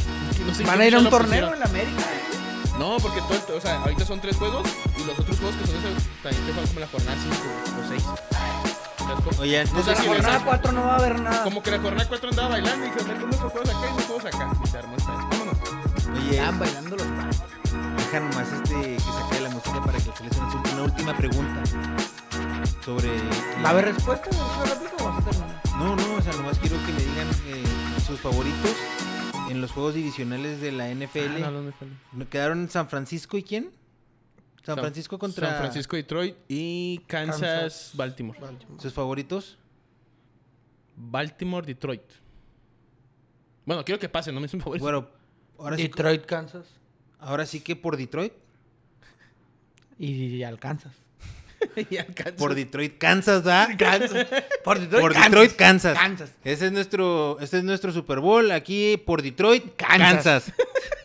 Speaker 1: No sé
Speaker 2: Van
Speaker 1: qué
Speaker 2: a ir a
Speaker 1: fecha
Speaker 2: un
Speaker 1: lo
Speaker 2: torneo en
Speaker 1: pusieron.
Speaker 2: la América. eh.
Speaker 1: No, porque todo, el- o sea, ahorita son tres juegos y los otros juegos que son esos también se juegan como la jornada 5 o 6.
Speaker 3: Oye, antes
Speaker 1: No sé
Speaker 2: La
Speaker 3: de
Speaker 1: si
Speaker 3: que-
Speaker 1: ves-
Speaker 2: jornada 4 no va a haber nada.
Speaker 1: Como que la jornada 4 andaba bailando y dije, a ver, unos juegos acá y unos juegos acá. Y se armó esta vez. Vámonos.
Speaker 3: Oye,
Speaker 2: Están bailando los malos.
Speaker 3: deja nomás este, que saque la música para que se les una última, una última pregunta. Sobre.
Speaker 2: ¿Va a haber respuesta? ¿Es una réplica o vas a terminar?
Speaker 3: No, no, o sea, nomás quiero que me digan eh, sus favoritos en los juegos divisionales de la NFL.
Speaker 1: Ah, no, no, no.
Speaker 3: ¿No ¿Quedaron San Francisco y quién? San Francisco contra
Speaker 1: San Francisco, Detroit y Kansas,
Speaker 2: Kansas.
Speaker 1: Baltimore.
Speaker 3: sus favoritos.
Speaker 1: Baltimore, Detroit. Bueno, quiero que pasen, no me hizo un favor.
Speaker 3: Bueno, ahora sí,
Speaker 2: Detroit, Kansas.
Speaker 3: ahora sí que por Detroit.
Speaker 2: Y alcanzas.
Speaker 1: y alcanzo.
Speaker 3: Por Detroit, Kansas, ¿verdad?
Speaker 2: Kansas. Por Detroit,
Speaker 3: Por Detroit, Kansas.
Speaker 2: Kansas.
Speaker 3: Ese es nuestro, este es nuestro Super Bowl. Aquí por Detroit,
Speaker 2: Kansas.
Speaker 3: Kansas.